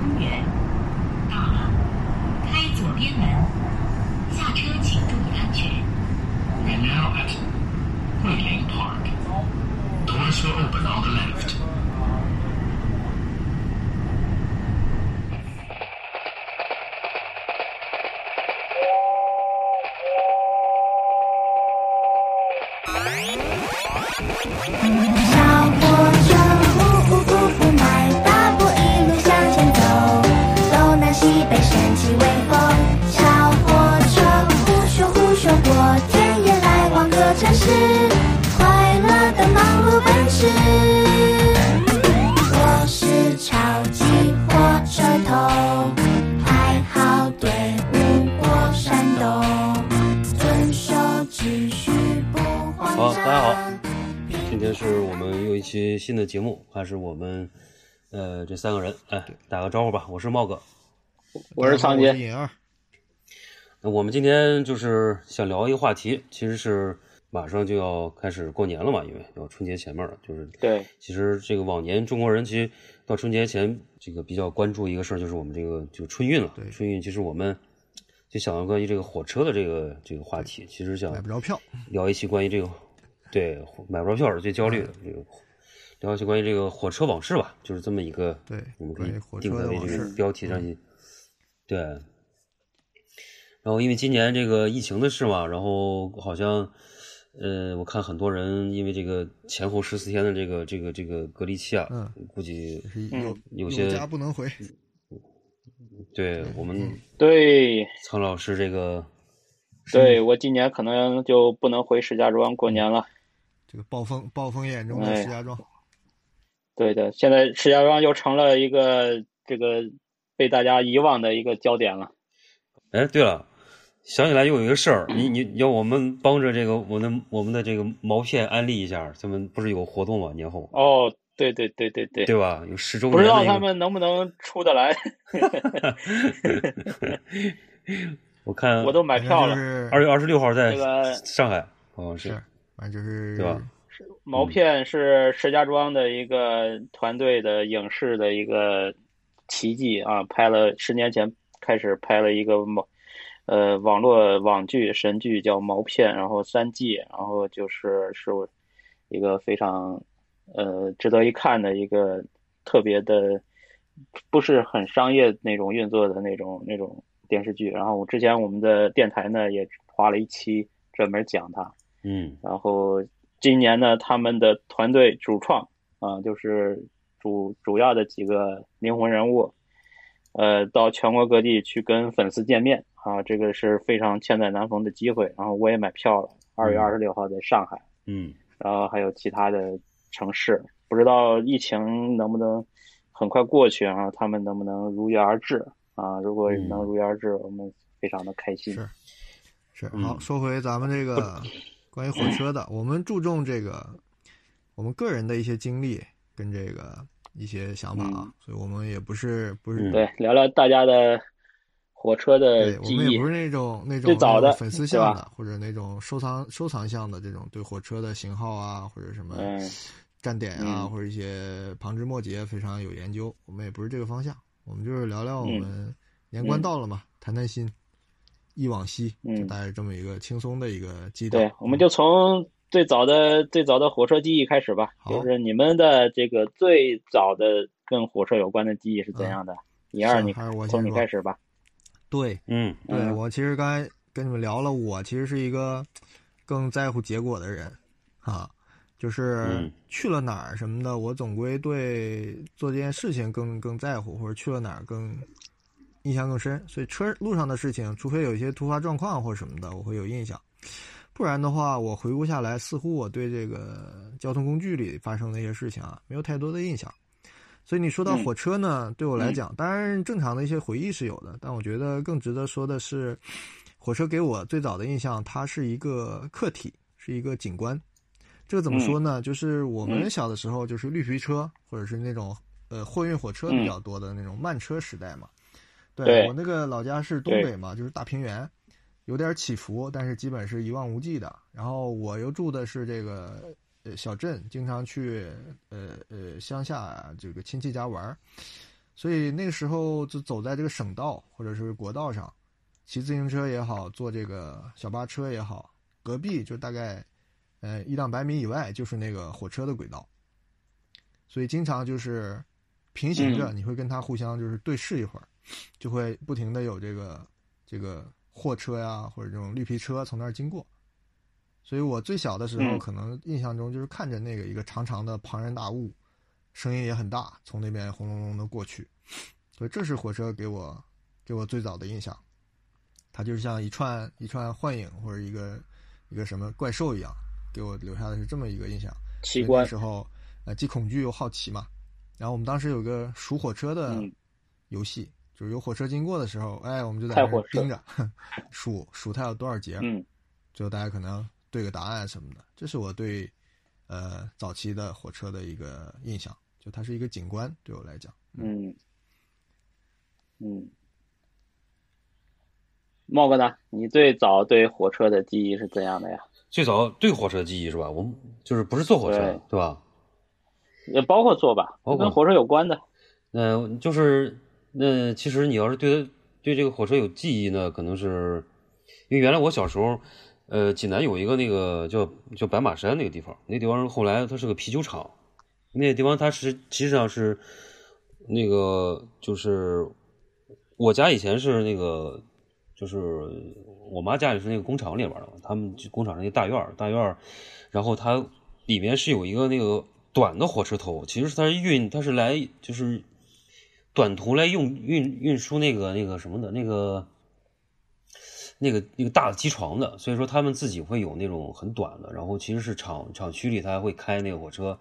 公园。到了，开左边门，下车请注意安全。 We are now at Guilin Park. Doors will open on the left. 小火车呜呜呜呜迈大步一路向前走，东南西北神奇微风。小火车呼咻呼咻过田野，来往各城市，快乐的忙碌奔驰。我是超级火车头，排好队伍过山洞，遵守秩序不慌张。好大家好今天是我们又一期新的节目，还是我们呃这三个人，哎，打个招呼吧。我是茂哥。我是仓颉，尹二，那我们今天就是想聊一个话题，其实是马上就要开始过年了嘛，因为要春节前面了，就是对，其实这个往年中国人其实到春节前，这个比较关注一个事儿，就是我们这个就春运了。对春运其实我们就想到关于这个火车的这个这个话题，其实想买不着票，聊一期关于这个，对，买不着票是最焦虑哎的这个，聊一期关于这个火车往事吧，就是这么一个，对我们可以关于火定车格的为往这个事嗯标题上去，对。然后因为今年这个疫情的事嘛，然后好像，呃，我看很多人因为这个前后十四天的这个这个这个隔离期啊，嗯估计是有嗯有些嗯有家不能回，对我们嗯对，苍老师这个，对我今年可能就不能回石家庄过年了。这个暴风暴风眼中的哎石家庄，对的，现在石家庄又成了一个这个被大家遗忘的一个焦点了。哎，对了，想起来又有一个事儿，嗯你你要我们帮着这个我们的我们的这个毛片安利一下，他们不是有活动吗？年后哦，对对对对对，对吧？有十周不年知道的一他个，们能不能出得来， 我看我都买反正票就了。是二月二十六号在这个上海，好像是是，反正就是对吧毛片是石家庄的一个团队的影视的一个奇迹啊，拍了十年前开始拍了一个毛，呃，网络网剧神剧叫《毛片》，然后三季，然后就是是我一个非常呃值得一看的一个特别的，不是很商业那种运作的那种那种电视剧。然后我之前我们的电台呢也花了一期专门讲它。嗯然后今年呢，他们的团队主创啊、就是主主要的几个灵魂人物，呃，到全国各地去跟粉丝见面啊，这个是非常千载难逢的机会。然后我也买票了，二月二十六号在上海，嗯，然后还有其他的城市，不知道疫情能不能很快过去啊，他们能不能如约而至啊？如果能如约而至，我们非常的开心。是是嗯好。说回咱们这 个关于火车的，我们注重这个我们个人的一些经历跟这个一些想法啊，所以我们也不是不是嗯对，聊聊大家的火车的对，我记们也忆不。是那种那种最早那的种粉丝向对的，或者那种收藏收藏向的这种对火车的型号啊，或者什么嗯站点啊，嗯或者一些旁枝末节非常有研究。我们也不是这个方向，我们就是聊聊我嗯们年关到了嘛，谈谈心，忆往昔，嗯就带着这么一个轻松的一个基调。对，我们就从最早的最早的火车记忆开始吧，好就是你们的这个最早的跟火车有关的记忆是怎样的？一二，是你嗯还是我先从你说开始吧。对嗯对，嗯我其实刚才跟你们聊了，我其实是一个更在乎结果的人啊，就是嗯去了哪儿什么的，我总归对做这件事情更更在乎，或者去了哪儿更印象更深。所以车路上的事情，除非有一些突发状况或什么的，我会有印象。不然的话，我回顾下来，似乎我对这个交通工具里发生的一些事情啊，没有太多的印象。所以你说到嗯火车呢，对我来讲，当然正常的一些回忆是有的，但我觉得更值得说的是，火车给我最早的印象，它是一个客体，是一个景观。这个怎么说嗯呢？就是我们小的时候，就是绿皮车或者是那种呃货运火车比较多的那种慢车时代嘛。对对我那个老家是东北嘛，就是大平原，有点起伏，但是基本是一望无际的。然后我又住的是这个呃小镇，经常去呃呃乡下这个亲戚家玩儿所以那个时候就走在这个省道或者是国道上，骑自行车也好，坐这个小巴车也好，隔壁就大概呃一两百米以外就是那个火车的轨道，所以经常就是平行着，嗯你会跟它互相就是对视一会儿，就会不停的有这个这个货车呀、或者这种绿皮车从那儿经过。所以我最小的时候，嗯可能印象中就是看着那个一个长长的庞然大物，声音也很大，从那边轰隆隆的过去。所以这是火车给我给我最早的印象，它就是像一串一串幻影或者一个一个什么怪兽一样，给我留下的是这么一个印象。奇所以观那时候，呃，既恐惧又好奇嘛。然后我们当时有个数火车的嗯游戏，就是有火车经过的时候，哎，我们就在看那儿火车盯着 数数它有多少节儿，嗯最后大家可能对个答案什么的。这是我对呃早期的火车的一个印象，就它是一个景观对我来讲。嗯嗯。茂哥呢？你最早对火车的记忆是怎样的呀？最早对火车的记忆是吧？我们就是不是坐火车对对吧？也包括坐吧，包括跟火车有关的。那呃就是那其实你要是对它对这个火车有记忆呢，可能是因为原来我小时候，呃，济南有一个那个叫叫白马山那个地方，那地方后来它是个啤酒厂，那地方它是其实上是那个就是我家以前是那个就是我妈家里是那个工厂里边的，他们就工厂那个大院儿大院儿，然后它里面是有一个那个短的火车头，其实它是运它是来就是短途来用运运输那个那个什么的那个。那个那个大的机床的，所以说他们自己会有那种很短的，然后其实是厂厂区里他会开那个火车，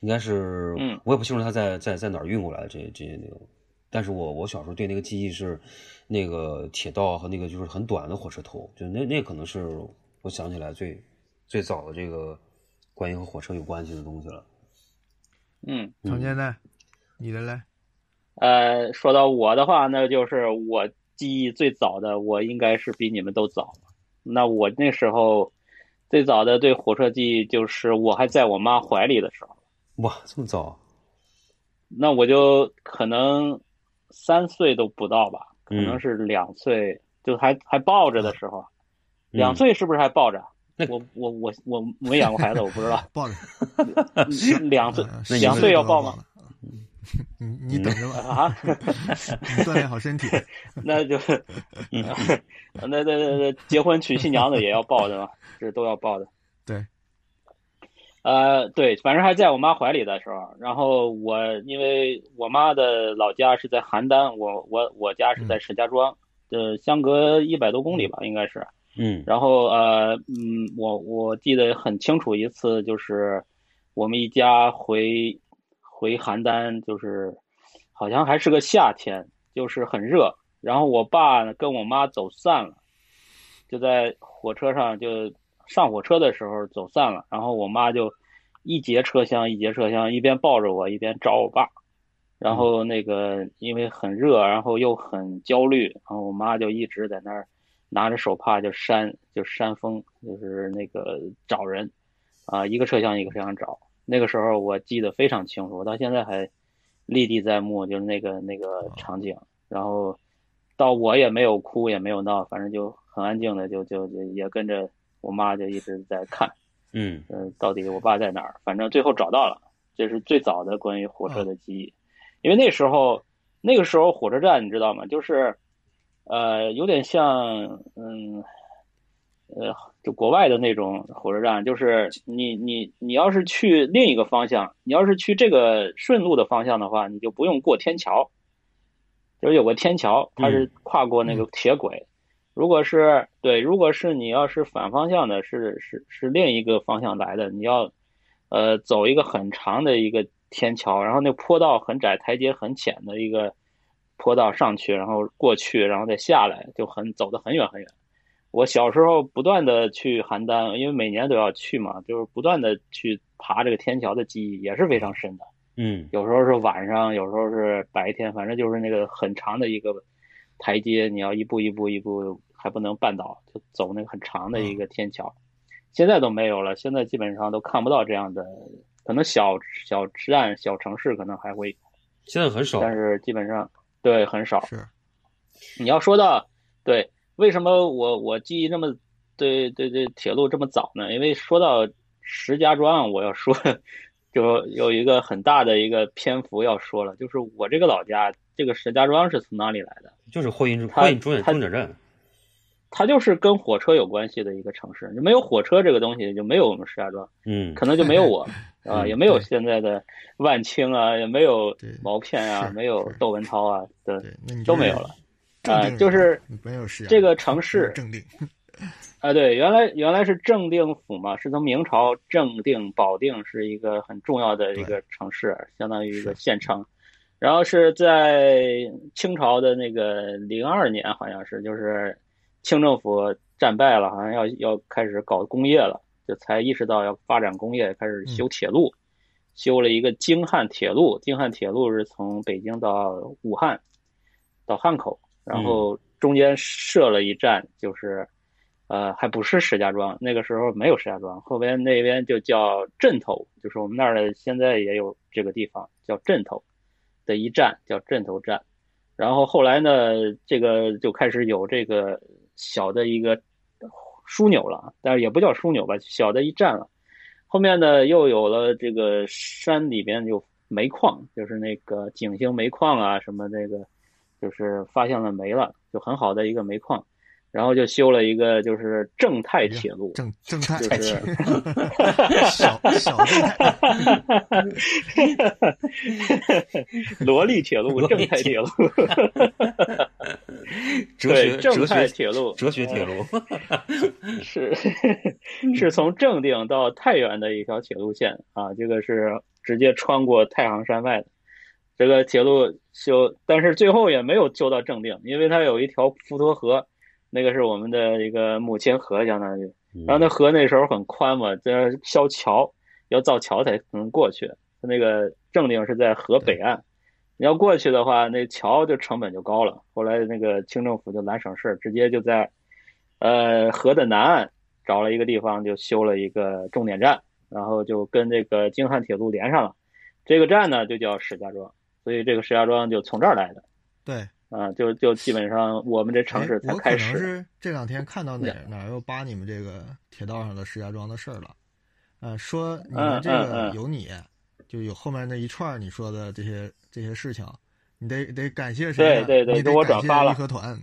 应该是，嗯我也不清楚他在在在哪儿运过来的这这些内容，但是我我小时候对那个记忆是，那个铁道和那个就是很短的火车头，就那那可能是我想起来最最早的这个关于和火车有关系的东西了。嗯，常见呢，你的嘞？。呃，说到我的话，那就是我记忆最早的，我应该是比你们都早。那我那时候最早的对火车记忆，就是我还在我妈怀里的时候。哇，这么早？那我就可能三岁都不到吧，可嗯能是两岁，就还还抱着的时候。 两嗯岁是不是还抱着？我我我我没养过孩子，我不知 道抱着，两岁嗯那你两们岁要抱抱吗？？你嗯你等着吧，啊？ 你锻炼好身体。 那就，那那那那结婚娶新娘子也要抱的嘛，这都要抱的。对，呃，对，反正还在我妈怀里的时候，然后我因为我妈的老家是在邯郸，我我我家是在石家庄，呃，相隔一百多公里吧，应该是。嗯然后呃，嗯，我我记得很清楚，一次就是我们一家回回邯郸，就是好像还是个夏天，就是很热。然后我爸呢跟我妈走散了，就在火车上就上火车的时候走散了。然后我妈就一节车厢一节车厢，一边抱着我，一边找我爸。然后那个因为很热，然后又很焦虑，然后我妈就一直在那儿拿着手帕就扇，就扇风，就是那个找人，啊，一个车厢一个车厢找。那个时候我记得非常清楚，我到现在还历历在目，就是那个那个场景。然后到我也没有哭，也没有闹，反正就很安静的，就就就也跟着我妈就一直在看，嗯呃，到底我爸在哪儿？反正最后找到了，这是最早的关于火车的记忆。因为那时候，那个时候火车站你知道吗？就是，呃，有点像，嗯，呃，就国外的那种火车站，就是你你你要是去另一个方向，你要是去这个顺路的方向的话，你就不用过天桥，就是有个天桥，它是跨过那个铁轨。如果是对，如果是你要是反方向的，是是是另一个方向来的，你要，呃，走一个很长的一个天桥，然后那坡道很窄，台阶很浅的一个坡道上去，然后过去，然后再下来，就很走得很远很远。我小时候不断的去邯郸，因为每年都要去嘛，就是不断的去爬这个天桥的记忆也是非常深的。嗯有时候是晚上，有时候是白天，反正就是那个很长的一个台阶，你要一步一步一步，还不能绊倒，就走那个很长的一个天桥。现在都没有了，现在基本上都看不到这样的，可能小小站、小城市可能还会有，现在很少。但是基本上对很少。是，你要说到对，为什么我我记忆这么对对对铁路这么早呢？因为说到石家庄，啊我要说就有一个很大的一个篇幅要说了，就是我这个老家这个石家庄是从哪里来的？就是货运它货运中转它中转站，它就是跟火车有关系的一个城市，就没有火车这个东西，就没有我们石家庄，嗯，可能就没有 我啊，嗯也没有对现在的万青啊，也没有对毛片啊，是没有是窦文涛啊，对，对，那你都就是没有了正定啊人就是你没有石家这个城没有市正定，啊，对，原来原来是正定府嘛，是从明朝正定、保定是一个很重要的一个城市，相当于一是个县城。然后是在清朝的那个零二年，好像是就是清政府战败了，好像要要开始搞工业了，就才意识到要发展工业，开始修铁路，修了一个京汉铁路。京汉铁路是从北京到武汉，到汉口，然后中间设了一站，就是呃，还不是石家庄，那个时候没有石家庄，后边那边就叫镇头，就是我们那儿的现在也有这个地方叫镇头的一站叫镇头站，然后后来呢，这个就开始有这个小的一个枢纽了，啊但是也不叫枢纽吧，小的一站了。后面呢，又有了这个山里边有煤矿，就是那个景星煤矿啊，什么那个，就是发现了煤了，就很好的一个煤矿，然后就修了一个就是哎正太铁路，正正太就是 小小正太，萝莉铁路、 萝正莉太铁铁路， 哲学对哲正太学铁路嗯哲学铁路，是 是从正定到太原的一条铁路线啊，这个是直接穿过太行山脉的。这个铁路修，但是最后也没有修到正定，因为它有一条滹沱河，那个是我们的一个母亲河，相当于。嗯然后嗯那河那时候很宽嘛，这修桥要造桥才能过去。那个正定是在河北岸，你要过去的话，那桥就成本就高了。后来那个清政府就懒省事，直接就在呃河的南岸找了一个地方，就修了一个重点站，然后就跟这个京汉铁路连上了。这个站呢就叫石家庄，所以这个石家庄就从这儿来的对，啊、就就基本上我们这城市哎才我可开能始。是这两天看到哪儿哪儿又扒你们这个铁道上的石家庄的事儿了，呃，说你们这嗯嗯个嗯有你，就有后面那一串儿你说的这些这些事情，你得得感谢谁呀？对对对你给得我感转发谢了义和团。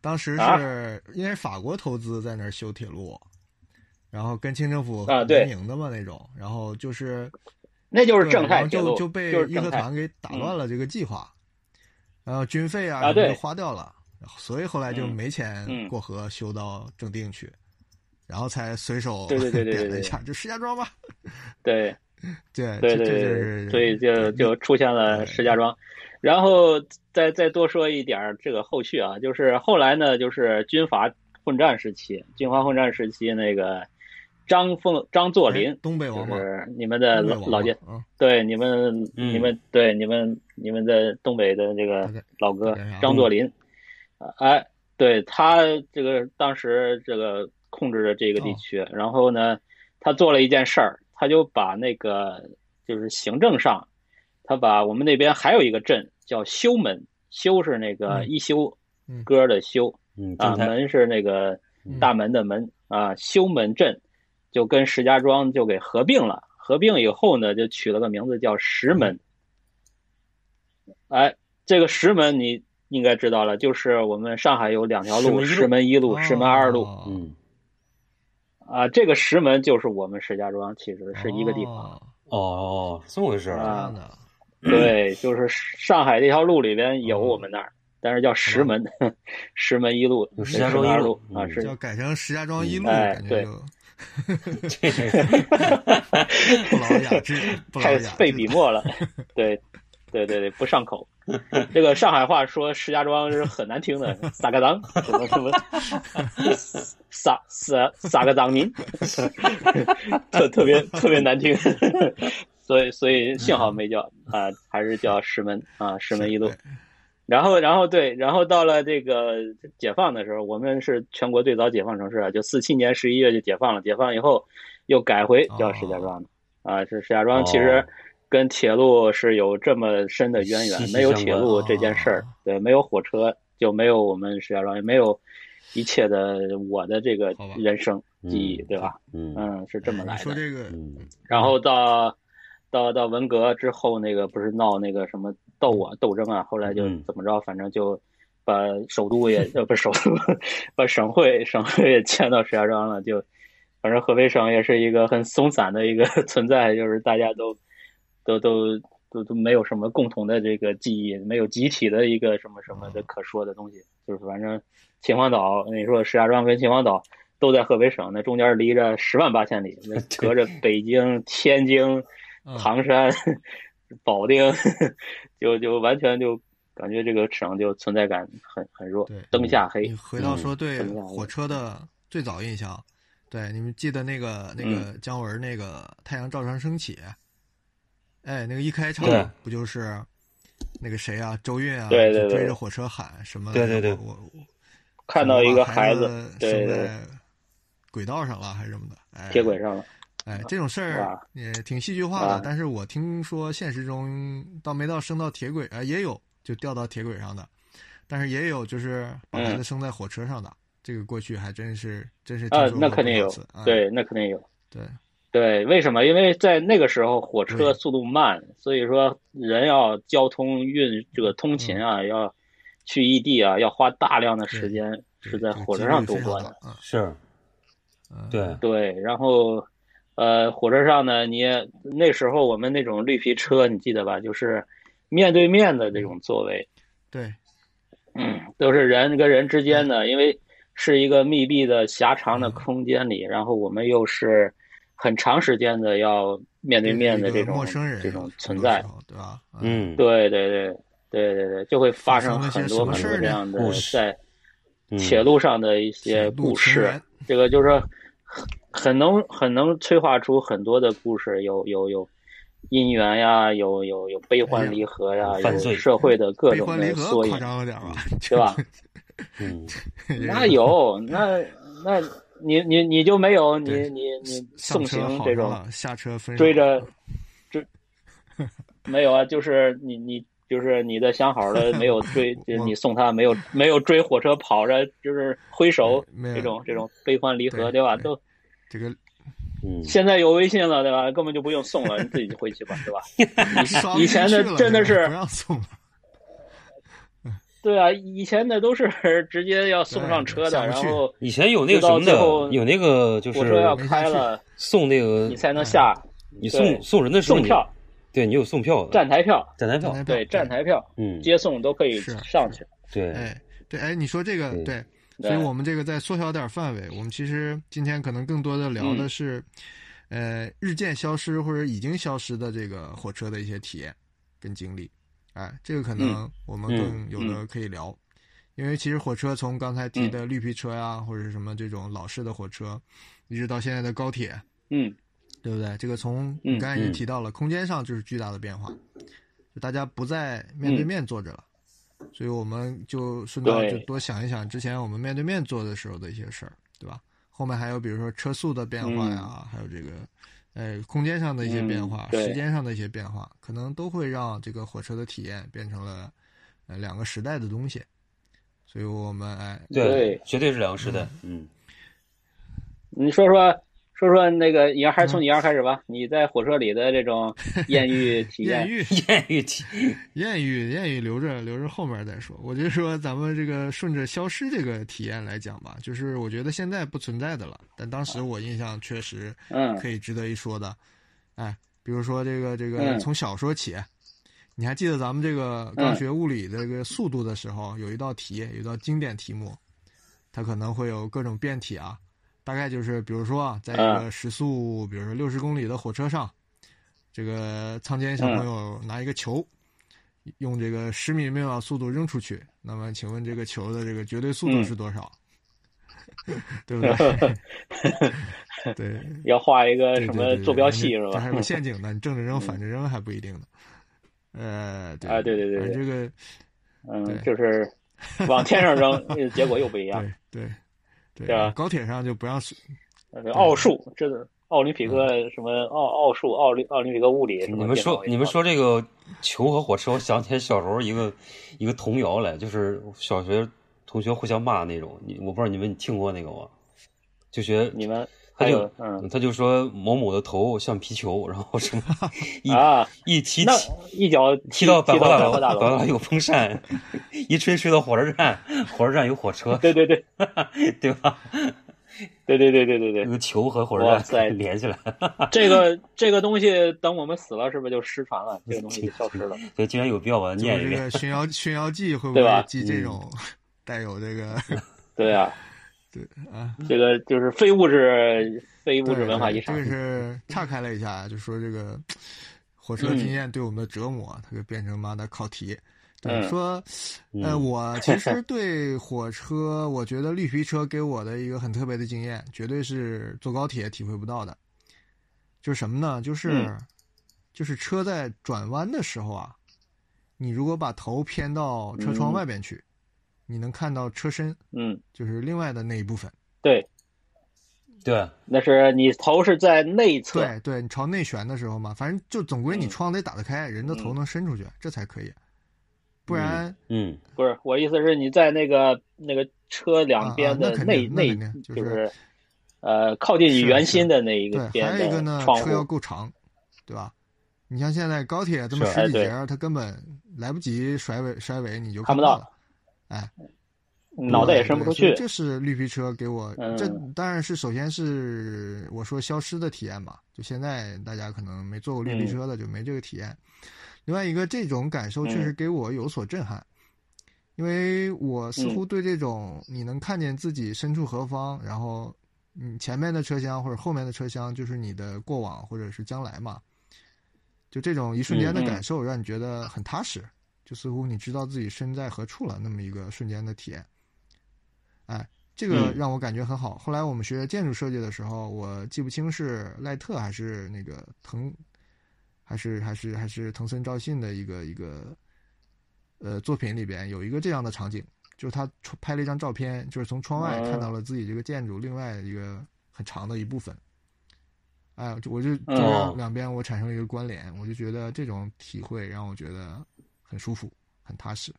当时啊是因为法国投资在那儿修铁路，然后跟清政府啊对联营的嘛那种，然后就是那就是对正然太后铁路，就就被是义和正太。嗯团给打乱了这个计划，然后军费啊啊什么对就花掉了，所以后来就嗯没钱嗯过河修到正定去，然后才随手对对对对对点了一对下，就石家庄吧，对，对对这这对就对，是嗯所以就就出现了石家庄。然后再再多说一点儿这个后续啊，就是后来呢，就是军阀混战时期，军阀混战时期那个张凤张作哎霖，东北王就嘛，是你们的东北老王老嘛家，啊，对你们嗯你们对你们你们的东北的这大个概老哥大概啥张作霖，啊哎，对他这个当时这个控制着这个哦地区，然后呢，他做了一件事儿，他就把那个就是行政上，他把我们那边还有一个镇叫修门，修是那个嗯一休嗯歌的修，嗯，啊，正太门是那个嗯大门的门啊，修门镇就跟石家庄就给合并了。合并以后呢，就取了个名字叫石门。哎，这个石门你应该知道了，就是我们上海有两条路，石石门一路、石门二路哦，嗯啊。这个石门就是我们石家庄，其实是一个地方。啊哦哦哦，这么回事这儿，样的，对，就是上海这条路里边有我们那儿，但是叫石门， 石门一路、石家石庄门一二路路啊，嗯是要改成石家庄一路，哎感觉对就 这个不老雅 致，不老太雅致，费笔 墨了，对，对对对，不上口。这个上海话说石家庄是很难听的，撒个当，什么什么，撒撒撒个当您，特特别特别难听。 所以所以幸好没叫啊、还是叫石门啊、石门一路对。然后，然后对，然后到了这个解放的时候，我们是全国最早解放城市啊，就四七年十一月就解放了。解放以后，又改回叫石家庄了啊，是石家庄。其实哦跟铁路是有这么深的渊息源，息没有相铁关哦路这件事儿，对，没有火车就没有我们石家庄，也没有一切的我的这个好吧人生记忆，嗯对吧？ 嗯嗯，是这么来你的。说这个，嗯然后到到到文革之后，那个不是闹那个什么斗啊斗争啊，后来就嗯怎么着，反正就把首都也 呃不是首都，把省会省会也迁到石家庄了，就反正河北省也是一个很松散的一个 存在，就是大家都都都都都没有什么共同的这个记忆，没有集体的一个什么什么的可说的东西，就是反正秦皇岛，你说石家庄跟秦皇岛。都在河北省，那中间离着十万八 千里，那隔着北京、天津、嗯 唐山、保定， 就就完全就感觉这个省就存在感很很弱对，灯下黑你。回到说对嗯火车的最早印象，对，你们记得那个那嗯个姜文那个《太阳照常升起》，哎，那个一开对场不就是那个谁啊，周韵啊，对对就追对着火车喊什么？对对对我我我看到一个把孩子，对生对，在轨道上了还是什么的，哎，铁轨上了，哎，这种事儿哇也挺戏剧化的哇，但是我听说现实中倒没到升到铁轨，呃，也有就掉到铁轨上的，但是也有就是把孩子嗯生在火车上的，这个过去还真是真是听啊说，那过肯定不少有次，啊、对，那肯定有。对，对，为什么？因为在那个时候火对车速度慢，所以说人要交通运这个通勤啊，要去异地啊，要花大量的时间是在火车上度过的。的，是，嗯，对，对，然后，呃，火车上呢，你也那时候我们那种绿皮车，你记得吧？就是面对面的这种座位，对都是人跟人之嗯间的，因为是一个密闭的狭长的空间里，然后我们又是很长时间的要面对面的对这一个种陌生人这种存很多在时。候，对吧？，嗯，对对对对对对，就会发生发生很了些多什么很事多儿呢这样的故事在嗯铁路上的一铁些路故情事。缘这个就是说很很能很能催化出很多的故事，有有有姻缘呀，有有有悲哎呀欢离合呀，犯有罪社会的各悲种欢离的合缩影夸，张了点吧？ 对吧？嗯，那有那那你你你就没有你对你你上嗯送车行好这上种了下车分手追着追，没有啊，就是你你。就是你的相 好的没有追，就是我你送他 没有没有追火车跑着，就是挥手没有这种这种悲欢离对合，对吧？对都这个嗯，现在有微信了，对吧？根本就不用送了，你自己回去吧，对吧？刷不以前进的去了真的这个是不让送了，对啊，以前的都是 直接要送上车对对的，下然不去后 以前有那个什么直到最后的，有那个就火车要是开了，送那个你才哎能下你对送送人的时候送你，票、对你有送票的站台票，站台票，站台对，站台票、嗯，接送都可以是上去。对，哎，对，哎，你说这个对对，所对以我们这个再缩小点范围，我们其实今天可能更多的聊的是，呃，日渐消失或者已经消失的这个火车的一些体验跟经历，哎，这个可能我们更有的可以聊，因为其实火车从刚才提的绿皮车呀、或者是什么这种老式的火车，一直到现在的高铁，嗯，对不对？这个从嗯你刚才也嗯提到了，空间上就是巨大的变化，就大家不再面对面坐着了，所以我们就顺道嗯对就多想一想之前我们面对面坐的时候的一些事儿，对吧？后面还有比如说车速的变化呀，还有这个呃空间上的一些变化嗯、对时间上的一些变化，可能都会让这个火车的体验变成了呃两个时代的东西，所以我们哎对绝对是两个时代， 嗯，你说说说说那个杨，还是嗯从你杨开始吧。你在火车里的这 种艳遇体艳验，遇。艳遇 体，艳遇，艳遇留着留着后面再说。我就说咱们这个顺着消失这个体验来讲吧，就是我觉得现在不存在的了，但当时我印象确实嗯可以值得一说的。哎，比如说这个这个嗯从小说起，你还记得咱们这个刚学物理的这个速度的时候，有一道题，有一道经典题目，它可能会有各种变体啊，大概就是比如说啊，在一嗯个时速比如说六十公里的火车上，这个仓间小嗯朋友拿一个球，用这个十米每秒速度扔出去，那么请问这个球的这个绝对速度嗯是多少？ 对不 对？ 对，要画一个对什对么对坐对标哎系那是这吧嗯还？有个陷阱呢，你正着扔、反着扔还不一定呢。呃，对啊对对对反正对这个对嗯，就是往天上 扔，呃结果又不一样。对对对吧高铁上就不让随呃奥数，这个奥林嗯匹克什么奥奥数、奥林奥林匹克物理什么你们电脑说也你们好说这个球和火车，我想起来小时候一个一个童谣来，就是小学同学互相骂那种。你我不知道你们听过那个吗？就学你们他还就有嗯他就说某某的头像皮球，然后 什么一啊，一踢那踢一脚踢踢到百踢货到大百楼，货百大货大楼楼，有风扇，一吹吹到火车站，火车站有火车，对对对对吧？对对对对对对 那，个球和火哇车塞站 连起来，这个这个东西等我们死了是不是就失传了？这个东西就消失了。所以竟然有必要把它就念是一这遍。 个《寻妖寻妖记》会不对吧嗯会记这种 带有这个 对啊，啊？这个就是非物质非物质对文化对遗这个产。是岔开了一下，就说这个火车嗯经验对我们的折磨，它就变成妈的考题。对，嗯说，呃，嗯，我其实对火车，我觉得绿皮车给我的一个很特别的经验，绝对是坐高铁体会不到的。就是什么呢？就是，嗯就是车在转弯的时候啊，你如果把头偏到车窗嗯外边去，你能看到车身，嗯，就是另外的那一部分。对，对，那是你头是在内侧，对对，你朝内旋的时候嘛，反正就总归你嗯窗得打得开，人的头能伸出去，这才可以。不然嗯，不是我意思是你在那个那个车啊啊两边那的肯内定那内肯定就是是呃靠近你是圆是心的那一个对，边还有一个的呢，窗车要户。够长，对吧？你像现在高铁这么是十哎几对节儿，它根本来不及甩尾甩尾，你就看不到到了。哎，嗯脑袋也伸不出对对所以去，嗯这是绿皮车给我，这当然是首先是我说消失的体验吧。就现在大家可能没坐过嗯绿皮车的就没这个体验。另外一个，这种感受确嗯实给我有所震撼，因为我似嗯乎对这种你能看见自己身处何方，然后你前面的车厢或者后面的车厢就是你的过往或者是将来嘛，就这种一瞬间的嗯嗯感受，让你觉得很踏实。就似乎你知道自己身在何处了，那么一个瞬间的体验。哎，这个嗯让我感觉很好。后来我们学建筑设计的时候，我记不清是赖特还是那个藤，还是还是还是藤森昭信的一个一个呃作品里边有一个这样的场景，就是他出拍了一张照片，就是从窗外嗯看到了自己这个建筑另外一个很长的一部分。哎，我就我就就嗯让两边我产生了一个关联，我就觉得这种体会让我觉得很舒服，很踏实。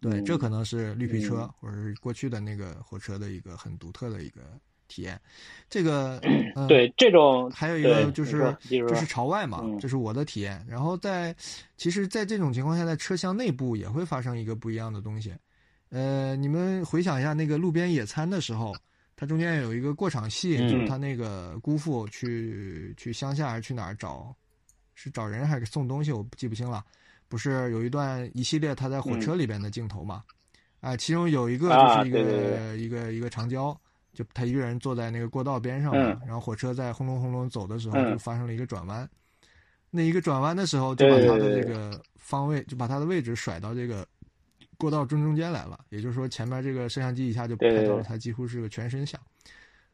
对，嗯这可能是绿皮车嗯或者是过去的那个火车的一个很独特的一个体验。这 个嗯对这种还有一对个就你是说你说这是朝外嘛嗯，这是我的体验。然后在其实，在这种情况下，在车厢内部也会发生一个不一样的东西。呃，你们回想一下那个路边野餐的时候，它中间有一个过场戏，嗯就是他那个姑父去去乡下还是去哪儿找，是找人还是送东西，我记不清了。不是有一段一系列他在火车里边的镜头嘛？啊、其中有一个就嗯啊是一个、对对一个一个长焦，就他一个人坐在那个过道边上嘛，嗯然后火车在轰隆轰隆走的时候，嗯就发生了一个转弯。那一个转弯的时候，就把对对他的对这个方位，就把他的位置甩到这个过道正中间来了。也就是说，前面这个摄像机一下就对对拍到了对他几乎是个全身像。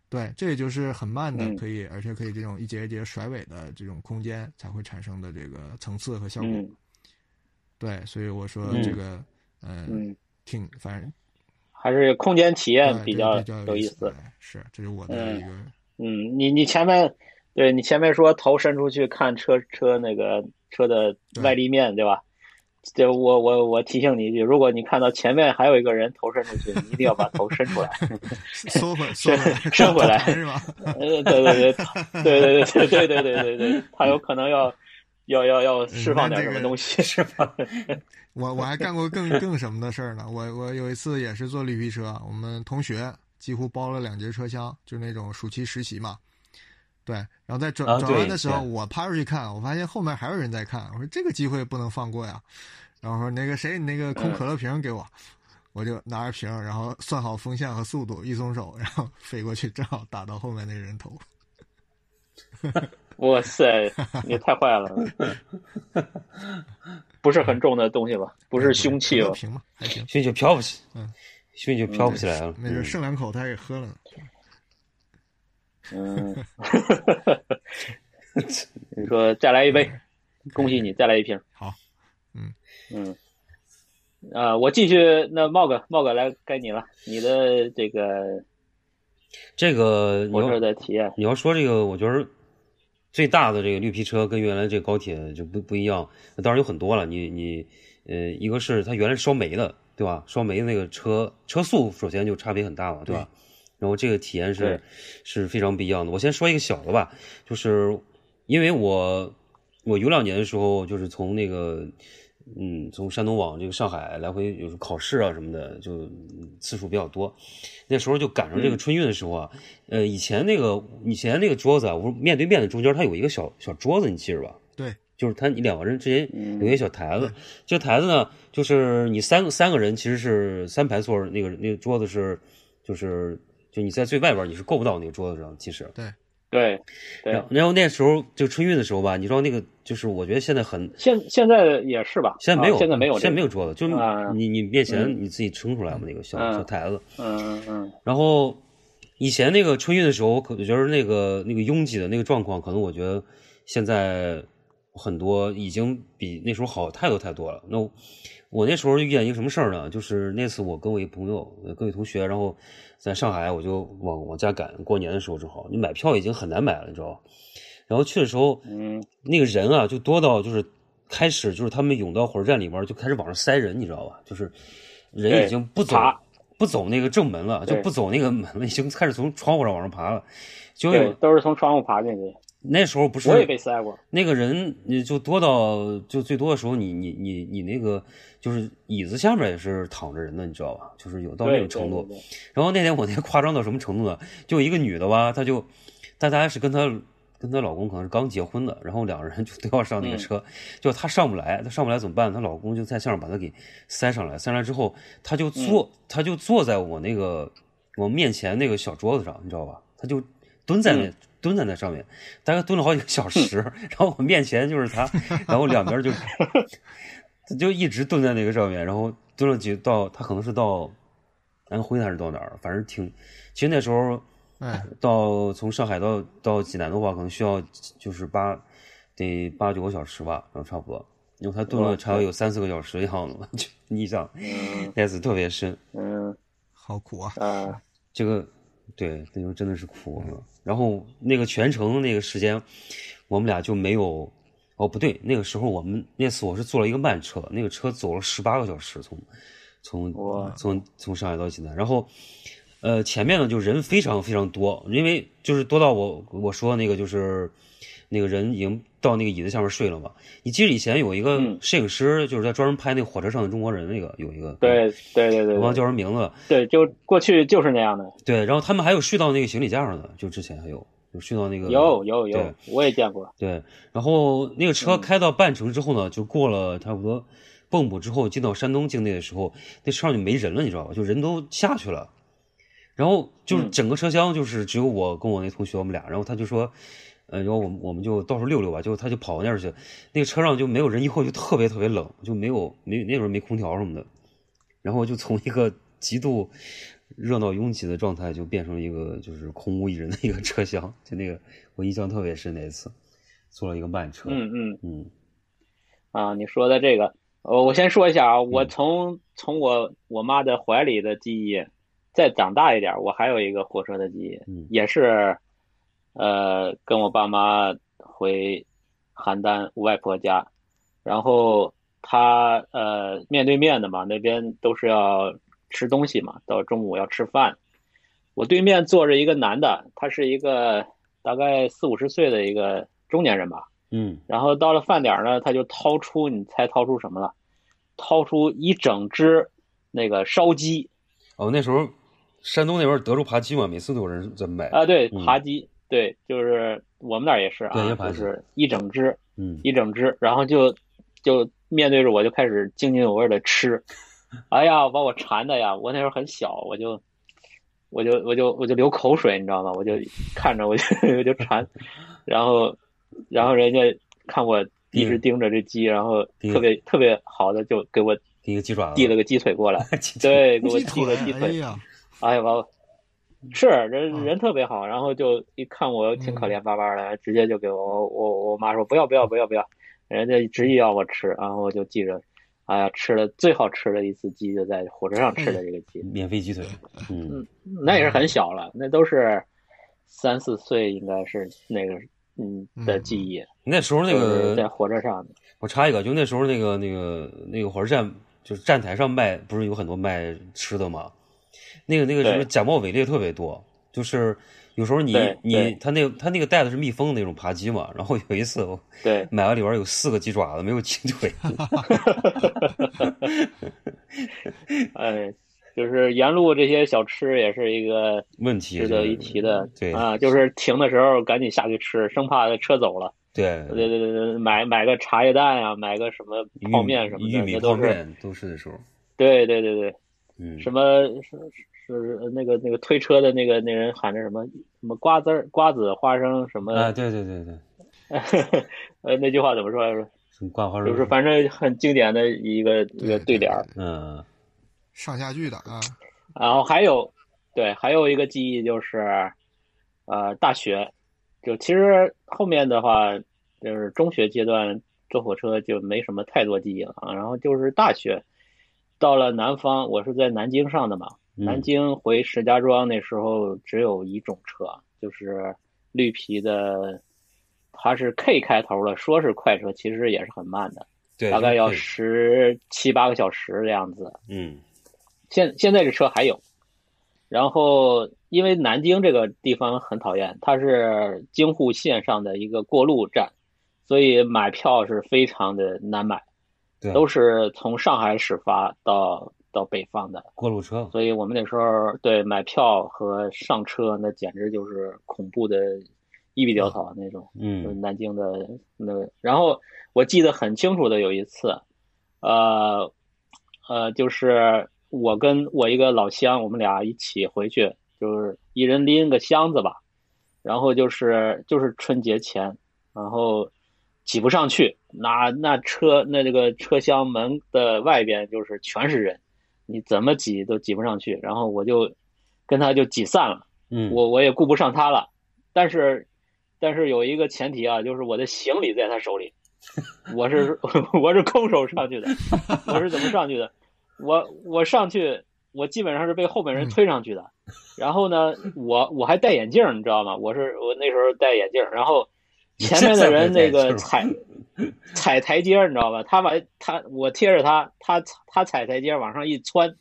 对，这也就是很慢的，嗯可以、而且可以这种一节一节甩尾的这种空间才会产生的这个层次和效果。嗯对，所以我说嗯这个，呃，嗯，挺反正还是空间体对验这比个较比较有意思思。。哎是，这是我的一个，嗯，你你前面对你前面说头伸出去看车车那个车的外立面，对吧？这我我我提醒你一句，如果你看到前面还有一个人头伸出去，你一定要把头伸出来。 缩回缩 回来，收回来 是吧？呃，对对对对对对对对对对对，他有可能要要要要释放点什么东西，是吧？我我还干过更更什么的事儿呢？我我有一次也是坐绿皮车，我们同学几乎包了两节车厢，就那种暑期实习嘛。对，然后在转、啊转弯的对时候，对我趴出去看，我发现后面还有人在看，我说这个机会不能放过呀。然后说那个谁，你那个空嗯可乐瓶给我，我就拿着瓶儿，然后算好风向和速度，一松手，然后飞过去，正好打到后面那个人头。哇塞，你太坏了！不是很重的东西吧？不不是凶器哦可乐吧？瓶嘛，还行，所以就飘不起，嗯所以就飘不起来了。没事，嗯剩两口他给喝了呢。嗯， 你说再来一杯，恭喜你，再来一瓶。好，嗯嗯，啊，我继续，那茂哥，茂哥来该你了，你的这个嗯这个你火车要的体验。你要说这个，我觉得最大的这个绿皮车跟原来这个高铁就不不一样，当然有很多了。你你呃，一个是它原来是烧煤的，对吧？烧煤的那个车车速首先就差别很大了，对吧？然后这个体验是对是非常不一样的。我先说一个小的吧，就是因为我我有两年的时候，就是从那个嗯，从山东往这个上海来回，有时候考试啊什么的，就嗯次数比较多。那时候就赶上这个春运的时候啊，呃，以前那个以前那个桌子啊，我面对面的中间它有一个小小桌子，你记着吧？对，就是它你两个人之间嗯有一个小台子，这个台子呢，就是你三个三个人其实是三排座儿，那个那个桌子是就是就你在最外边儿你是够不到那个桌子上，其实。对，然对后，然后那时候就春运的时候吧，你知道那个就是我觉得现在很现现在也是吧？现在没有，啊现在没有，现在没有。桌子，就是啊你你面前嗯你自己撑出来嘛，那个小嗯小台子。嗯嗯嗯，然后以前那个春运的时候，我可觉得那个那个拥挤的那个状况，可能我觉得现在很多已经比那时候好太多太多了。那我我那时候遇见一个什么事儿呢？就是那次我跟我一朋友、呃跟我一同学，然后在上海，我就往往家赶，过年的时候正好，你买票已经很难买了，你知道吧？然后去的时候，嗯，那个人啊，就多到就是开始就是他们涌到火车站里边儿就开始往上塞人，你知道吧？就是人对已经不走爬不走那个正门了，就对不走那个门了，已经开始从窗户上往上爬了。就对，有都是从窗户爬进去。那时候不是我也被塞过。那个人，你就多到就最多的时候你，你你你那个就是椅子下面也是躺着人的，你知道吧？就是有到那对种程度。，对对对然后那天我那夸张到什么程度呢？就一个女的吧，她就，但她是跟她跟她老公可能是刚结婚的，然后两个人就都要上那个车，就她上不来，她上不来怎么办？她老公就在下面把她给塞上来，塞上来之后，她就坐，她就坐在我那个我面前那个小桌子上，你知道吧？她就蹲在嗯那、蹲在那上面，大概蹲了好几个小时， 然后我面前就是她，然后两边 就是他就一直蹲在那个上面，然后蹲了几到他可能是到安徽还是到哪儿，反正挺。其实那时候哎，嗯到从上海到到济南的话，可能需要就是八得八九个小时吧，然后差不多。因为他蹲了哇差不多有三四个小时的样子， 就你想嗯那次特别深。嗯好苦 啊！啊，这个对，那时候真的是哭了。然后那个全程那个时间，我们俩就没有。哦，不对，那个时候我们那次我是坐了一个慢车，那个车走了十八个小时，从从哇从从上海到济南。然后，呃，前面呢就人非常非常多，因为就是多到我我说那个就是那个人已经到那个椅子下面睡了嘛。你记得以前有一个嗯摄影师，就是在专门拍那个火车上的中国人，那个有一个，对对对我对忘了对叫什么名字了。对，就过去就是那样的，对，然后他们还有睡到那个行李架上的，就之前还有有睡到那个有有有对，我也见过。对，然后那个车开到半程之后呢，就过了差不多蚌埠之后，进到山东境内的时候，那车上就没人了，你知道吧？就人都下去了，然后就是嗯整个车厢就是只有我跟我那同学我们俩，然后他就说。呃，然后我们我们就到处溜溜吧，就他就跑那儿去，那个车上就没有人，以后就特别特别冷，就没有没那时候没空调什么的，然后就从一个极度热闹拥挤的状态，就变成了一个就是空无一人的一个车厢，就那个我印象特别深那一次，坐了一个慢车，嗯嗯。嗯啊，你说的这个，呃，我先说一下啊，我从从我我妈的怀里的记忆，再长大一点儿，我还有一个火车的记忆，嗯也是，呃，跟我爸妈回邯郸我外婆家，然后她呃面对面的嘛，那边都是要吃东西嘛，到中午要吃饭，我对面坐着一个男的，他是一个大概四五十岁的一个中年人吧。嗯然后到了饭点儿呢，他就掏出，你猜掏出什么了？掏出一整只那个烧鸡哦，那时候山东那边德州扒鸡嘛，每次都有人在买，啊，对，嗯扒鸡，对，就是我们那儿也是对也啊，扒就鸡是一整只嗯一整只，然后就就面对着我就开始津津有味的吃，哎呀，把我馋的呀！我那时候很小，我就我就我就我就流口水，你知道吗？我就看着我就 我就馋，然后然后人家看我一嗯直盯着这鸡，然后特别特别好的就给我第一个鸡爪子，递了个鸡腿过来， 鸡腿对，给我鸡递腿，了鸡哎腿，呀，哎呀，把我是人嗯人特别好，然后就一看我挺可怜巴巴的，直接就给我我我妈说不要不要不要不要，人家执意要我吃，然后我就记着哎呀，吃了最好吃的一次鸡就在火车上吃的这个鸡，免费鸡腿，嗯，那也是很小了，那都是三四岁，应该是那个嗯的记忆，那时候那就是在个火车上的。我插一个，就那时候那个那个那个火车站，就是站台上卖，不是有很多卖吃的吗？那个那个对什么假冒伪劣特别多，就是有时候你对你对他那个他那个袋子是密封的那种扒鸡嘛，然后有一次我对，买了里边有四个鸡爪子，没有鸡腿， 哎，就是沿路这些小吃也是一个问题值得一提的，对啊，就是停的时候赶紧下去吃，生怕车走了。对对对对对，买买个茶叶蛋呀、买个什么玉米泡面什么玉的，米那泡都是。面都是那时候，对对对对，嗯，什么是是是那个那个推车的那个那人喊着什么什么瓜子儿瓜子花生什啊，么，对对对对， 呃那句话怎么说来着？什么挂花就是肉，反正很经典的一个一个对联儿。嗯，上下句的啊，然后还有，对，还有一个记忆就是，呃，大学，就其实后面的话，就是中学阶段坐火车就没什么太多记忆了啊。然后就是大学，到了南方，我是在南京上的嘛，嗯南京回石家庄那时候只有一种车，就是绿皮的，它是 K 开头的，说是快车，其实也是很慢的，对，大概要对十七八个小时的样子。嗯现现在这车还有，然后因为南京这个地方很讨厌，它是京沪线上的一个过路站，所以买票是非常的难买，对，都是从上海始发到到北方的，过路车，所以我们那时候对买票和上车那简直就是恐怖的一笔潦草那种。就是嗯南京的那个。然后我记得很清楚的有一次，呃，呃，就是我跟我一个老乡，我们俩一起回去，就是一人拎个箱子吧，然后就是就是春节前，然后挤不上去，那那车那这个车厢门的外边就是全是人，你怎么挤都挤不上去，然后我就跟他就挤散了。嗯，我我也顾不上他了，但是，但是有一个前提啊，就是我的行李在他 手里，我是 我是空手上去的，我是怎么上去的？我我上去，我基本上是被后嗯面人推上去的。然后呢，我我还戴眼镜儿，你知道吗？我是我那时候戴眼镜儿，然后前 面的人那戴眼个镜儿踩踩台阶儿，你知道吧？他把他我贴着他，他他踩台阶儿往上一窜，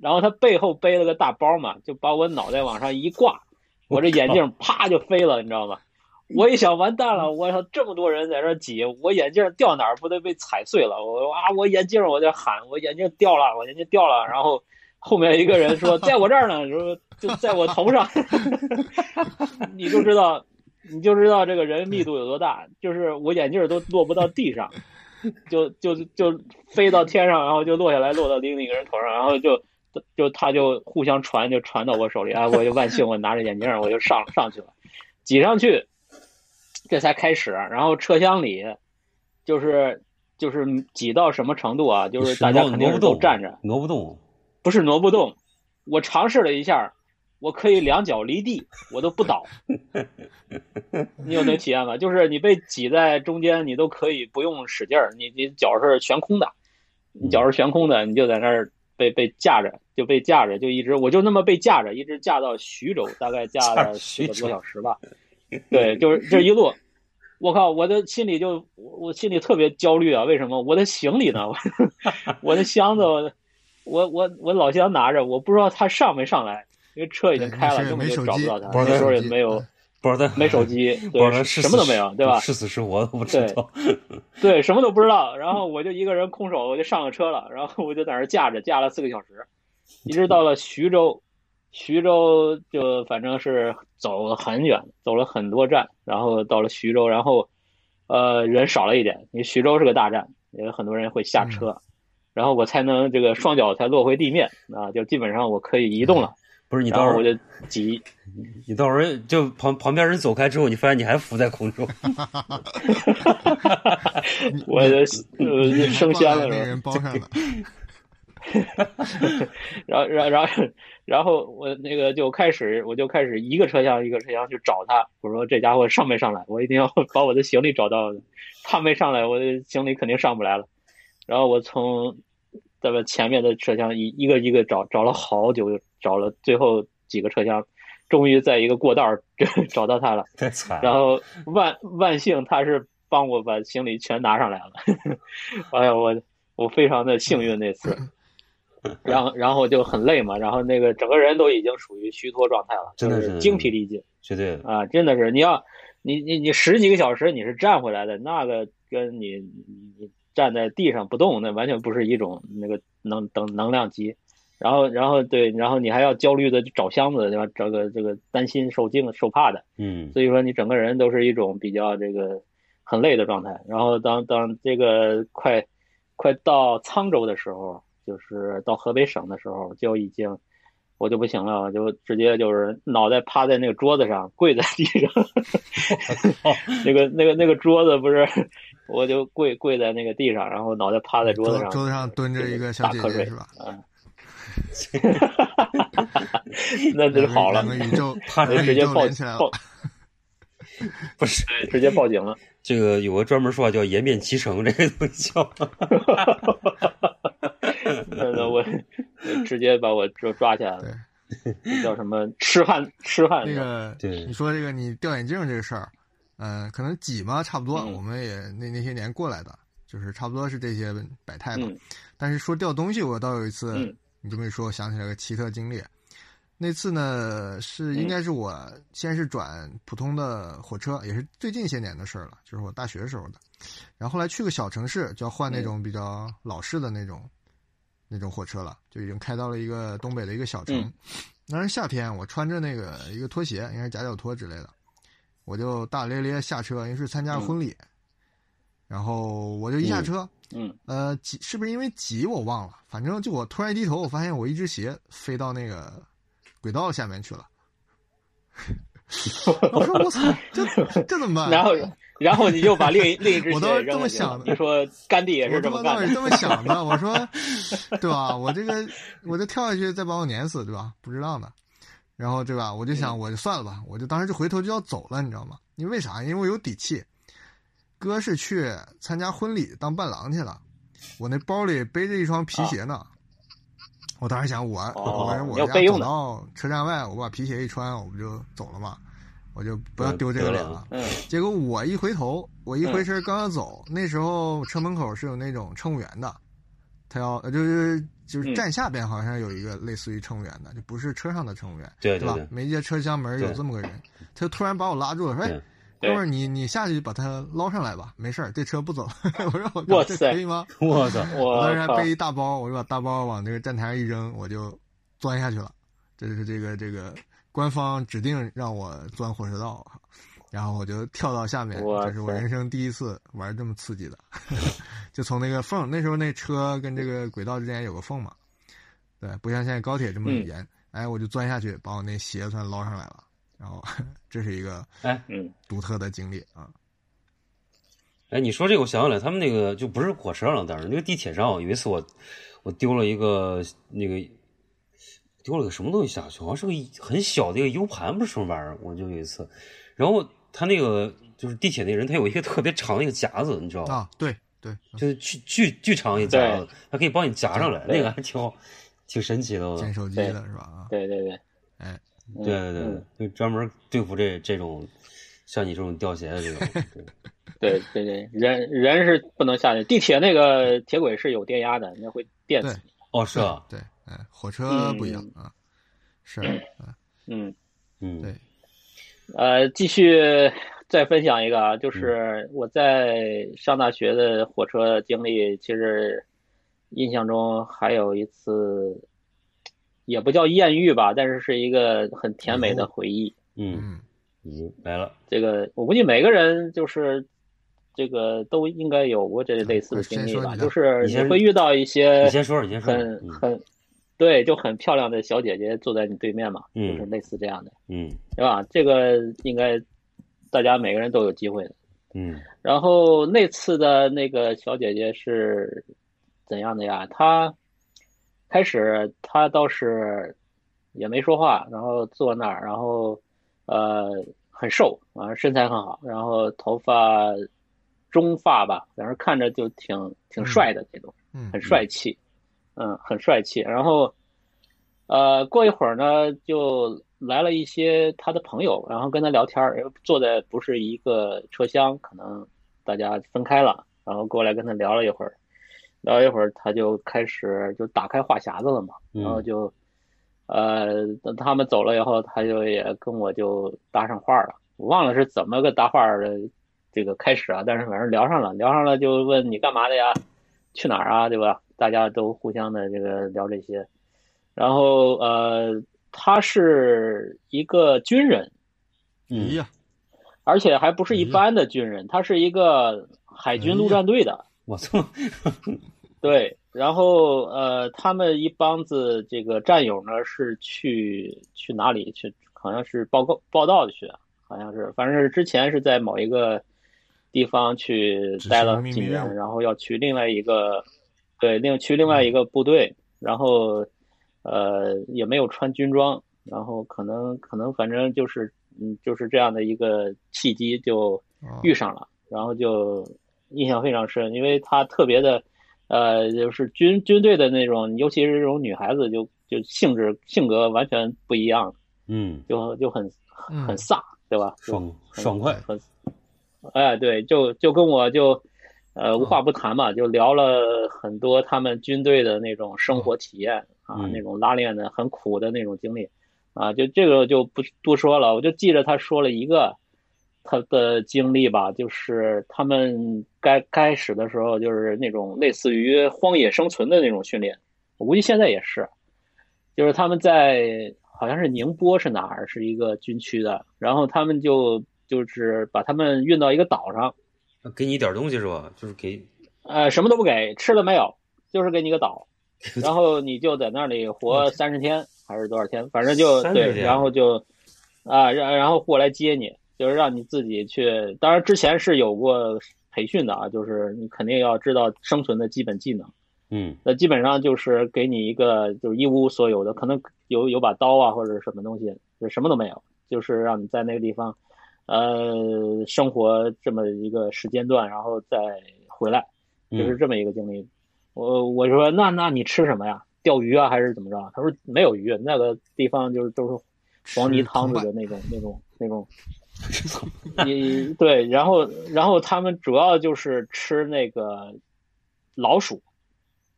然后他背后背了个大包嘛，就把我脑袋往上一挂，我这眼镜啪就飞了，你知道吗？我一想完蛋了，我操，这么多人在这儿挤，我眼镜掉哪儿不得被踩碎了？我啊，我眼镜我在喊，我眼镜掉了，我眼镜掉了。然后后面一个人说在我这儿呢，说就在我头上，你就知道，你就知道这个人密度有多大，就是我眼镜都落不到地上，就就就飞到天上，然后就落下来，落到另一个人头上，然后就。就他就互相传，就传到我手里啊！我就万幸，我拿着眼镜儿，我就上上去了，挤上去，这才开始。然后车厢里，就是就是挤到什么程度啊？就是大家挪肯定挪不是都动，啊站着，挪不动，不是挪不动。我尝试了一下，我可以两脚离地，我都不 倒。你有那体验吗？就是你被挤在中间，你都可以不用使劲儿，你你脚是悬空的，你嗯脚是悬空的，你就在那儿被被架着，就被架着，就一直我就那么被架着，一直架到徐州，大概架架了到四徐州个多小时吧。对，就是这一路，我靠，我的心里就我我心里特别焦虑啊！为什么？我的行李呢？我 我的箱子，我我我我老乡拿着，我不知道他上没上来，因为车已经对开那了，时候也根本没就手找不机到他，不是那时候也手机没有嗯不知道他没手机， 不知道他对，是什么都死没有，对吧？是死是活都不知对道， 对，什么都不知道。然后我就一个人空手，我就上了车了，然后我就在那儿架着，架了四个小时，一直到了徐州。徐州就反正是走了很远，走了很多站，然后到了徐州，然后呃人少了一点，因为徐州是个大站，也有很多人会下车，嗯然后我才能这个双脚才落回地面啊，就基本上我可以移动了。不嗯是你然到时后候我就急，你到时候就旁旁边人走开之后，你发现你还浮在空中，我就呃还升挂仙在了，那是个嗯人吧？包上了，然后，然后，然后，然后我那个就开始，我就开始一个车厢一个车厢去找他。我说这家伙上没上来？我一定要把我的行李找到。他没上来，我的行李肯定上不来了。然后我从咱们前面的车厢一一个一个找，找了好久，找了最后几个车厢，终于在一个过道儿 找到他了。太惨然了，后万万幸他是帮我把行李全拿上来了， 哎呀，我我非常的幸运 那次。然后然后就很累嘛，然后那个整个人都已经属于虚脱状态了，真的就是是精疲力尽绝对啊，真的是你要你你你十几个小时你是站回来的，那个跟你你你站在地上不动，那完全不是一种那个能等能量级。然后然后对，然后你还要焦虑的找箱子，对吧？这个这个担心受惊受怕的。嗯，所以说你整个人都是一种比较这个很累的状态。然后当当这个快快到沧州的时候，就是到河北省的时候，就已经我就不行了，我就直接就是脑袋趴在那个桌子上，跪在地 上。那个那个那个桌子不是，我就跪跪在那个地上，然后脑袋趴 在桌子桌上，桌子上蹲着一个小姐大瞌姐睡是吧？那就两个好了两，个宇 宙，怕两就个直宇接宙报连起来了报。不是直接报警了。这个有个专门说法叫颜面齐成，这个东西叫， 那那 我我直接把我抓抓起来了，这叫什么痴汉痴汉那个对你说这个你掉眼镜这个事儿，嗯、可能挤嘛，差不多，嗯我们也那那些年过来的，就是差不多是这些百态吧。嗯但是说掉东西，我倒有一次，嗯你这么一说，我想起来个奇特经历。那次呢，是应该是我先是转普通的火车，也是最近些年的事儿了，就是我大学时候的。然后后来去个小城市，就要换那种比较老式的那种、那种火车了，就已经开到了一个东北的一个小城嗯。当时夏天，我穿着那个一个拖鞋，应该是夹脚拖之类的，我就大大咧咧下车，因为是参加婚礼，然后我就一下车，嗯呃，急是不是因为急我忘了，反正就我突然一低头，我发现我一只鞋飞到那个轨道下面去了。 我说我操，这这怎么办？啊然后然后你就把另一另一只 我鞋倒是扔这么下想去了的你说甘地也我他是这妈么倒干是的，这么想的，我说，对吧？我这个，我就跳下去再把我碾死，对吧？不值当的。然后对吧？我就嗯想，我就算了吧，我就当时就回头就要走了，你知道吗？因为啥？因为我有底气。哥是去参加婚礼当伴郎去了，我那包里背着一双皮鞋呢。我当时想我，啊哦我说我要家备走用的到车站外，我把皮鞋一穿，我不就走了嘛？我就不要丢这个脸了。嗯结果我一回头，我一回身刚要走，那时候车门口是有那种乘务员的，他要呃就是就是嗯站下边好像有一个类似于乘务员的，就不是车上的乘务员，对对吧对？每一节车厢门有对这么个人，他就突然把我拉住了，说：“哎对，哥对们儿，你你下去把他捞上来吧，没事儿，这车不走。”我说：“我哇靠，这塞可以吗？” 我操，我我当时还靠，背一大包，我就把大包往这个站台上一扔，我就钻下去了。这是这个这个官方指定让我钻火车道，然后我就跳到下面，哇这是我塞人生第一次玩这么刺激的， 就从那个缝，那时候那车跟这个轨道之间有个缝嘛，对，不像现在高铁这么嗯严，哎，我就钻下去把我那鞋算捞上来了，然后 这是一个嗯独特的经历啊，哎，你说这个，我想起来，他们那个就不是火车上，当时那个地铁上，有一次我我丢了一个那个丢了个什么东西下去，好像是个一很小的一个 U 盘，不是什么玩意儿，我就有一次，然后他那个就是地铁那人，他有一个特别长的一个夹子，你知道吧？啊，对对，嗯就是巨巨巨长一夹子，它可以帮你夹上来，对那个还挺好，挺神奇的。我捡手机对的是吧？啊，对对对，哎对嗯，对对嗯，对，就专门对付这这种像你这种掉鞋的 这种。对对对对，人人是不能下去，地铁那个铁轨是有电压的，那会电对死。哦，是啊，对，嗯，火车不一样啊，是，嗯嗯，嗯，对，呃，继续再分享一个啊，就是嗯我在上大学的火车经历，其实印象中还有一次，也不叫艳遇吧，但是是一个很甜美哦的回忆。嗯，嗯，已经来了，这个我估计每个人就是这个都应该有过这类似的经历吧，嗯就是呃你你先会遇到一 些你先说，你先说，很嗯很对，就很漂亮的小姐姐坐在你对面嘛，嗯就是类似这样的，嗯对吧？这个应该大家每个人都有机会的。嗯然后那次的那个小姐姐是怎样的呀？她开始她倒是也没说话，然后坐那儿，然后呃很瘦啊，身材很好，然后头发中发吧，反正看着就挺挺帅的那种。嗯很帅气，嗯，很帅气。然后，呃，过一会儿呢，就来了一些他的朋友，然后跟他聊天儿，坐在不是一个车厢，可能大家分开了，然后过来跟他聊了一会儿，聊一会儿他就开始就打开话匣子了嘛，嗯然后就，呃，等他们走了以后，他就也跟我就搭上话了，我忘了是怎么个搭话儿的这个开始啊，但是反正聊上了，聊上了就问你干嘛的呀，去哪儿啊，对吧？大家都互相的这个聊这些，然后呃，他是一个军人，嗯咦呀，而且还不嗯是一般的军人，他是一个海哎军陆战队的，我操，对，然后呃，他们一帮子这个战友呢是去去哪里去？好像是报告报道去，啊好像是，反正是之前是在某一个地方去执待行了秘几密任年，务嗯然后要去另外一个，对，另去另外一个部队，然后呃也没有穿军装，然后可能可能反正就是嗯就是这样的一个契机就。啊遇上了，然后就印象非常深，因为她特别的，呃，就是军军队的那种，尤其是这种女孩子就，就性质性格完全不一样， 嗯，就就很嗯很飒，对吧？爽爽快，很，哎，对，就就跟我就，呃，无嗯话不谈嘛，就聊了很多他们军队的那种生活体验啊，嗯那种拉练的很苦的那种经历，啊，就这个就不多说了，我就记着他说了一个他的经历吧，就是他们该开始的时候就是那种类似于荒野生存的那种训练，我估计现在也是，就是他们在好像是宁波是哪儿是一个军区的，然后他们就就是把他们运到一个岛上，给你一点东西是吧？就是给呃，什么都不给，吃了没有，就是给你个岛，然后你就在那里活三十天还是多少天，反正就30对，天然后就啊，然然后过来接你，就是让你自己去。当然之前是有过培训的啊，就是你肯定要知道生存的基本技能。嗯那基本上就是给你一个就是一无所有的，可能有有把刀啊或者什么东西，就什么都没有，就是让你在那个地方，呃，生活这么一个时间段，然后再回来，就是嗯这么一个经历。我我说那那你吃什么呀？钓鱼啊还是怎么着？他说没有鱼，那个地方就是都是黄泥汤子的那种那种那种。你对，然后然后他们主要就是吃那个老鼠，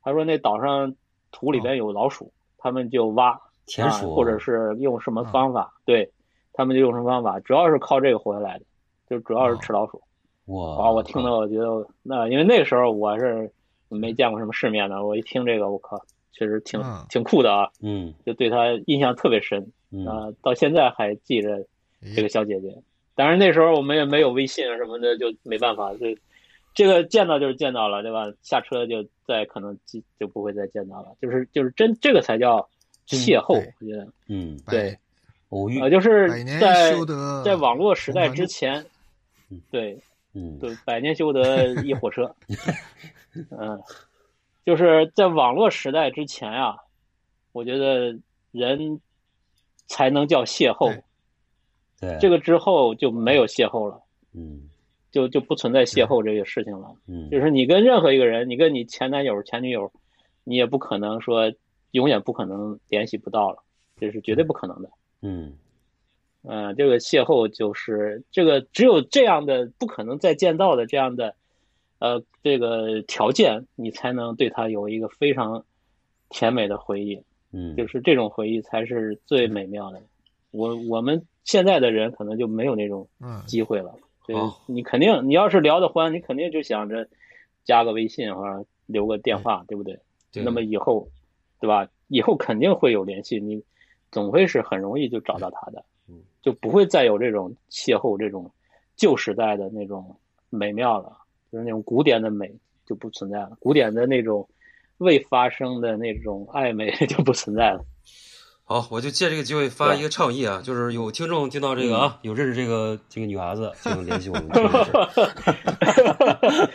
他说那岛上土里边有老鼠，他们就挖哦田啊鼠嗯或者是用什么方法，对他们就用什么方法，主要是靠这个活下来的，就主哦要是吃老鼠。哇啊，我听到我觉得那因为那个时候我是没见过什么世面的，我一听这个，我靠，确实挺嗯挺酷的啊，嗯就对他印象特别深嗯啊，到现在还记着咦这个小姐姐。当然那时候我们也没有微信啊什么的，就没办法，这这个见到就是见到了，对吧？下车就再可能就就不会再见到了，就是就是真这个才叫邂逅，对我觉得嗯，百对，偶遇啊，就是百年在修得在网络时代同船之渡前嗯，对。嗯对，百年修得一火车。 嗯，就是在网络时代之前啊，我觉得人才能叫邂逅对，对这个之后就没有邂逅了，嗯就就不存在邂逅这个事情了。嗯就是你跟任何一个人，你跟你前男友、前女友，你也不可能说永远不可能联系不到了，这是绝对不可能的。嗯呃，这个邂逅就是这个，只有这样的不可能再见到的这样的，呃，这个条件，你才能对他有一个非常甜美的回忆，嗯，就是这种回忆才是最美妙的。我我们现在的人可能就没有那种啊嗯，机会了，对好你肯定，你要是聊得欢，你肯定就想着加个微信或者留个电话，对不对？对那么以后，对吧？以后肯定会有联系，你总会是很容易就找到他的嗯，就不会再有这种邂逅这种旧时代的那种美妙了，就是那种古典的美就不存在 了，古典的那种未发生的那种暧昧就不存在了。好，我就借这个机会发一个倡议啊，就是有听众听到这个啊，有认识这个这个女孩子，就联系我 们这个事儿。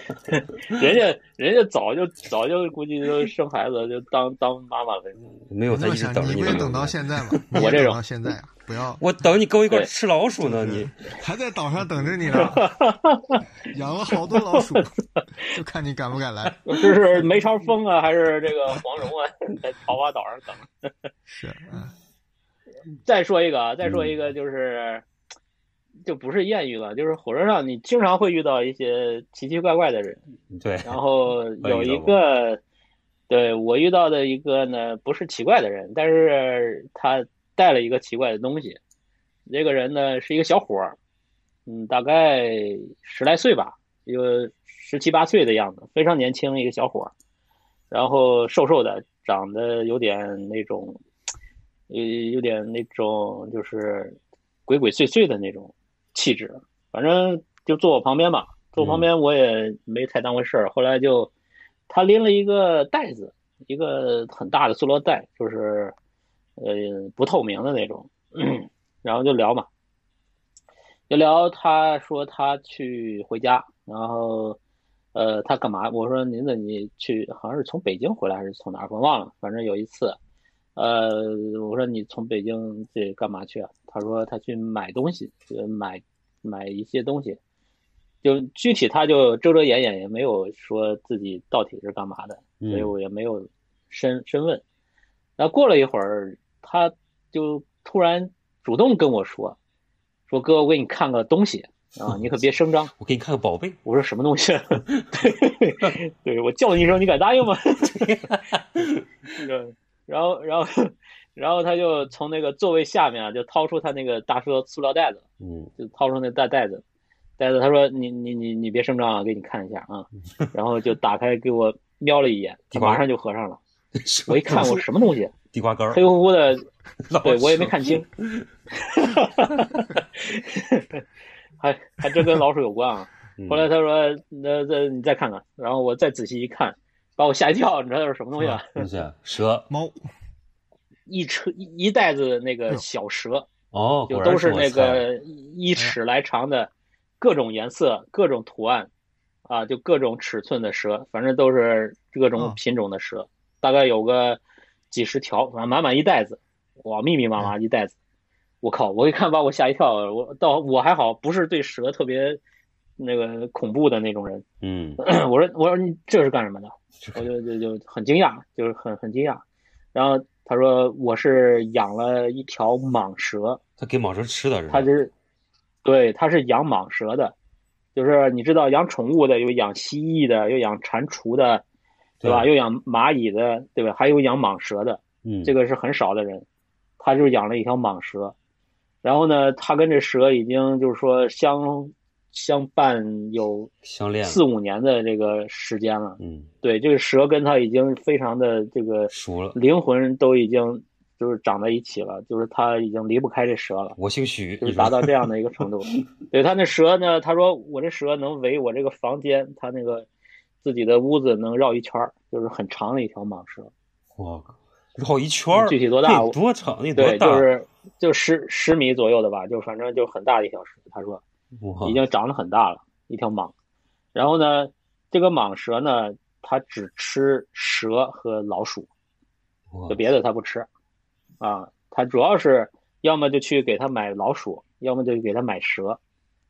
人家人家早就早就估计就生孩子就当当妈妈了，没有，你她这一么直想，等着你不这是个等到问题现在 吗？你我也这等种到现在啊，不 要我等你跟我一块儿对吃老鼠呢，嗯你还在岛上等着 你呢，养了好多老鼠，就看你敢不敢来。这是梅超风啊，还是这个黄蓉啊，在桃花岛上等？是，嗯，再说一个啊，再说一个就是，就不是艳遇了，就是火车上你经常会遇到一些奇奇怪怪的人，对，然后有遇一到过个，对我遇到的一个呢，不是奇怪的人，但是他带了一个奇怪的东西。这个人呢是一个小伙儿，嗯，大概十来岁吧，有十七八岁的样子，非常年轻一个小伙儿，然后瘦瘦的，长得有点那种，呃，有点那种就是鬼鬼祟祟的那种气质，反正就坐我旁边吧，坐我旁边我也没太当回事儿。后来就他拎了一个袋子，一个很大的塑料袋，就是呃不透明的那种， 然后就聊嘛，就聊他说他去回家，然后呃他干嘛？我说您怎你去好像是从北京回来还是从哪儿，我忘了，反正有一次。呃，我说你从北京这干嘛去啊？他说他去买东西，呃买买一些东西，就具体他就遮遮掩掩，也没有说自己到底是干嘛的，嗯所以我也没有深深问。那过了一会儿，他就突然主动跟我说：“说哥，我给你看个东西啊，你可别声张。”我给你看个宝贝，我说什么东西？啊 对， 对我叫你一声，你敢答应吗？ 那个， 然后，然后，然后他就从那个座位下面啊，就掏出他那个大塑料塑料袋子，嗯，就掏出那大袋子，袋子他说你你你你别声张啊，给你看一下啊，然后就打开给我瞄了一眼，地他瓜马上就合上了。 什么我一看，我什么东西？地瓜干儿黑，乎乎的， 老对我也鼠没看清，还还真跟老鼠有关啊。嗯后来他说：“那这你再看看。”然后我再仔细一看，把我吓一跳，你知道那是什么东西啊？什么东西啊蛇猫一车一一袋子那个小蛇，哦，就果然都是我那猜的个一尺来长的，各种颜色、各种图案，啊，就各种尺寸的蛇，反正都是各种嗯品种的蛇，大概有个几十条，反正满满一袋子，哇，密密麻麻一袋子。我靠！我一看把我吓一跳，我到我还好，不是对蛇特别那个恐怖的那种人。 嗯，我说我说你这是干什么的？我就就就很惊讶，就是很很惊讶。然后他说我是养了一条蟒蛇，他给蟒蛇吃的是吧，他就是对，他是养蟒蛇的，就是你知道养宠物的有养蜥蜴的，有养蟾蜍的，对吧？对有养蚂蚁的，对吧？还有养蟒蛇的，嗯，这个个是很少的人，他就养了一条蟒蛇，然后呢，他跟这蛇已经就是说相相伴有相恋了四五年的这个时间了。嗯，对，这个蛇跟它已经非常的这个熟了，灵魂都已经就是长在一起了，就是它已经离不开这蛇了，我姓许，就你是说达到这样的一 个程度。对它那蛇呢，他说我这蛇能围我这个房间，它那个自己的屋子能绕一圈儿，就是很长的一条蟒蛇。我靠，绕一圈儿，具体多大那我多长？那多对，大？就是就十十米左右的吧，就反正就很大的一条蛇。他说哇已经长得很大了，一条蟒。然后呢，这个蟒蛇呢，它只吃蛇和老鼠。哇就别的它不吃，啊，它主要是要么就去给它买老鼠，要么就给它买蛇。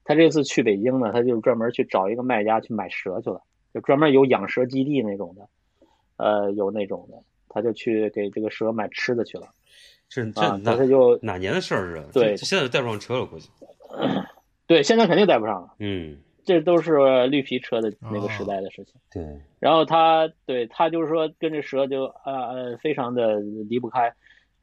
他这次去北京呢，他就专门去找一个卖家去买蛇去了，就专门有养蛇基地那种的，呃，有那种的，他就去给这个蛇买吃的去了这这啊，哪那他就哪年的事儿啊？对这这现在就带不上车了，估计。对，现在肯定带不上了，嗯，这都是绿皮车的那个时代的事情。对，然后他对他就是说跟这蛇就呃呃非常的离不开，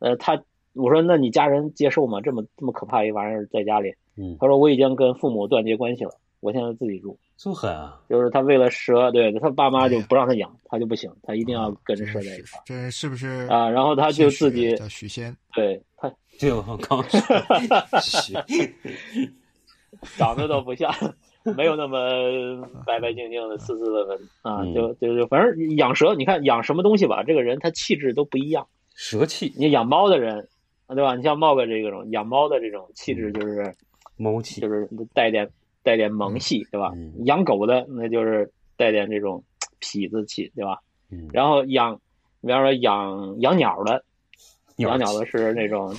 呃他我说那你家人接受吗？这么这么可怕一玩意儿在家里？嗯，他说我已经跟父母断绝关系了，我现在自己住。这么狠啊！就是他为了蛇，对他爸妈就哎呀不让他养，他就不行，他一定要跟着这蛇在一是块儿这人是不是啊。然后他就自姓己许叫许仙，对他对，我刚说 许长得都不像， 没有 那么白白净嗯净的、斯斯文文啊。嗯就就就反正养蛇，你看养什么东西吧，这个人他气质都不一样。 蛇气，你养猫的人，啊，对吧？你像茂哥这个种养猫的这种气嗯质，就是猫气就，是带点带点萌系，对吧？嗯养狗的那就是带点这种痞子气，对吧？嗯，然后养，比方说养养鸟的，养鸟气的是 那种，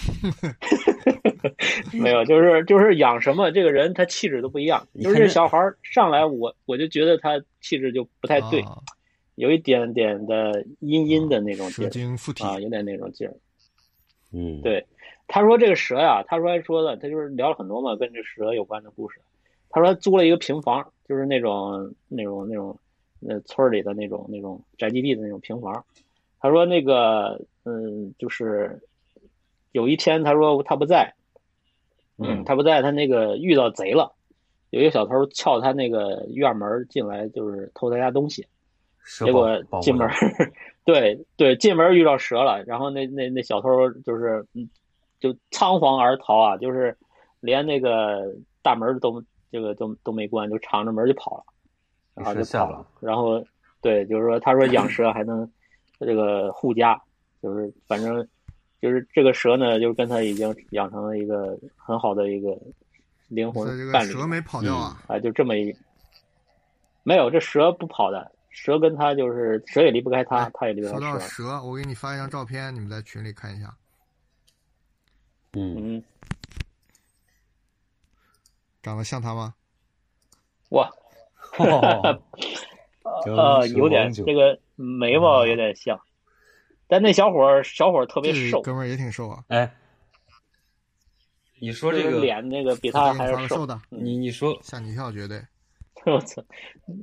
没有，就是就是养什么，这个人他气质都不一样。你就看是这这小孩儿上来我，我就觉得他气质就不太对，哦啊有一点点的阴阴的那种蛇劲儿精附体啊，有点那种劲儿。嗯，对他说这个蛇呀、他说还说了，他就是聊了很多嘛，跟这蛇有关的故事。他说租了一个平房，就是那种那种那种呃村儿里的那种那种宅基地的那种平房。他说那个嗯，就是有一天他说他不在，嗯，他不在，他那个遇到贼了，有一个小偷撬他那个院门儿进来，就是偷他家东西。社结保果保护进门的，儿， 对对，进门儿遇到蛇了，然后那那那小偷就是嗯，就仓皇而逃啊，就是连那个大门儿都这个都都没关，就敞着门儿就跑了，被然后蛇就吓跑着了，然后对，就是说他说养蛇还能这个护家，就是反正就是这个蛇呢，就是跟他已经养成了一个很好的一个灵魂所以这个伴侣蛇没嗯跑掉啊，啊，就这么一，没有这蛇不跑的，蛇跟它就是蛇也离不开它，它也离不哎说开到蛇。蛇，我给你发一张照片，你们在群里看一下。嗯，嗯，长得像它吗？哇，哦呃，有点这个眉毛有点像，但那小伙儿小伙儿特别嗯这瘦，哥们儿也挺瘦啊，哎，你说这就是个，脸那个比他还挺要瘦的，你你说吓你一跳，绝对。 我操，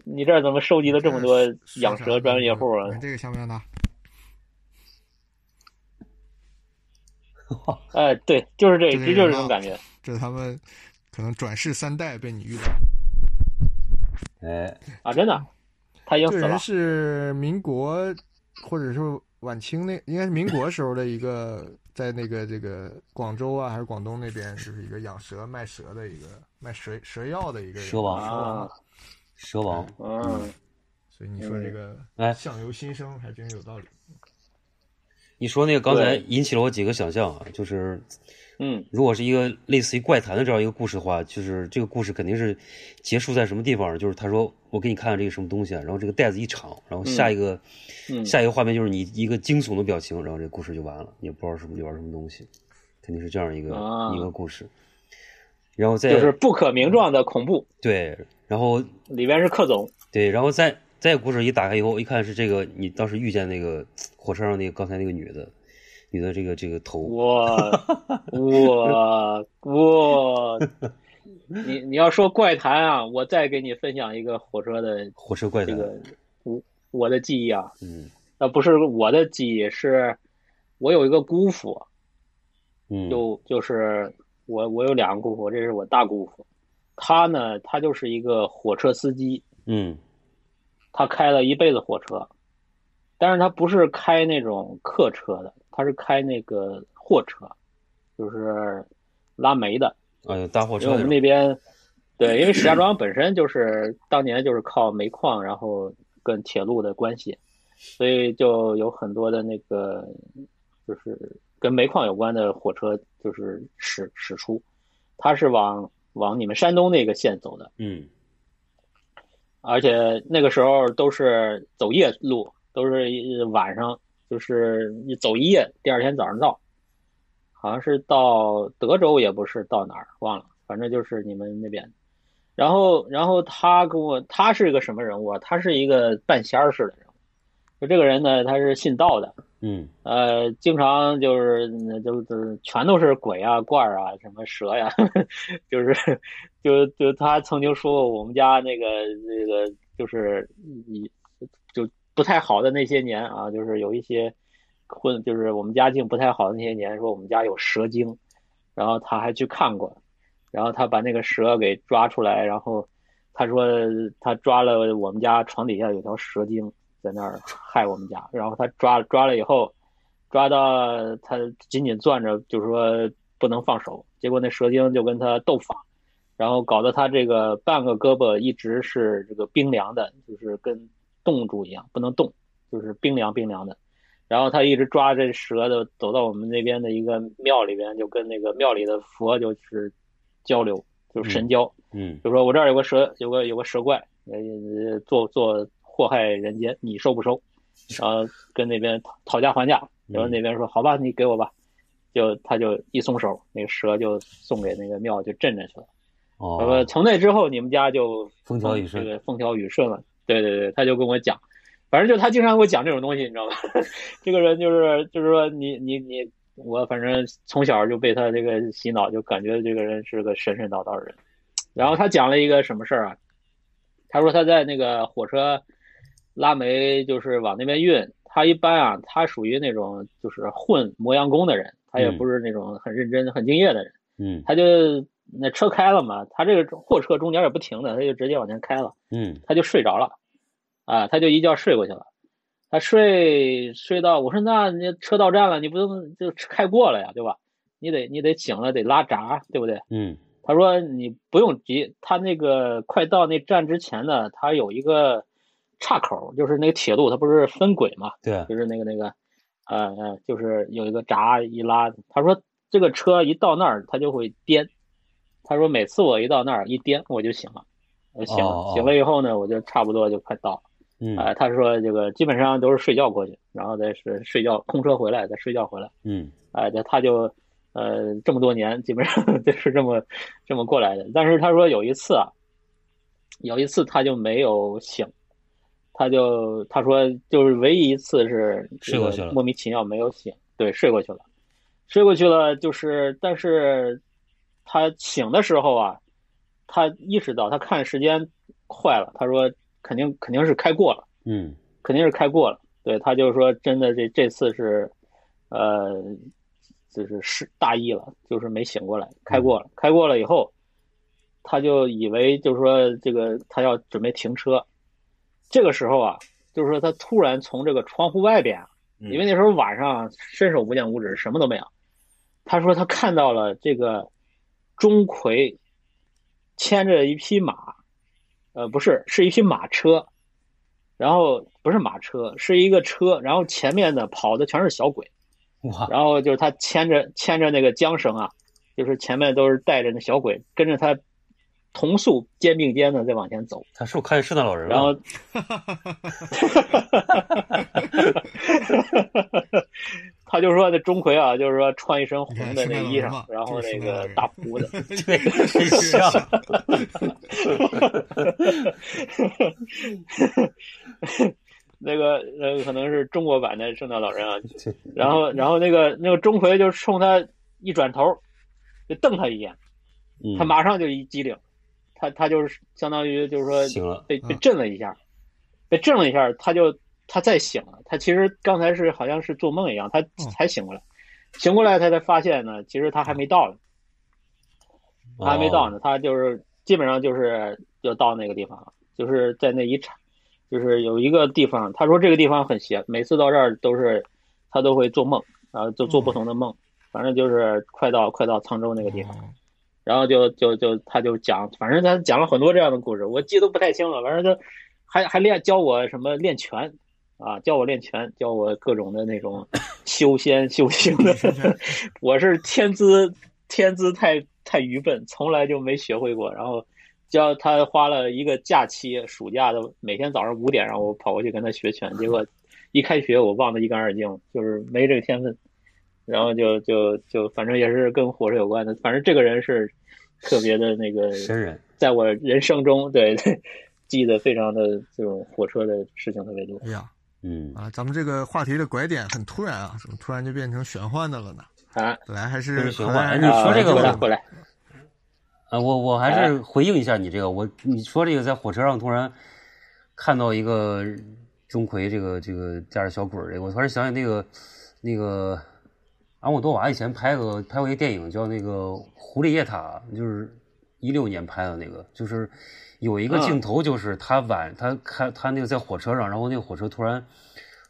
你这儿怎么收集了这么哎多养蛇专业户啊你？看这个像不像它？哎，对，就是这，这个这就是这人啊种感觉。这是他们可能转世三代被你遇到。哎，啊，真的，他已经嗯这死人了。是民国或者是晚清那，应该是民国时候的一个，在那个这个广州啊还是广东那边，就是一个养蛇卖蛇的一个卖蛇蛇药的一个人蛇王啊，蛇王，嗯，所以你说这个哎相由心生还真有道理。你说那个刚才对引起了我几个想象啊，就是嗯，如果是一个类似于怪谈的这样一个故事的话，就是这个故事肯定是结束在什么地方？就是他说我给你看看这个什么东西啊，然后这个袋子一敞，然后下一个、嗯下一个画面就是你一个惊悚的表情，然后这故事就完了，也不知道是不是里边什么东西，肯定是这样一个、啊一个故事。然后再就是不可名状的恐怖，对，然后里边是克总。对，然后再再故事一打开以后，一看是这个你当时遇见那个火车上那个刚才那个女的，女的这个这个头，我我我，你你要说怪谈啊，我再给你分享一个火车的火车怪这谈，个我我的记忆啊，嗯呃，不是我的记忆，是我有一个姑父，嗯，就就是我我有两个姑父，这是我大姑父，他呢，他就是一个火车司机，嗯他开了一辈子火车，但是他不是开那种客车的，他是开那个货车，就是拉煤的。哎呦，大货因为车我那种们那边，对，因为石家庄本身就是当年就是靠煤矿，然后跟铁路的关系，所以就有很多的那个就是跟煤矿有关的火车就是驶驶出，它是往往你们山东那个线走的，嗯而且那个时候都是走夜路，都是一晚上，就是你走一夜，第二天早上到，好像是到德州也不是到哪儿忘了，反正就是你们那边。然后，然后他跟我，他是一个什么人物啊？他是一个半仙儿似的人物。就这个人呢，他是信道的，嗯呃，经常就是嗯就就是全都是鬼啊、怪儿啊、什么蛇呀、 就是就就他曾经说过，我们家那个那个就是一就不太好的那些年啊，就是有一些混，就是我们家境不太好的那些年，说我们家有蛇精，然后他还去看过，然后他把那个蛇给抓出来，然后他说他抓了我们家床底下有条蛇精在那儿害我们家，然后他抓抓了以后，抓到他紧紧攥着，就是说不能放手，结果那蛇精就跟他斗法，然后搞得他这个半个胳膊一直是这个冰凉的，就是跟冻住一样，不能动，就是冰凉冰凉的。然后他一直抓着蛇的走到我们那边的一个庙里边，就跟那个庙里的佛就是交流，就是神交，嗯就说我这儿有个蛇，有个有个蛇怪，呃，呃做做祸害人间，你收不收？然后跟那边讨讨价还价，然后那边说好吧，你给我吧，就他就一松手，那个蛇就送给那个庙就镇着去了。那么哦，从那之后，你们家就风调雨顺这个风调雨顺了。对对对，他就跟我讲，反正就他经常给我讲这种东西，你知道吧？ 这个人就是就是说你你你我反正从小就被他这个洗脑，就感觉这个人是个神神叨叨的人。然后他讲了一个什么事儿啊？他说他在那个火车拉煤，就是往那边运。他一般啊，他属于那种就是混磨洋工的人，他也嗯不是那种很认真、很敬业的人。嗯他就那车开了嘛，他这个货车中间也不停的，他就直接往前开了，嗯他就睡着了，啊，他就一觉睡过去了。他睡睡到我说那你车到站了，你不能就开过了呀，对吧？你得你得醒了，得拉闸，对不对？嗯他说你不用急，他那个快到那站之前呢，他有一个岔口，就是那个铁路它不是分轨嘛，对，啊就是那个那个，呃呃，就是有一个闸一拉，他说这个车一到那儿它就会颠，他说每次我一到那儿一颠我就醒了，我醒了、哦哦醒了以后呢，我就差不多就快到了，嗯啊、他说这个基本上都是睡觉过去，然后再是睡觉空车回来，再睡觉回来，嗯啊、那他就呃这么多年基本上 就是这么这么过来的，但是他说有一次啊，有一次他就没有醒。他就他说就是唯一一次是睡过去了莫名其妙没有醒，对，睡过去了，睡过去了，就是但是他醒的时候啊，他意识到他看时间快了，他说肯定肯定是开过了，嗯肯定是开过了，对，他就是说真的这这次是，呃，就是是大意了，就是没醒过来，开过了，开过了以后，他就以为就是说这个他要准备停车，这个时候啊，就是说他突然从这个窗户外边啊，因为那时候晚上伸手不见五指，什么都没有，他说他看到了这个钟馗牵着一匹马，呃，不是，是一匹马车。然后不是马车，是一个车，然后前面的跑的全是小鬼，哇，然后就是他牵着牵着那个缰绳啊，就是前面都是带着那小鬼，跟着他同速肩并肩的在往前走，他是我看圣诞老人了，啊然 后，他就说那钟馗啊，就是说穿一身红的那衣裳，然后那个大胡子，对，啊真 像， 那个呃，可能是中国版的圣诞老人啊。然后，然后那个那个钟馗就冲他一转头，就瞪他一眼，嗯他马上就一机灵，他他就是相当于就是醒说了，被被嗯震了一下，被震了一下，他就他再醒了。他其实刚才是好像是做梦一样，他嗯才醒过来，醒过来他才发现呢，其实他还没到呢，他还没到呢，呢，他就是基本上就是要到那个地方了，就是在那一场，就是有一个地方，他说这个地方很邪，每次到这儿都是他都会做梦，然后就做不同的梦，反正就是快到快到沧州那个地方。哦然后就就就他就讲，反正他讲了很多这样的故事，我记得不太清了。反正他还还练教我什么练拳啊，教我练拳，教我各种的那种修仙修行的。我是天资天资太太愚笨，从来就没学会过。然后教他花了一个假期，暑假的每天早上五点让我跑过去跟他学拳，结果一开学我忘得一干二净，就是没这个天分。然后就就就反正也是跟火车有关的，反正这个人是特别的那个，神人，在我人生中对记得非常的这种火车的事情特别多。哎呀嗯，啊，咱们这个话题的拐点很突然啊，怎么突然就变成玄幻的了呢？啊，本来还这是个玄本幻来哎还你是说这个过我来想过来，啊，我我还是回应一下你这个，我你说这个在火车上突然看到一个钟馗，这个这个架着小鬼儿，这个我突然想起那个那个阿莫多瓦以前拍过拍过一个电影叫那个《狐狸夜塔》，就是一六年拍的那个，就是有一个镜头就是他晚他看他那个在火车上，然后那个火车突然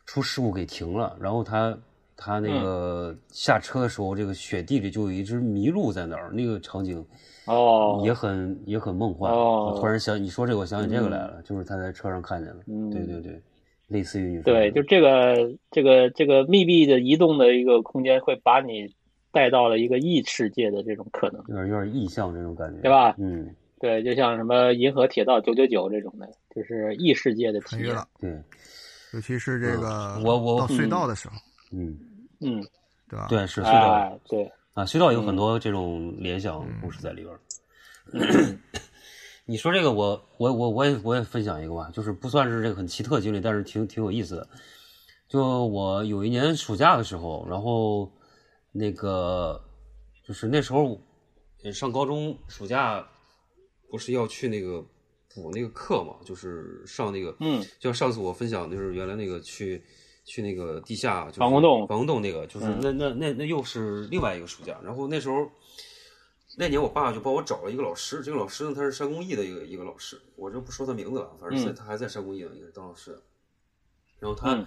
出事故给停了，然后他。他那个下车的时候，这个雪地里就有一只麋鹿在那儿，那个场景哦，也很也很梦幻。哦我突然想你说这个，我想起这个来了，就是他在车上看见了。嗯对对对，类似于你说的对，就这个这个这个密闭的移动的一个空间，会把你带到了一个异世界的这种可能。有点有点意象这种感觉，对吧嗯，对，就像什么银河铁道九九九这种的，就是异世界的体穿越验。了，对，尤其是这个我我到隧嗯道的时候，嗯，嗯，对吧？对，是隧道、哎，对，啊，隧道有嗯很多这种联想故事在里边儿。 你说这个我，我我我也我也分享一个吧，就是不算是这个很奇特经历，但是挺挺有意思的。就我有一年暑假的时候，然后那个就是那时候呃上高中暑假，不是要去那个补那个课嘛，就是上那个嗯，就像上次我分享就是原来那个去去那个地下就是防空洞防空洞那个就是嗯那那那那又是另外一个暑假，然后那时候。那年我爸就帮我找了一个老师，这个老师呢他是山工艺的一个一个老师，我就不说他名字了，反正现在嗯他还在山工艺呢，也是当老师的。然后他、嗯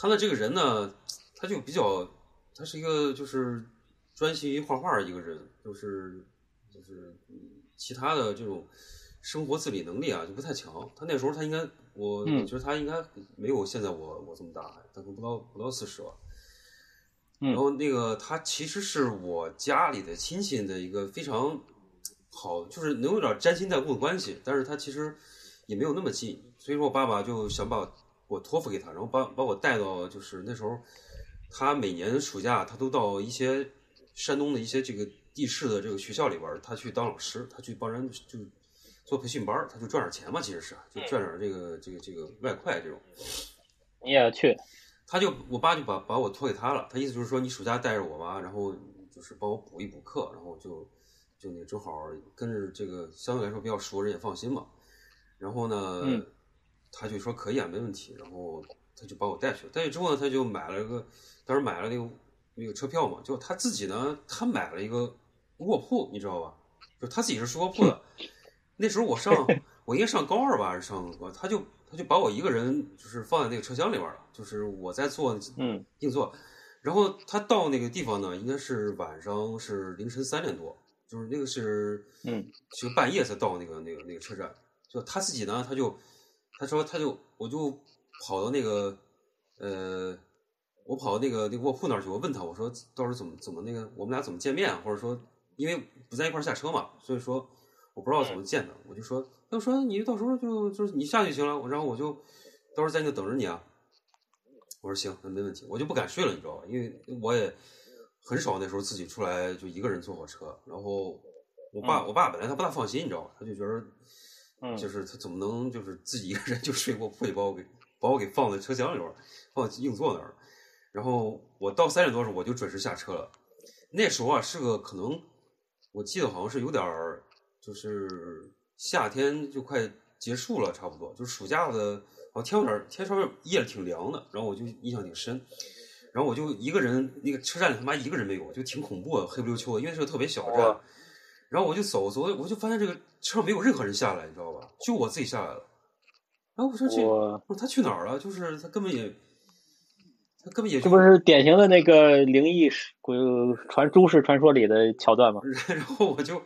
他的这个人呢，他就比较，他是一个就是专心于画画的一个人，就是就是嗯其他的这种生活自理能力啊就不太强。他那时候他应该，我嗯我觉得他应该没有现在我我这么大，他可能不到不到四十吧。嗯然后那个他其实是我家里的亲戚的一个非常好，就是能有点沾亲带故的关系，但是他其实也没有那么近，所以说我爸爸就想把我托付给他，然后把把我带到就是那时候，他每年暑假他都到一些山东的一些这个地市的这个学校里边儿，他去当老师，他去帮人就做培训班儿，他就赚点钱嘛，其实是啊就赚点这个这个这个外快这种。你也去，他就我爸就把把我托给他了，他意思就是说你暑假带着我吧，然后就是帮我补一补课，然后就就那正好跟着这个相对来说比较熟人也放心嘛。然后呢，嗯他就说可以啊，没问题。然后他就把我带去了，带去之后呢，他就买了个，当时买了那个那个车票嘛，就他自己呢，他买了一个卧铺，你知道吧？就他自己是睡卧铺的。那时候我 上，我应该上高二吧，还是上高？他就他就把我一个人就是放在那个车厢里边了，就是我在坐嗯硬座。然后他到那个地方呢，应该是晚上是凌晨三点多，就是那个是嗯，是个半夜才到那个那个那个车站。就他自己呢，他就他说他就我就跑到那个呃，我跑到那个那个卧铺那儿去，我问他我说到时候怎么怎么那个我们俩怎么见面啊，或者说因为不在一块儿下车嘛，所以说我不知道怎么见他，我就说他就说你到时候就就是你下去行了，我然后我就到时候在那等着你啊。我说行，那没问题，我就不敢睡了，你知道吧？因为我也很少那时候自己出来就一个人坐火车，然后我爸、我爸本来他不大放心，你知道吧？他就觉得，嗯就是他怎么能就是自己一个人就睡卧铺里把我给把我给放在车厢里边儿，放硬座那儿。然后我到三点多的时候我就准时下车了。那时候啊是个可能，我记得好像是有点儿，就是夏天就快结束了，差不多就是暑假的，好像天有点儿天稍微夜里挺凉的，然后我就印象挺深。然后我就一个人，那个车站里他妈一个人没有，就挺恐怖的，黑不溜秋的，因为是个特别小的站。然后我就走走，我就发现这个车上没有任何人下来，你知道吧？就我自己下来了。然后我说这，我我说他去哪儿了？就是他根本也，他根本也这不是典型的那个灵异事鬼呃传都市传说里的桥段吗？然后我就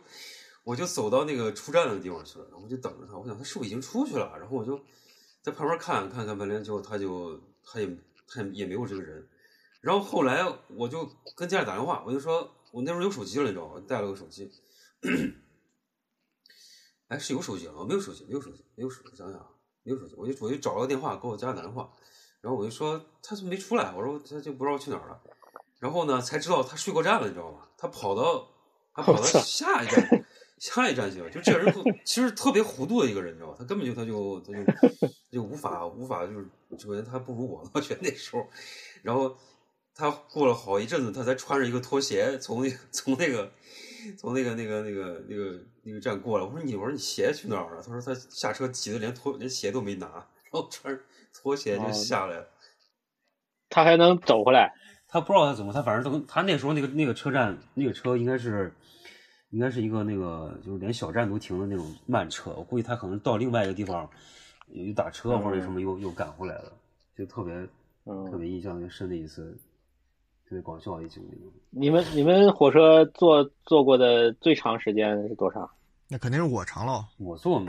我就走到那个出站的地方去了，然后我就等着他。我想他是不是已经出去了？然后我就在旁边看看看半天，结果他就他也他也也没有这个人。然后后来我就跟家里打电话，我就说我那时候有手机了，你知道吗？带了个手机。哎，是有手机啊？没有手机，没有手机，没有手机。我想想啊，没有手机，我就我就找了个电话给我家里打电话，然后我就说他怎么没出来？我说他就不知道去哪儿了。然后呢，才知道他睡过站了，你知道吗？他跑到他跑到我操下一站，下一站去了。就这个人其实特别糊涂的一个人，你知道吗？他根本就他就他就他就无法无法就是，首先他不如我，我觉得那时候，然后他过了好一阵子，他才穿着一个拖鞋从那个从那个从那个那个那个那个那个站过来。我说你我说你鞋去哪儿了？他说他下车急的连拖连鞋都没拿，然后穿着拖鞋就哦下来了。他还能走回来？他不知道他怎么，他反正他他那时候那个那个车站那个车应该是，应该是一个那个就是连小站都停的那种慢车，我估计他可能到另外一个地方又打车或者什么又、又赶回来了，就特别、特嗯，别印象特别深的一次特别搞笑的一经历。你们你们火车坐坐过的最长时间是多长？那肯定是我长喽。我坐，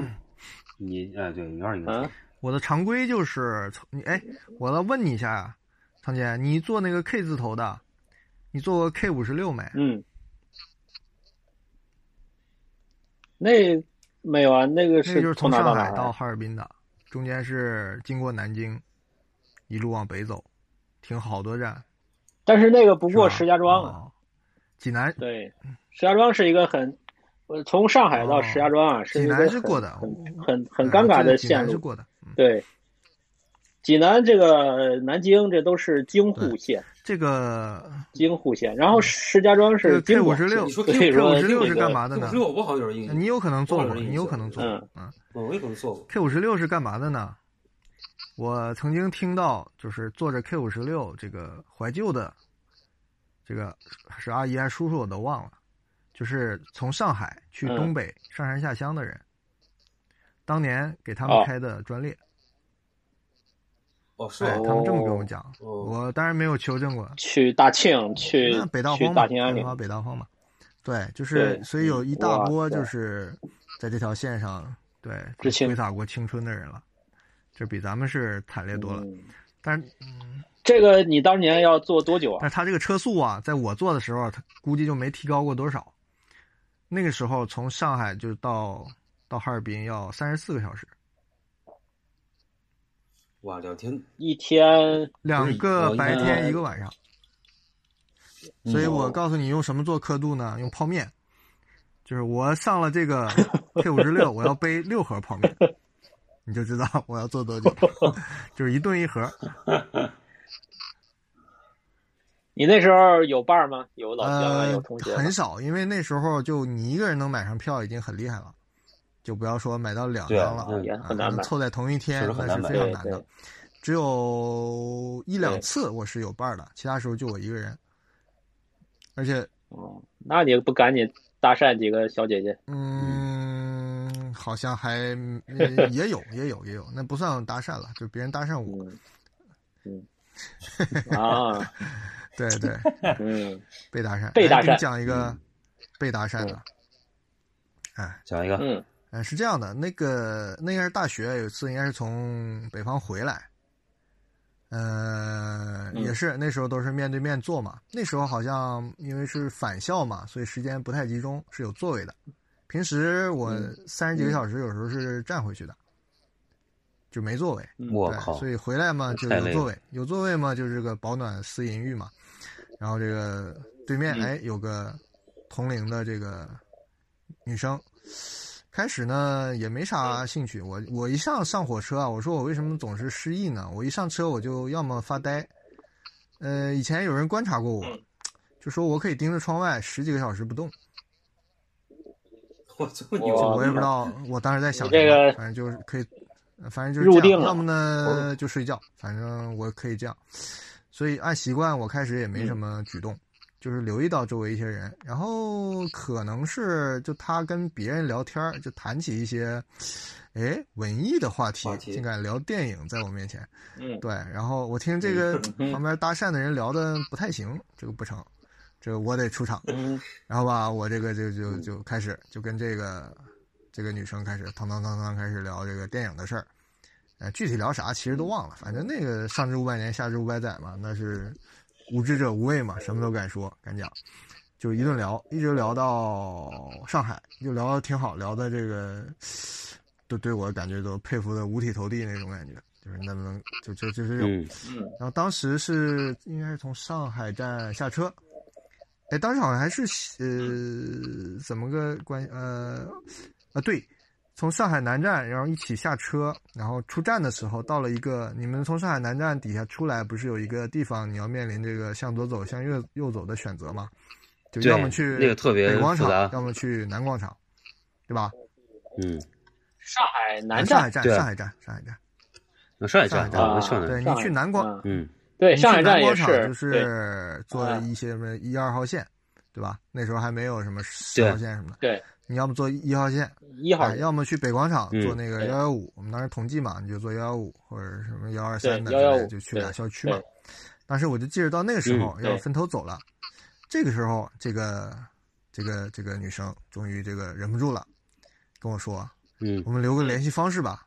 你哎对，你二应该嗯，我的常规就是从你哎，我来问你一下呀，唐姐，你做那个 K 字头的，你做过 K 五十六没？嗯，那没有啊，那个那个就是是从哪上到海哪到啊？哈尔滨的，中间是经过南京，一路往北走，停好多站。但是那个不不过石家庄啊，啊，济南对，石家庄是一个很，我从上海到哦石家庄啊，是济一南个是很过的很很很对尴我尬记得呃的济南线是路。过的，嗯，对，济南这个南京这都是京沪对线，这个京沪线，然后石家庄这是个 K 京五广十线六你说所 K 以说 K 这56个是干嘛的呢五十六我不好像有嗯印象，你有可能做我过，有印你有象可能做过，嗯我也可能做过。 ，K 五十六是干嘛的呢？我曾经听到，就是坐着 K 五十六这个怀旧的，这个是阿姨还是叔叔我都忘了，就是从上海去嗯东北上山下乡的人，当年给他哦们开的专列，哦，是哎，吗他们这么跟我讲，哦我当然没有求证过，去大庆，去那北大去荒嘛，大兴安开岭发，北大荒嘛，对，就是对嗯所以有一大哇波塞就是在这条线上，对，知青挥洒过青春的人了，这比咱们是惨烈多了。嗯但是，这个你当年要做多久啊但？是他这个车速啊，在我做的时候，他估计就没提高过多少。那个时候从上海就到到哈尔滨要三十四个小时，哇，两天，一天两个白天嗯一个晚上。所以我告诉你用什么做刻度呢？用泡面，就是我上了这 个 K 五十六，我要背六盒泡面，你就知道我要做多久， 就是一顿一盒。你那时候有伴儿吗？有老乡啊，呃有同，学吗很少，因为那时候就你一个人能买上票已经很厉害了，就不要说买到两对啊张了，啊也啊很难能买。凑在同一天确实很那难是买非常对难对的。，只有一两对次我是有伴儿的，其他时候就我一个人。而且哦，那你不赶紧搭讪几个小姐姐？嗯，好像 还、呃也有也有也有，那不算搭讪了，就别人搭讪我。嗯嗯啊对 对，嗯，被搭讪。被搭哎给你讪嗯讲一个被搭讪的。哎，讲一个，嗯呃，是这样的，那个那应该是大学有一次，应该是从北方回来，呃，嗯也是那时候都是面对面坐嘛。那时候好像因为是返校嘛，所以时间不太集中，是有座位的。平时我嗯三十几个小时有时候是站回去的，就没座位。嗯我对，靠所，以回来嘛就太累了有座位，有座位嘛就是个保暖思淫欲嘛。然后这个对面、嗯哎有个同龄的这个女生，开始呢也没嗯啥兴趣。我我一上上火车啊，我说我为什么总是失忆呢？我一上车我就要么发呆，呃，以前有人观察过我，嗯就说我可以盯着窗外十几个小时不动。 我这么哇牛，啊我也不知道，我当时在想啊什么反正你这个就是可以，呃反正就是入这样定了要么呢就睡觉，反正我可以这样。所以按习惯，我开始也嗯没什么举动，就是留意到周围一些人，然后可能是就他跟别人聊天儿，就谈起一些，哎，文艺的话题话，题竟敢聊电影在我面前，嗯对，然后我听这个嗯旁边搭讪的人聊的不太行，这个不成，这个我得出 场。嗯然后吧，我这个就就就开始就跟这个这个女生开始腾腾腾腾开始聊这个电影的事儿，呃，具体聊啥其实都忘了，反正那个上知五百年，下知五百载嘛，那是无知者无畏嘛，什么都敢说敢讲，就一顿聊，一直聊到上海，就聊的挺好，聊的这个都对我感觉都佩服的五体投地那种感觉，就是能不能就就就是这种。嗯，嗯然后当时是应该是从上海站下车，哎，当时好像还是呃怎么个关系呃啊对，从上海南站然后一起下车，然后出站的时候到了一个你们从上海南站底下出来，不是有一个地方你要面临这个向左走向右右走的选择吗？就对要么去那个特别北广复场，杂要么去南广场，对吧？哎嗯，上海南上站海站，对上海站，上海站，那上一站上一站啊，那啊上一站，对上你海去南广，嗯嗯，对你去上海南站也广场是就对是坐嗯一些什么一二号线，对吧？那时候还没有什么十对号线什么的，对你要么坐一号线，一号哎要么去北广场嗯坐那个对幺幺五，我们当时统计嘛，你就坐幺幺五或者什么幺二对三的之类的， 115就去俩对校区嘛对。当时我就记着到那个时候嗯要对分头走了，这个时候这个这个这个女生终于这个忍不住了，跟我说嗯：“ 我们留个联系方式吧。”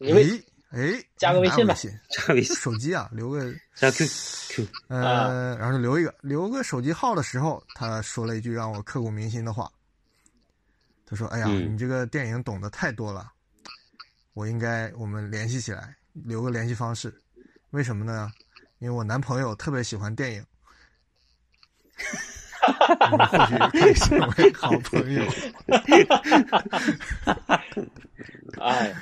嗯因为咦，哎，加个微哪有信吧信加微信，手机啊，留个加 QQ，啊呃，然后留一个留个手机号的时候，他说了一句让我刻骨铭心的话。他说：“哎呀，嗯你这个电影懂得太多了，我应该我们联系起来，留个联系方式。为什么呢？因为我男朋友特别喜欢电影，我们或许可以成为好朋友。 哎，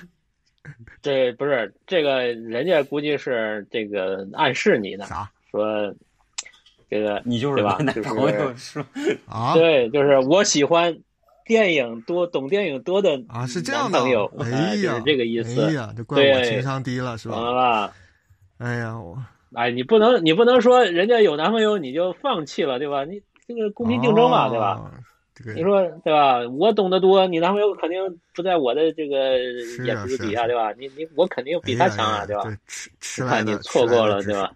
这不是这个，人家估计是这个暗示你的，啥说这个 你就是对吧我男就是朋友是吧？啊对，就是我喜欢电影多、懂电影多的啊？是这样的男朋友，，啊哎就呀，是这个意哎思，呀，这怪我对啊情商低了是懂了吧？吧？哎呀，我哎，你不能你不能说人家有男朋友你就放弃了，对吧？你这个公平竞争嘛，对吧？哦？这个你说对吧？我懂得多，你男朋友肯定不在我的这个是啊眼皮是子啊底下，对吧？你你我肯定比哎他呀强哎呀啊，对吧？对，吃吃你来看的你吃错来过的了，知对识吧？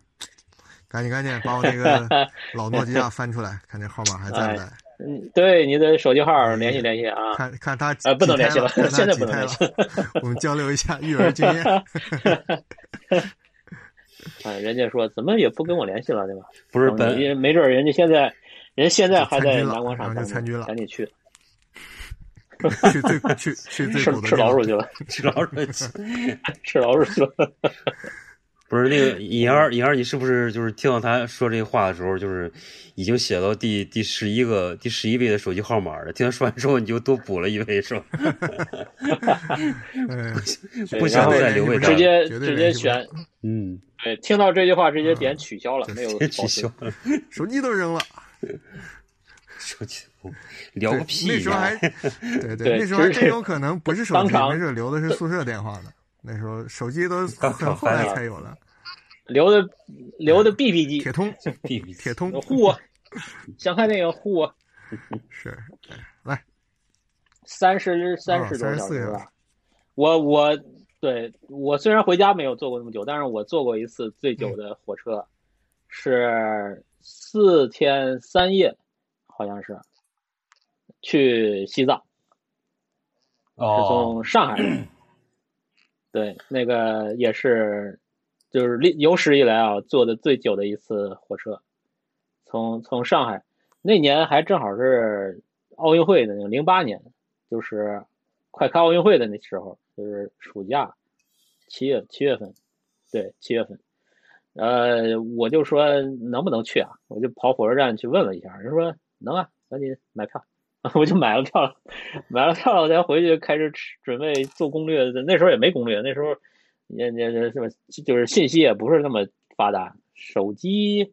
赶紧赶紧把我那 个老诺基亚翻出来，看这号码还在不在？嗯，对，你的手机号联系联系啊。嗯看看他呃不能几胎联系了 看他现在几不能胎联系了 我们交流一下育儿经 验。啊，人家说怎么也不跟我联系了，对吧？不是本 人没准儿人家现在，人现在还在就参军了南广然场后当就参军中，了赶紧去去最去去最吃苦的吃地老方鼠去了，吃老鼠机，吃老鼠去了。 不是那个尹二，尹二，你是不是就是听到他说这话的时候，就是已经写到第第十一个第十一位的手机号码了？听他说完之后，你就多补了一位是吧？ 嗯，不然想后再留给他直了，接绝对直联接系不了选，嗯，对，听到这句话直接点取消嗯了，没有别保取消存。了，手机都扔了。手机聊对个，屁呀！那时候 还对对那时候还就是真有可能不是手当机，场没准留的是宿舍电话呢。那时候手机都当场很后翻来了才有了，留的留哎的 BB 机铁，通屁屁铁通护我，想看电影护我，是三十哦三十多34小个时吧。我我对我虽然回家没有坐过那么久，但是我坐过一次最久的火车，是四天三夜，好像是去西藏，是哦，从上海。对，那个也是，就是历有史以来啊坐的最久的一次火车，从从上海那年还正好是奥运会的那个零八年，就是快开奥运会的那时候，就是暑假，七月七月份，对七月份，呃，我就说能不能去啊？我就跑火车站去问了一下，人说能啊，赶紧买票， 我就买了票了，买了票了，我才回去开始吃准备做攻略。那时候也没攻略，那时候也也也什么就是信息也不是那么发达，手机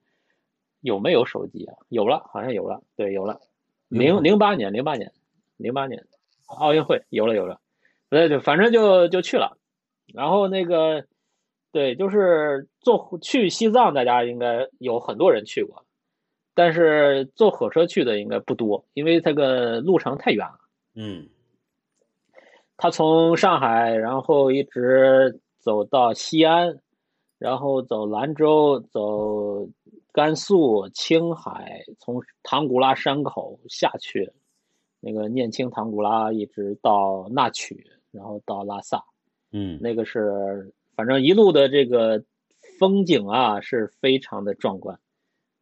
有没有手机啊？有了，好像有了，对，有了，零零八年，零八年，零八年奥运会有了有了，对对，反正就就去了，然后那个。对，就是坐去西藏，大家应该有很多人去过，但是坐火车去的应该不多，因为这个路程太远了。嗯，他从上海，然后一直走到西安，然后走兰州，走甘肃、青海，从唐古拉山口下去，那个念青唐古拉，一直到那曲，然后到拉萨。嗯，那个是，反正一路的这个风景啊是非常的壮观，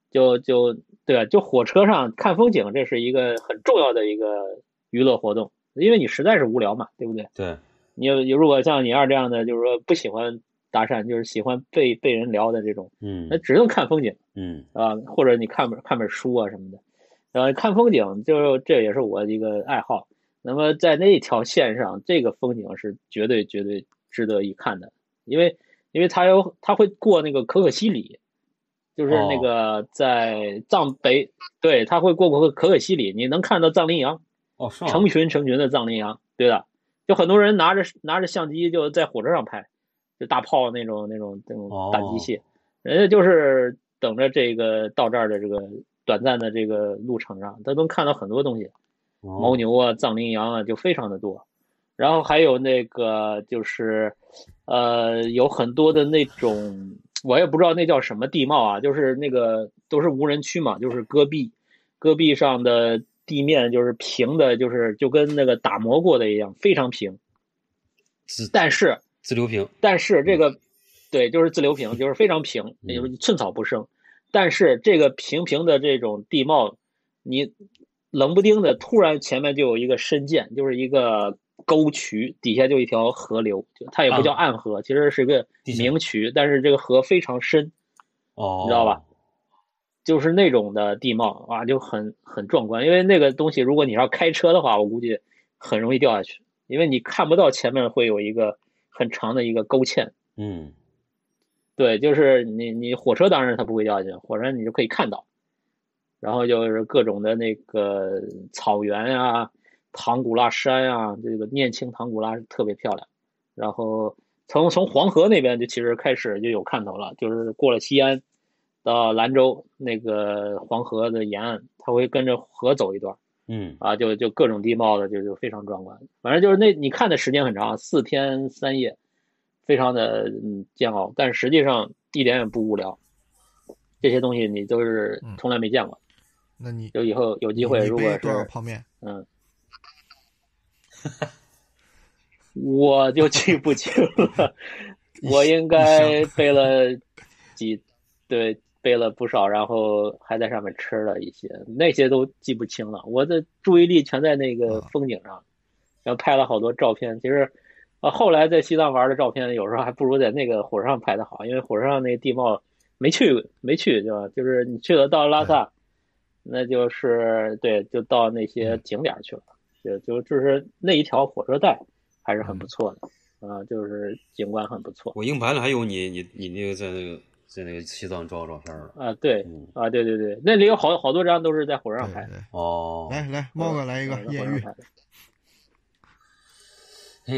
就就对啊，就火车上看风景，这是一个很重要的一个娱乐活动，因为你实在是无聊嘛，对不对？对，你有如果像你二这样的，就是说不喜欢搭讪，就是喜欢被被人聊的这种，嗯那只能看风景。嗯啊，或者你看本看本书啊什么的，呃，看风景就这也是我的一个爱好。那么在那条线上，这个风景是绝对绝对值得一看的，因为因为它有它会过那个可可西里，就是那个在藏北，对，它会过可可可西里，你能看到藏羚羊，哦是吗？成群成群的藏羚羊，对的，就很多人拿着拿着相机就在火车上拍，就大炮那种那种那种打机器，人家就是等着这个到这儿的这个短暂的这个路程上，他能看到很多东西，牦牦，牛啊、藏羚羊啊，就非常的多。然后还有那个就是，呃，有很多的那种，我也不知道那叫什么地貌啊，就是那个都是无人区嘛，就是戈壁，戈壁上的地面就是平的，就是就跟那个打磨过的一样，非常平是。但是自流平，但是嗯这个，对，就是自流平，就是非常平，也就是寸草不生。但是这个平平的这种地貌，你冷不丁的突然前面就有一个深涧，就是一个沟渠，底下就一条河流，就它也不叫暗河，其实是个啊地下明渠，但是这个河非常深，哦，你知道吧？就是那种的地貌啊，就很很壮观。因为那个东西，如果你要开车的话，我估计很容易掉下去，因为你看不到前面会有一个很长的一个沟堑。嗯，对，就是你你火车当然它不会掉下去，火车你就可以看到，然后就是各种的那个草原啊、唐古拉山啊，这个念青唐古拉特别漂亮。然后从从黄河那边就其实开始就有看头了，就是过了西安到兰州那个黄河的沿岸，它会跟着河走一段嗯，啊，就就各种地貌的就就非常壮观。反正就是那你看的时间很长，四天三夜，非常的嗯煎熬，但实际上一点也不无聊。这些东西你都是嗯从来没见过，那你就以后有机会你如果背多少是泡面？嗯，我就记不清 了，我应该背了几，对，背了不少，然后还在上面吃了一些，那些都记不清了。我的注意力全在那啊个风景上，然后拍了好多照片。其实，呃，后来在西藏玩的照片，有时候还不如在那个火车上拍的好，因为火车上那个地貌没去，没去，对吧？就是你去了到拉萨，那就是对，就到那些嗯景点儿去了。就就就是那一条火车带还是很嗯不错的，啊、就是景观很不错我硬盘里还有你你你那个在那个在那个西藏照照片了，啊，对嗯，啊，对对对，那里有好好多张都是在火车上对拍的，对，哦，来来，猫哥来一个嗯艳火车上遇拍，的哎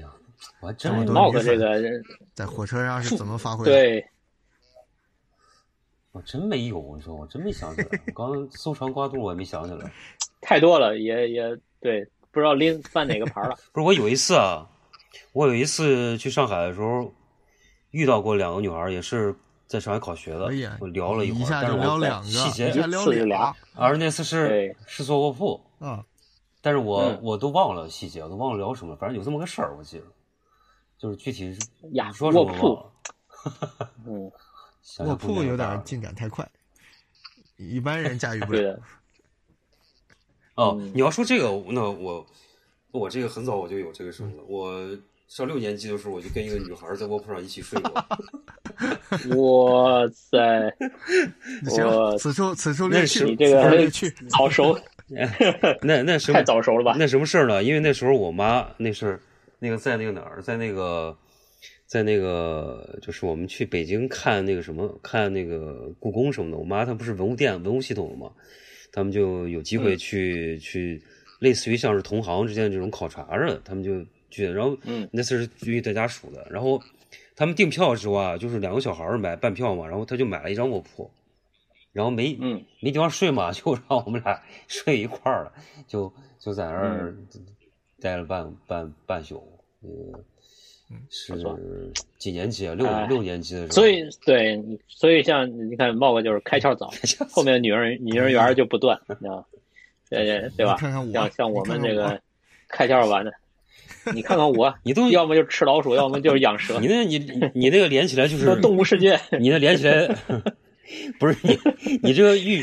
呀，我还真哎没多帽女子粉这个在火车上是怎么发挥的？对我真没有，你说我真没想起来，我 刚搜肠刮肚我也没想起来。太多了，也也对，不知道拎翻哪个牌 儿了，不是我有一次啊，我有一次去上海的时候，遇到过两个女孩儿，也是在上海考学的哎呀，我聊了一会儿，下但就是撩我两个，细一节，下撩一次就俩而那次是对是做卧铺，啊，但是我、嗯我都忘了细节，我都忘了聊什么，反正有这么个事儿，我记得，就是具体是呀说什么卧铺忘了 嗯，想卧想不铺明有白啊点了进展太快，一般人驾驭不对了。的，哦嗯，你要说这个，那我我这个很早我就有这个什么了。我上六年级的时候，我就跟一个女孩在卧铺上一起睡 过，哇塞， 行，我此处此处略那去是，你这此处 个略去。早熟，那那什么太早熟了吧？那什么事儿呢？因为那时候我妈那事儿，那个在那个哪儿，在那个在那个就是我们去北京看那个什么，看那个故宫什么的。我妈她不是文物店文物系统的嘛，他们就有机嗯会去、去，类似于像是同行之间这种考察似的，他们就去。然后嗯那次是去在家数的，然后他们订票的时候啊，就是两个小孩儿买半票嘛，然后他就买了一张卧铺。然后没嗯没地方睡嘛，就让我们俩睡一块儿了，就就在那儿嗯待了半半半宿。呃，嗯不错是几年级啊？六哎六年级的时候。所以对，所以像你看茂哥就是开窍早，后面 女儿女人缘儿就不断，你知道吗？对对吧？你看看我像像我们这你看看个开窍晚的，你看 看我，你都要么就吃老鼠，要么就是养蛇你，那你你你那个连起来就是那动物 世界。 你那连起来 不是你你这个 玉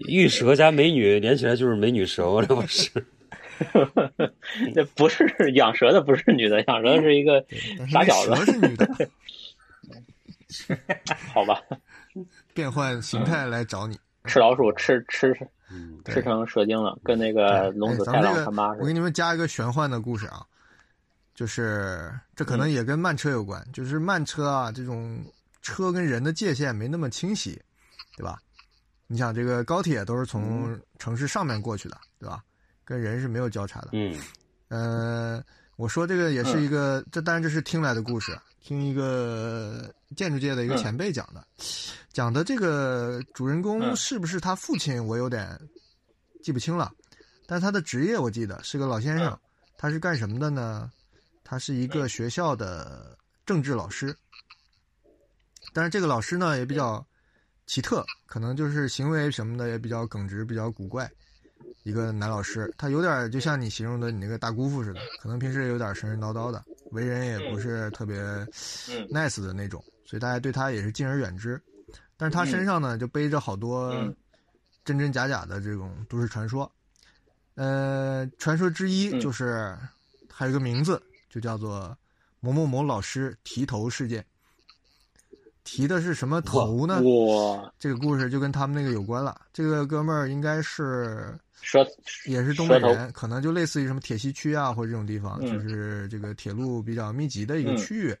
玉蛇加美女连起来就是美女蛇，这不是？那不是养蛇的，不是女的，养蛇的是一个但是傻那小蛇子，是 女的，好吧？变换形态来找你。吃老鼠吃吃吃对成蛇精了，跟那对个呃龙哎子咱太们郎这他个妈似我的给。你们加一个玄幻的故事啊，就是这可嗯能也跟慢车有关，就是慢车啊这种车跟人的界限没那么清晰，对吧？你想这个高铁都是嗯从城市上面过去的，对吧？跟人是没有交叉的。嗯嗯呃，我说这个也是一个，这当然这是听来的故事，啊听一个建筑界的一个嗯前辈讲的，讲的这个主人公嗯是不是他父亲，我有点记不清了，但他的职业我记得是个老先嗯生，他是干什么的呢？他是一个学校的政治老师，但是这个老师呢也比较奇特，可能就是行为什么的也比较耿直，比较古怪。一个男老师，他有点就像你形容的你那个大姑父似的，可能平时也有点神神叨叨的，为人也不是特别嗯 nice 的那种，所以大家对他也是敬而远之。但是他身上呢，就背着好多嗯真真假假的这种都市传说。呃，传说之一嗯就是还有一个名字，就叫做某某某老师提头事件。提的是什么头呢？哇，这个故事就跟他们那个有关了。这个哥们儿应该是蛇也是东北蛇人，可能就类似于什么铁西区啊，或者这种地方，嗯就是这个铁路比较密集的一个嗯区域。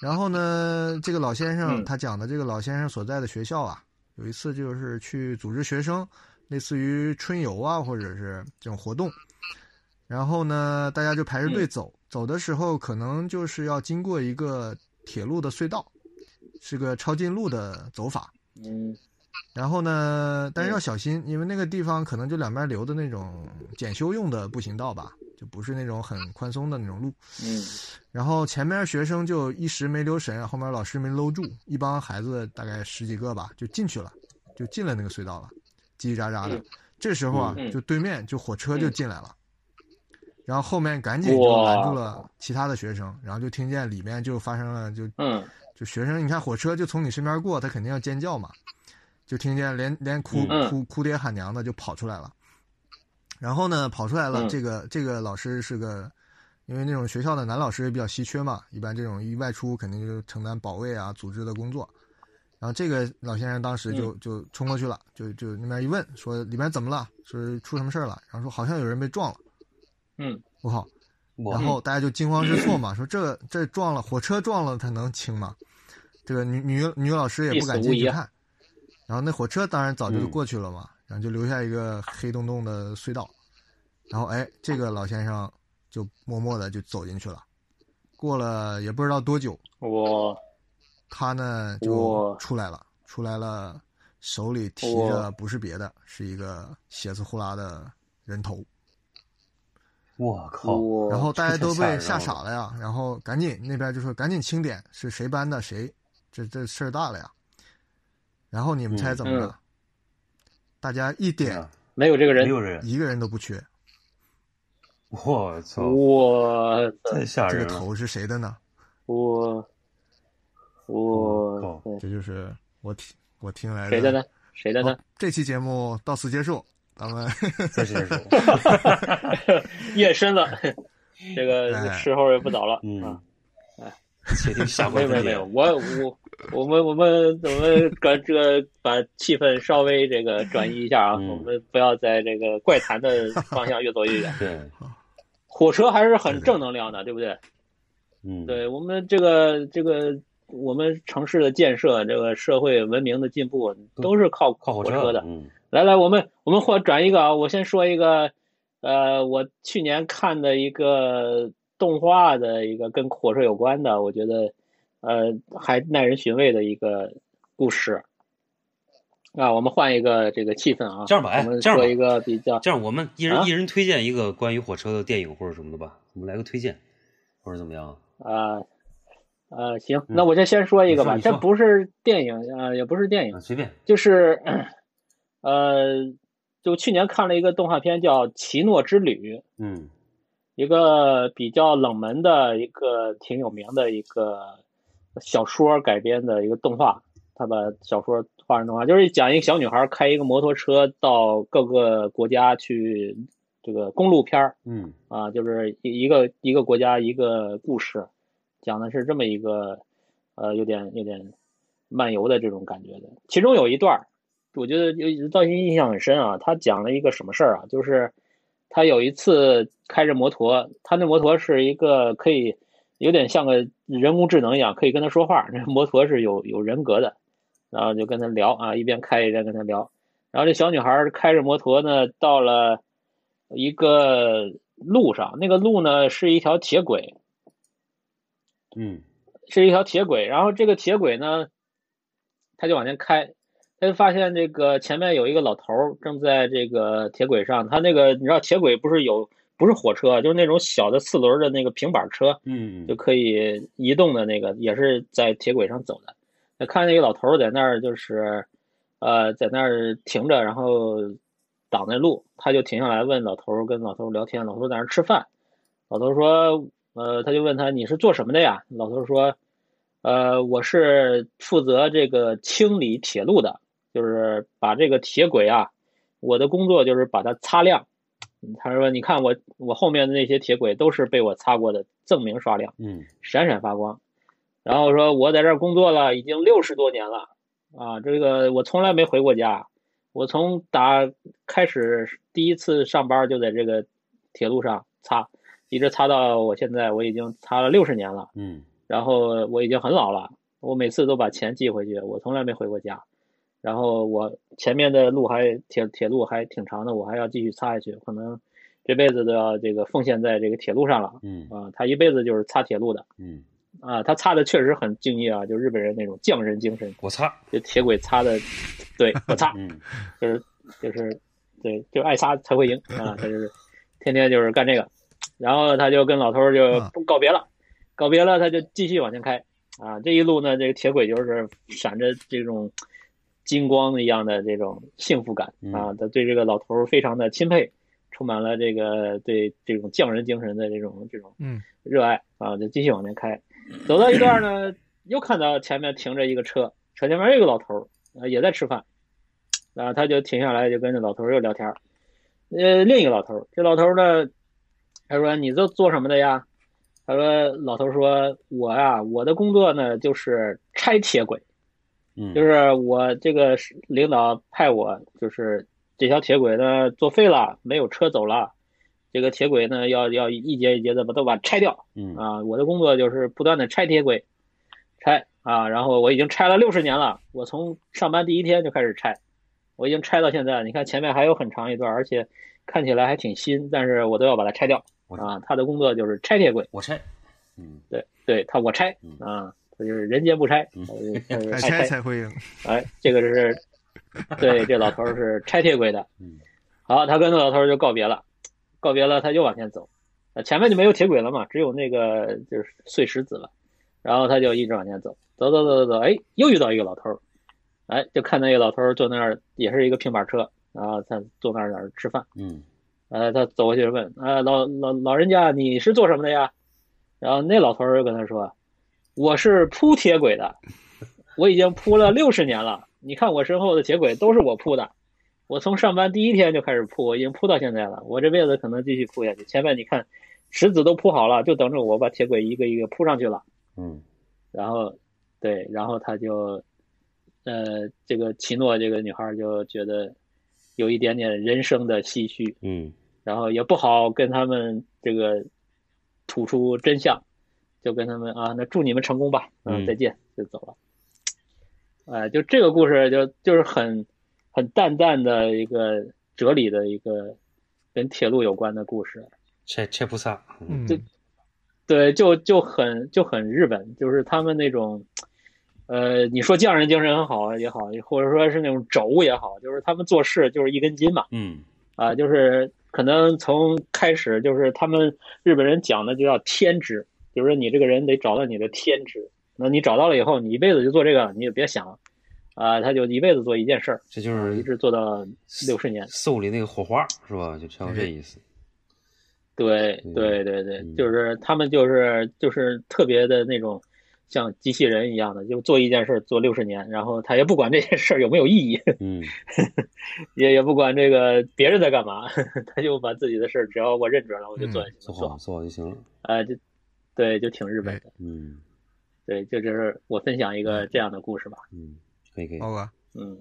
然后呢，这个老先生嗯他讲的这个老先生所在的学校啊，有一次就是去组织学生，类似于春游啊，或者是这种活动。然后呢，大家就排着嗯队走，走的时候可能就是要经过一个铁路的隧道，是个抄近路的走法。嗯然后呢，但是要小心，因为那个地方可能就两边留的那种检修用的步行道吧，就不是那种很宽松的那种路。嗯然后前面学生就一时没留神，后面老师没搂住，一帮孩子大概十几个吧，就进去了，就进了那个隧道了，叽叽喳喳的嗯。这时候啊嗯，就对面就火车就进来了，然后后面赶紧就哇拦住了其他的学生，然后就听见里面就发生了就嗯就学生，你看火车就从你身边过，他肯定要尖叫嘛，就听见连连哭嗯哭哭爹喊娘的就跑出来了。然后呢，跑出来了，嗯这个这个老师是个，因为那种学校的男老师也比较稀缺嘛，一般这种一外出肯定就承担保卫啊、组织的工作。然后这个老先生当时嗯就就冲过去了，就就那边一问，说里面怎么了？说出什么事儿了？然后说好像有人被撞了。嗯，我靠！我嗯然后大家就惊慌失措嘛，说这这撞了火车撞了，他能轻吗？这个女女女老师也不敢进去看。然后那火车当然早就啊嗯过去了嘛，然后就留下一个黑洞洞的隧道。然后哎，这个老先生就默默的就走进去了。过了也不知道多久，哇，他呢哇就出来了，出来了，手里提哇着不是别的，是一个血丝呼啦的人头。我靠，然后大家都被哦吓吓人了傻了呀，然后赶紧那边就说赶紧清点是谁搬的谁，这这事儿大了呀。然后你们猜怎么着？嗯大家一点、啊没有这个没人，有人，一个人都不缺，我操，我太吓这个人了！头是谁的呢？我我靠这就是我听我听来的。谁的呢？谁的好呢？这期节目到此结束，咱们再接 着说，夜深了， 这个哎时候也不早了啊嗯。，确定下没回有没有分没解有，。我我我们我们我们把这个把气氛稍微这个转移一下啊，嗯我们不要在这个怪谈的方向越走越远。对，火车还是很正能量的，对不对？嗯，对我们这个这个我们城市的建设，这个社会文明的进步，都是靠靠火车车的。嗯，来来，我们我们换转一个啊，我先说一个，呃，我去年看的一个动画的一个跟火车有关的，我觉得，呃，还耐人寻味的一个故事。啊，我们换一个这个气氛啊，这样吧哎我们这样吧说一个比较，这样我们一人、啊一人推荐一个关于火车的电影或者什么的吧，我们来个推荐，或者怎么样？啊，呃，行，那我就先说一个吧，嗯你说这你说不是电影啊，呃也不是电影啊，，随便。就是，呃，就去年看了一个动画片叫《奇诺之旅》。嗯一个比较冷门的一个挺有名的一个小说改编的一个动画，他把小说画成动画，就是讲一个小女孩开一个摩托车到各个国家去，这个公路片儿嗯啊，就是一一个一个国家一个故事，讲的是这么一个呃有点有点漫游的这种感觉的。其中有一段儿，我觉得有到现在印象很深啊。他讲了一个什么事儿啊？就是他有一次开着摩托，他那摩托是一个可以有点像个人工智能一样，可以跟他说话。那摩托是有有人格的，然后就跟他聊啊，一边开一边跟他聊。然后这小女孩儿开着摩托呢，到了一个路上，那个路呢是一条铁轨，嗯是一条铁轨。然后这个铁轨呢，他就往前开，他就发现这个前面有一个老头儿正在这个铁轨上。他那个你知道铁轨不是有不是火车，就是那种小的四轮儿的那个平板车，嗯就可以移动的那个，也是在铁轨上走的。那看见一个老头儿在那儿，就是，呃，在那儿停着，然后挡那路，他就停下来问老头儿，跟老头儿聊天。老头儿在那儿吃饭，老头儿说：“呃，他就问他你是做什么的呀？老头说，呃，我是负责这个清理铁路的，就是把这个铁轨啊，我的工作就是把它擦亮。嗯他说，你看我我后面的那些铁轨都是被我擦过的，锃明刷亮，嗯闪闪发光。然后说我在这儿工作了已经六十多年了，啊，这个我从来没回过家，我从打开始第一次上班就在这个铁路上擦，一直擦到我现在，我已经擦了六十年了。嗯然后我已经很老了，我每次都把钱寄回去，我从来没回过家。然后我前面的路还铁铁路还挺长的，我还要继续擦下去，可能这辈子都要这个奉献在这个铁路上了。嗯啊、他一辈子就是擦铁路的嗯，啊、他擦的确实很敬业啊，就日本人那种匠人精神，我擦，就铁轨擦的，对我擦，嗯 就是就是对，就爱擦才会赢啊，他就是天天就是干这个，然后他就跟老头儿就啊告别了，告别了他就继续往前开啊，这一路呢，这个铁轨就是闪着这种金光一样的这种幸福感啊，他对这个老头儿非常的钦佩，充满了这个对这种匠人精神的这种这种 嗯热爱啊，就继续往前开。走到一段呢，又看到前面停着一个车，车前面有个老头儿、啊，也在吃饭，啊，他就停下来就跟这老头儿又聊天儿。呃，另一个老头儿，这老头儿呢，他说：“你这做什么的呀？”他说：“老头儿说，我呀、我的工作呢就是拆铁轨，嗯，就是我这个是领导派我，就是这条铁轨呢作废了，没有车走了，这个铁轨呢要要一节一节的把都把它拆掉。”嗯啊，我的工作就是不断的拆铁轨，拆啊，然后我已经拆了六十年了，我从上班第一天就开始拆，我已经拆到现在，你看前面还有很长一段，而且看起来还挺新，但是我都要把它拆掉我啊。他的工作就是拆铁轨，我拆，嗯对对，他我拆嗯啊，他就是人间不拆，嗯他就他 就该爱拆拆才会赢。哎，这个是，对，这老头儿是拆铁轨的嗯。好，他跟那老头儿就告别了，告别了，他又往前走，呃前面就没有铁轨了嘛，只有那个就是碎石子了。然后他就一直往前走，走走走走走，哎，又遇到一个老头儿，哎，就看那个老头儿坐那儿，也是一个平板车，然后他坐那儿在那儿吃饭。嗯呃，他走过去问，啊、老老老人家，你是做什么的呀？然后那老头儿就跟他说，我是铺铁轨的，我已经铺了六十年了。你看我身后的铁轨都是我铺的，我从上班第一天就开始铺，我已经铺到现在了。我这辈子可能继续铺下去。前面你看，石子都铺好了，就等着我把铁轨一个一个铺上去了。嗯然后，对，然后他就，呃，这个奇诺这个女孩儿就觉得有一点点人生的唏嘘，嗯然后也不好跟他们这个吐出真相，就跟他们啊，那祝你们成功吧，啊嗯再见，就走了。哎，就这个故事就就是很很淡淡的一个哲理的一个跟铁路有关的故事，拆拆不擦，嗯，这对，就就很就很日本，就是他们那种，呃，你说匠人精神很好也好，或者说是那种轴也好，就是他们做事就是一根筋嘛，嗯啊，就是可能从开始就是他们日本人讲的就叫天职，就是说你这个人得找到你的天职。那你找到了以后，你一辈子就做这个，你也别想了，啊，他就一辈子做一件事儿，这就啊一是直做到六十年。搜里那个火花是吧？就差不多这意 思。对嗯对对对，嗯就是他们就是就是特别的那种，像机器人一样的，就做一件事儿做六十年，然后他也不管这件事儿有没有意义， 嗯也也不管这个别人在干嘛， 他就把自己的事儿，只要我认准了，我就做下去，嗯做做好做好就行了。啊，就对，就挺日本的。嗯对，这就是我分享一个这样的故事吧。嗯，可以可以。好 吧，嗯，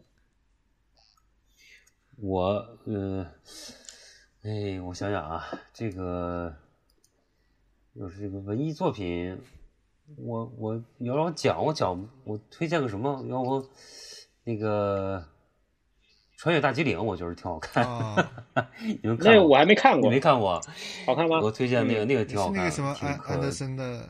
我呃，哎，我想想啊，这个又是一个文艺作品，我我你要让我讲，我讲我推荐个什么？要不那个《穿越大吉岭》，我觉得挺好看。 啊，你们看那过我还没看你过，没看过？好看吗？我推荐那个那个挺好是看的，那个什么挺安可安德森的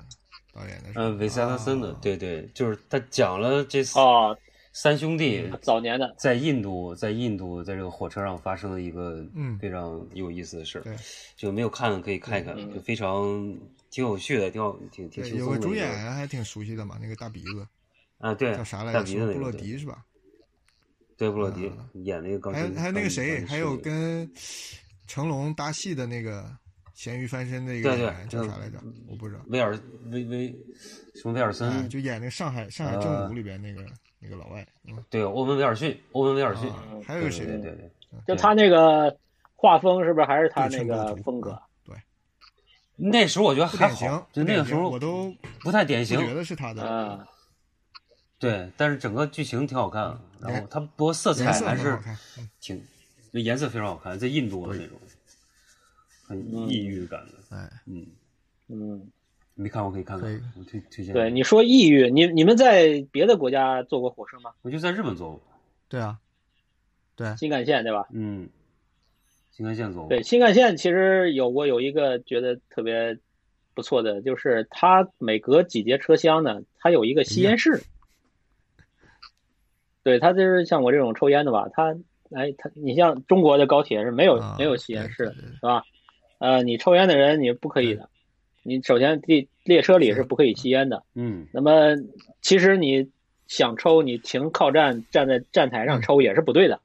导演的是吧，嗯，韦斯安德森的，啊，对对，就是他讲了这三哦，三兄弟嗯早年的，在印度，在印度，在这个火车上发生的一个嗯非常有意思的事儿对，就没有看的可以看一看，嗯就非常挺有趣的，挺好，挺挺对，轻有松个的主一个演还挺熟悉的嘛，那个大鼻子啊，对，叫啥来大着？鼻什子么那布个洛对迪是吧？对布洛迪啊演那个钢还琴，有还有那个钢琴谁，师还有那个跟成龙搭戏的那个咸鱼翻身的一个演员对嗯对叫啥来着？我不知道。威尔威威什么威尔森？啊哎就演那个上海上海正骨里边那个呃那个老外，嗯，对，欧文威尔逊，欧文威尔逊，啊还有个谁对？对对嗯对，就他那个画风是不是还是他对那个称不出风格？对，那时候我觉得不还典型好，，不就那典个时型，候我都不太典不型，觉得是他的，嗯，对，但是整个剧情挺好看，然后它不过色彩颜色还很是好看，嗯挺，那颜色非常好看，在印度的那种，很异域感的，哎，嗯，嗯嗯，没看过可以看可以看，我推推荐。对，，你说抑郁，你你们在别的国家坐过火车吗？我就在日本走，对啊，对，新干线对吧？嗯，新干线走，对，新干线其实有我有一个觉得特别不错的，就是它每隔几节车厢呢，它有一个吸烟室。对，它就是像我这种抽烟的吧，它哎，它你像中国的高铁是没有、啊没有吸烟室的，对对对是吧？呃，你抽烟的人你不可以的，你首先列列车里是不可以吸烟的。嗯，那么其实你想抽，你停靠站站在站嗯台上抽也是不对的。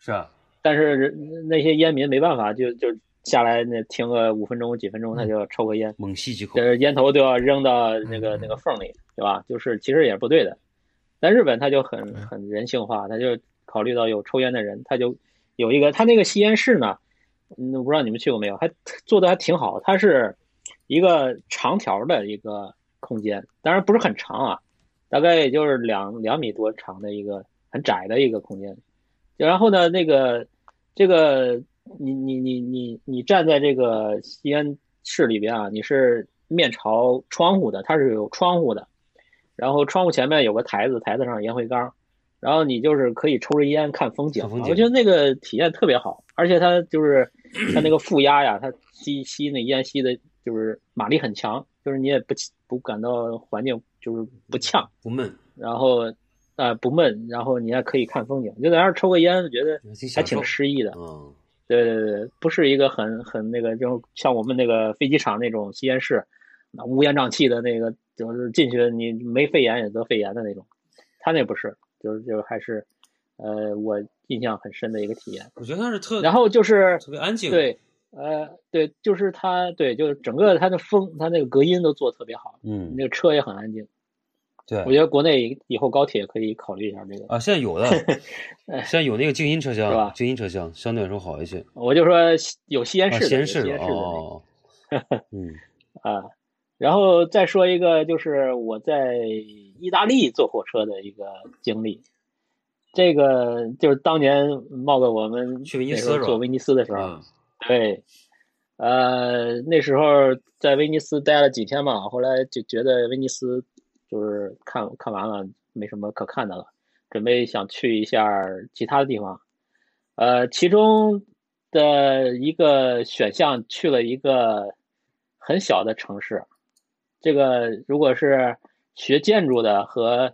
是啊，但是人那些烟民没办法，就就下来那停个五分钟几分钟，嗯他就要抽个烟，猛吸几口就，是烟头都要扔到那个嗯那个缝里，对吧？就是其实也是不对的。但日本他就很对啊很人性化，他就考虑到有抽烟的人，他就有一个他那个吸烟室呢，嗯，我不知道你们去过没有，还做的还挺好，它是一个长条的一个空间，当然不是很长啊，大概也就是两两米多长的一个很窄的一个空间。然后呢，那个这个你你你你你站在这个吸烟室里边啊，你是面朝窗户的，它是有窗户的，然后窗户前面有个台子，台子上有烟灰缸，然后你就是可以抽着烟看风景。啊看风景我觉得那个体验特别好，而且它就是它那个负压呀，它吸吸那烟吸的，就是马力很强，就是你也不不感到环境就是不呛。不闷，然后呃不闷，然后你还可以看风景，就在那儿抽个烟，觉得挺还享受挺诗意的。嗯，对对对，不是一个很很那个，就是像我们那个飞机场那种吸烟室，那乌烟瘴气的那个，就是进去你没肺炎也得肺炎的那种。他那不是，就是就是还是，呃，我印象很深的一个体验。我觉得它是特，然后就是特别安静，，对，呃，对，就是它，对，就是整个它的风，它那个隔音都做得特别好，嗯那，个车也很安静。对我，觉得国内以后高铁可以考虑一下这个。啊，现在有 的，现在有那个静音车是吧厢，静音车厢相对来说好一些，我就说吸有吸烟啊，室的，先有吸试烟的室的那个哦， 嗯，啊。然后再说一个，就是我在意大利坐火车的一个经历。这个就是当年茂哥我们去威尼那时斯候是吧坐威尼斯的时候，啊，对，呃，那时候在威尼斯待了几天嘛，后来就觉得威尼斯就是看看完了，没什么可看的了，准备想去一下儿其他的地方。呃，其中的一个选项去了一个很小的城市，这个如果是学建筑的和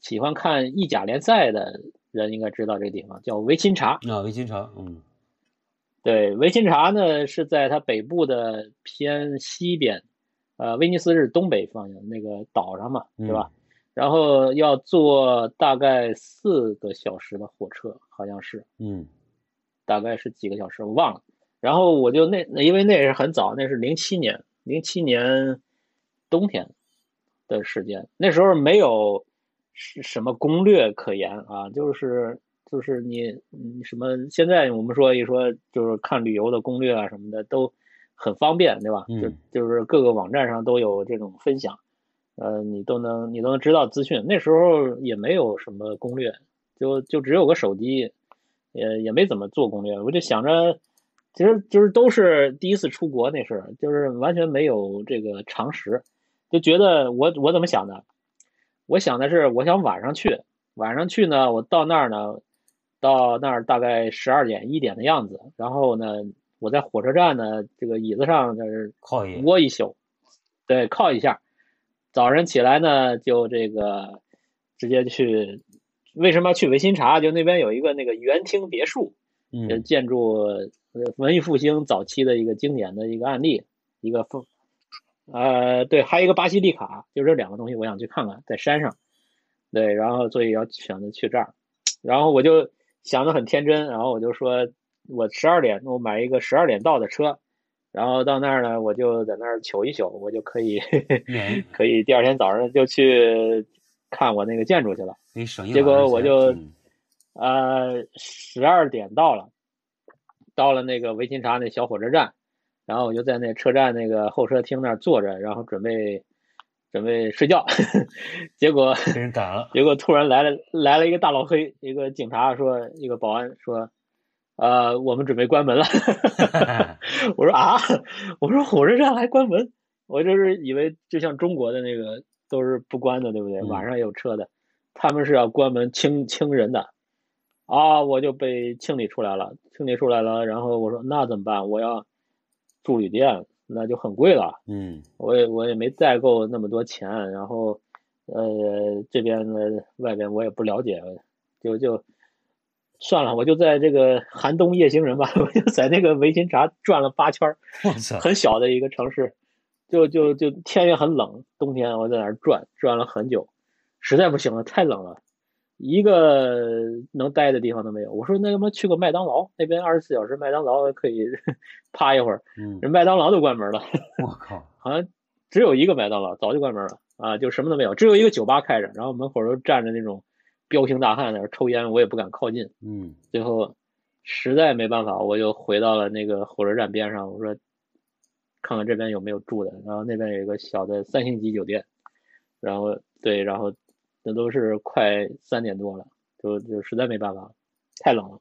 喜欢看意甲联赛的人，应该知道这个地方叫维琴察。那维新茶，嗯，对，维琴察呢是在它北部的偏西边，呃，威尼斯是东北方向那个岛上嘛，对吧？然后要坐大概四个小时的火车，好像是，嗯，大概是几个小时，我忘了。然后我就那，那因为那是很早，那是零七年，零七年冬天的时间，那时候没有是什么攻略可言啊，就是就是你嗯什么，现在我们说一说就是看旅游的攻略啊什么的都很方便，对吧？嗯就就是各个网站上都有这种分享，呃，你都能你都能知道资讯。那时候也没有什么攻略，就就只有个手机，也也没怎么做攻略。我就想着，其实就是都是第一次出国那事儿，就是完全没有这个常识，就觉得我我怎么想的？我想的是，我想晚上去，晚上去呢，我到那儿呢，到那儿大概十二点一点的样子，然后呢，我在火车站呢这个椅子上就是靠爷，窝一宿，对，靠一下。早晨起来呢，就这个直接去。为什么要去维新茶？就那边有一个那个园汀别墅，呃，嗯，建筑呃文艺复兴早期的一个经典的一个案例，一个风，呃，对，还有一个巴西利卡，就这两个东西，我想去看看，在山上，对，然后所以要选择去这儿，然后我就想的很天真，然后我就说，我十二点我买一个十二点到的车，然后到那儿呢，我就在那儿求一求，我就可以 嗯可以第二天早上就去看我那个建筑去了。给省一结果晚上我钱就嗯呃，十二点到了，到了那个维琴察那小火车站，然后我就在那车站那个候车厅那儿坐着，然后准备准备睡觉， 结果被人赶了， 结果突然来了来了一个大老黑，一个警察说，一个保安说，呃，我们准备关门了。 我说啊， 我说火车站还关门，我就是以为就像中国的那个都是不关的，对不对？嗯晚上有车的，他们是要关门清清人的。啊，我就被清理出来了，清理出来了。然后我说那怎么办？我要住旅店，那就很贵了。嗯我也我也没再够那么多钱，然后，呃，这边的外边我也不了解，就就算了，我就在这个寒冬夜行人吧， 我就在那个维新察转了八圈儿，我 操，很小的一个城市，就就就天也很冷，冬天我在那儿转转了很久，实在不行了，太冷了，一个能待的地方都没有。我说那他妈去个麦当劳，那边二十四小时麦当劳可以 趴一会儿，嗯，人麦当劳都关门了。我靠，好像只有一个麦当劳，早就关门了啊，就什么都没有，只有一个酒吧开着，然后门口都站着那种彪形大汉在那儿抽烟，我也不敢靠近。嗯最后实在没办法，我就回到了那个火车站边上，我说看看这边有没有住的，然后那边有一个小的三星级酒店，然后对，然后那都是快三点多了，就就实在没办法了，太冷了。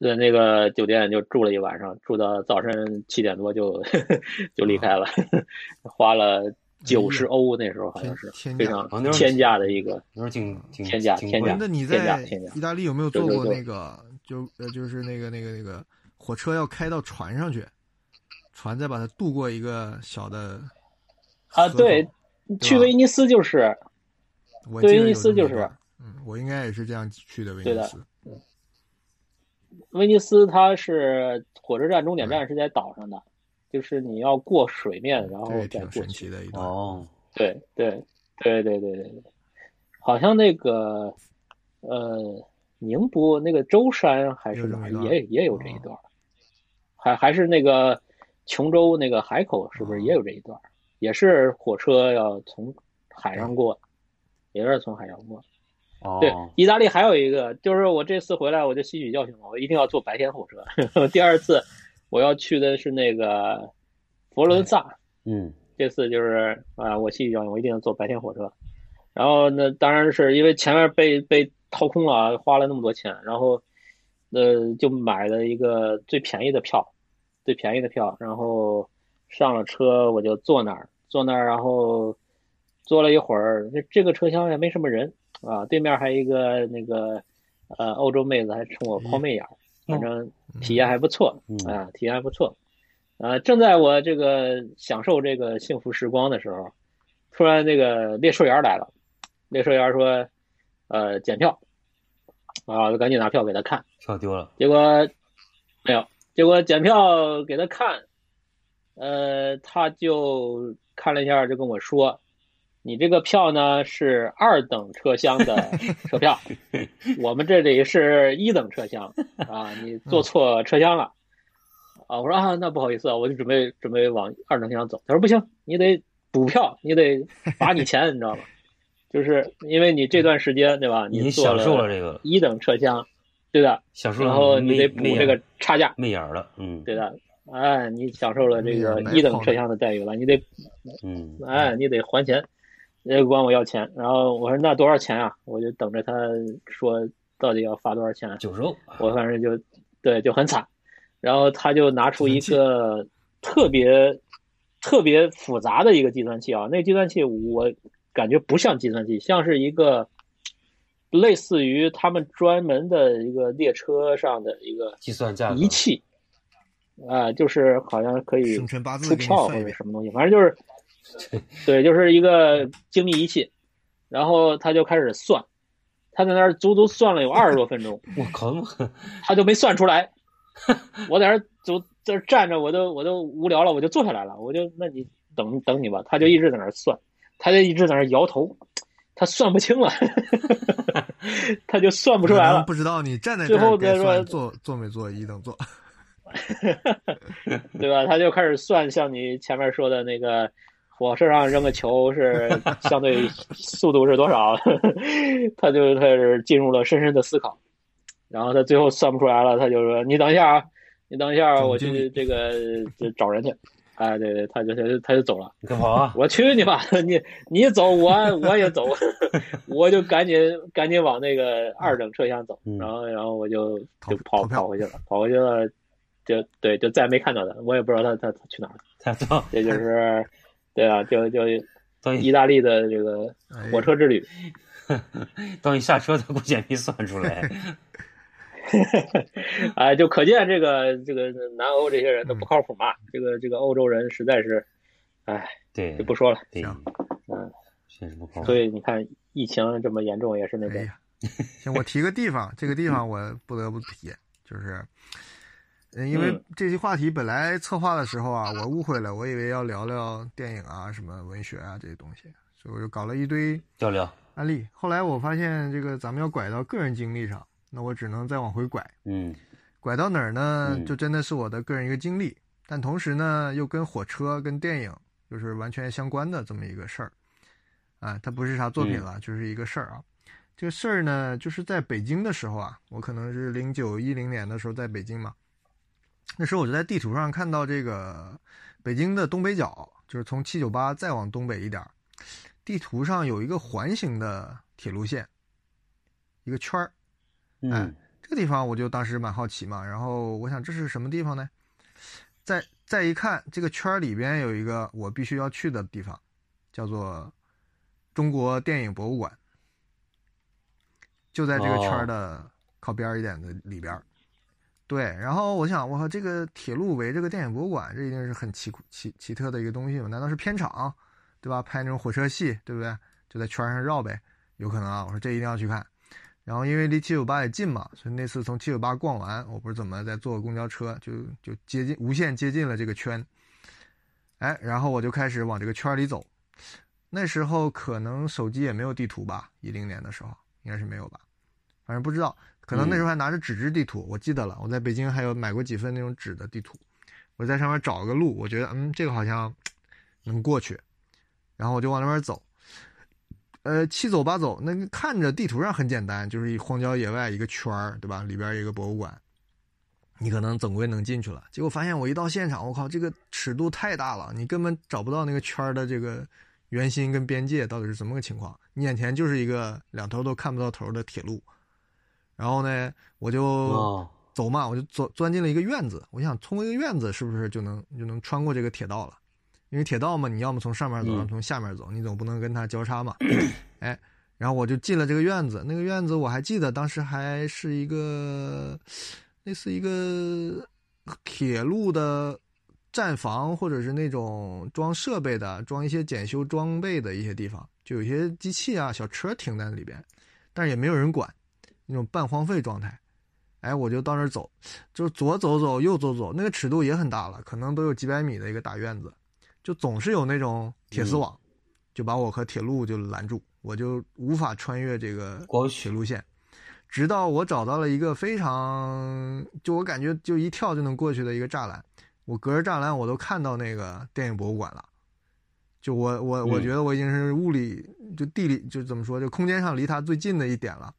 在那个酒店就住了一晚上，住到早晨七点多就 就离开了， 花了九十欧，那时候好像是天非天价常好像是天价的一个，有点挺挺天价挺天贵价哎那你天价在天价意大利有没有坐就过就那个就呃就是那个那个那个火车要开到船上去，船再把它渡过一个小的河啊口对去威尼斯就是我对记得威尼有斯这么一就是段儿嗯，我应该也是这样去的威对尼的斯。威尼斯它是火车站终点嗯站是在岛上的，就是你要过水面，然后这也再挺哦过神奇去。的一段。哦，对对对对对对对，好像那个呃宁波那个舟山还是有这哪么儿一段嗯也也有这一段儿，还还是那个琼州那个海口是不是哦也有这一段儿？也是火车要从海上过，也是从海上过。哦，对，意大利还有一个，就是我这次回来我就吸取教训了，我一定要坐白天火车。 第二次我要去的是那个佛罗伦萨，嗯这次就是啊、我吸取教训，我一定要坐白天火车。然后呢，当然是因为前面被被掏空了啊，花了那么多钱，然后呃就买了一个最便宜的票，最便宜的票，然后上了车我就坐那儿，坐那儿，然后坐了一会儿，这这个车厢也没什么人啊，对面还有一个那个呃欧洲妹子还冲我抛媚眼儿，反正体验还不错嗯啊，体验还不错。呃，正在我这个享受这个幸福时光的时候，突然那个列车员来了，列车员说：“呃，检票。”啊，我赶紧拿票给他看，票丢了，结果没有，结果检票给他看，呃，他就看了一下，就跟我说：“你这个票呢是二等车厢的 车票，我们这里是一等车厢啊，你坐错车厢了。”啊，我说啊，那不好意思啊，我就准备准备往二等车厢走。他说不行，你得补票，你得罚你钱，你知道吗？就是因为你这段时间对吧，已你经坐享受了这个，一等车厢，对的，享受了然后媚你得补这个差价，媚眼儿了，嗯对的，哎，你享受了这个媚眼儿一等车厢的待遇了，你得，嗯，哎，你得还钱，人家管我要钱，然后我说那多少钱啊？我就等着他说到底要罚多少钱，啊九十欧，我反正就，对，就很惨，然后他就拿出一个特别特别复杂的一个计算器啊，那个计算器我感觉不像计算器，像是一个。类似于他们专门的一个列车上的一个计算价格仪器，啊、就是好像可以生辰八字给出你票算或一者遍什么东西，反正就是，对，就是一个精密仪器。然后他就开始算，他在那儿足足算了有二十多分钟，我靠， 他就没算出来。我在那儿就在那儿站着，我都我都无聊了，我就坐下来了，我就那你等等你吧，他就一直在那儿算，他就一直在那儿摇头，他算不清了， 他就算不出来可能了。不知道你站在啊最这后儿再该说 算坐坐没坐一等座， 对吧？他就开始算，像你前面说的那个，火车上扔个球 是相对速度是多少， 他就开始进入了深深的思考，然后他最后算不出来了，他就说：“你等一下啊，你等一下啊，总我经理去这个这找人去。”哎，对对，他就他就他就走了。你快跑啊！我去你妈！你你走，我我也 走，我就赶紧赶紧往那个二等车厢走，嗯然后然后我就逃就跑逃票跑回去了，跑回去了，就对，就再也没看到他，我也不知道他他他去哪儿了。他到这哎就是，对啊，就就到意你大利的这个哎火车之旅，到你下车，他估计也没算出来。哎，就可见这个这个南欧这些人嗯都不靠谱嘛，这个这个欧洲人实在是，哎，对，就不说了。对，行嗯，确实不靠谱。所以你看疫情这么严重，也是那哎边呀， 行，我提个地方，这个地方我不得不提，就是，嗯，因为嗯这些话题本来策划的时候啊，我误会了，我以为要聊聊电影啊、什么文学啊这些东西，所以我就搞了一堆交流，案例。后来我发现，这个咱们要拐到个人经历上，那我只能再往回拐，嗯拐到哪儿呢？嗯就真的是我的个人一个经历，但同时呢，又跟火车、跟电影就是完全相关的这么一个事儿，啊，它不是啥作品了，就是一个事儿啊。这个事儿呢，就是在北京的时候啊，我可能是零九一零年的时候在北京嘛，那时候我就在地图上看到这个北京的东北角，就是从七九八再往东北一点儿，地图上有一个环形的铁路线，一个圈儿，嗯这个地方我就当时蛮好奇嘛，然后我想这是什么地方呢？再再一看，这个圈儿里边有一个我必须要去的地方，叫做中国电影博物馆，就在这个圈儿的靠边儿一点的里边儿。对，然后我想，我靠，这个铁路围这个电影博物馆，这一定是很奇奇奇特的一个东西嘛？难道是片场，对吧？拍那种火车戏，对不对？就在圈儿上绕呗，有可能啊。我说这一定要去看。然后因为离七九八也近嘛，所以那次从七九八逛完，我不是怎么再坐公交车，就就接近无限接近了这个圈。哎，然后我就开始往这个圈儿里走。那时候可能手机也没有地图吧，一零年的时候应该是没有吧，反正不知道。可能那时候还拿着纸质地图，我记得了，我在北京还有买过几份那种纸的地图，我在上面找个路，我觉得嗯这个好像能过去，然后我就往那边走。呃，七走八走，那个看着地图上很简单，就是一荒郊野外一个圈儿，对吧？里边一个博物馆，你可能总归能进去了。结果发现我一到现场，我靠，这个尺度太大了，你根本找不到那个圈儿的这个圆心跟边界到底是什么个情况。你眼前就是一个两头都看不到头的铁路。然后呢，我就哦走嘛，我就钻钻进了一个院子。我想通过一个院子，是不是就能就能穿过这个铁道了？因为铁道嘛，你要么从上面走，嗯要么从下面走，你总不能跟它交叉嘛。 哎，然后我就进了这个院子，那个院子我还记得，当时还是一个类似一个铁路的站房，或者是那种装设备的、装一些检修装备的一些地方，就有些机器啊、小车停在里边，但是也没有人管，那种半荒废状态。哎，我就到那儿走，就是左走走，右走走，那个尺度也很大了，可能都有几百米的一个大院子，就总是有那种铁嗯丝网，就把我和铁路就拦住，我就无法穿越这个过不去铁路线。直到我找到了一个非常，就我感觉就一跳就能过去的一个栅栏，我隔着栅栏我都看到那个电影博物馆了。就我我我嗯觉得我已经是物理就地理就怎么说，就空间上离它最近的一点了，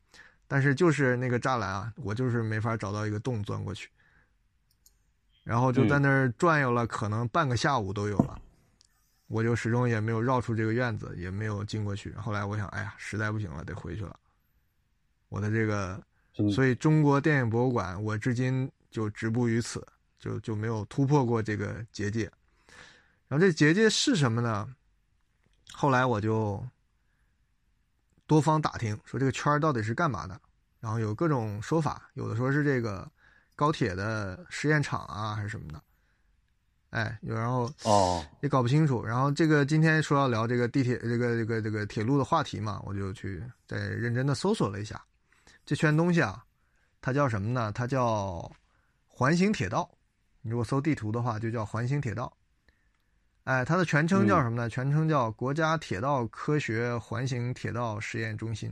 但是就是那个栅栏啊，我就是没法找到一个洞钻过去，然后就在那儿转悠了，可能半个下午都有了。我就始终也没有绕出这个院子，也没有进过去。后来我想，哎呀，实在不行了，得回去了。我的这个嗯，所以中国电影博物馆，我至今就止步于此，就就没有突破过这个结界。然后这结界是什么呢？后来我就多方打听，说这个圈儿到底是干嘛的，然后有各种说法，有的说是这个高铁的实验场啊，还是什么的。哎，有然后哦，也搞不清楚。然后这个今天说要聊这个地铁、这个这个这个铁路的话题嘛，我就去再认真的搜索了一下，这圈东西啊，它叫什么呢？它叫环形铁道。你如果搜地图的话，就叫环形铁道。哎，它的全称叫什嗯么呢？全称叫国家铁道科学环形铁道实验中心。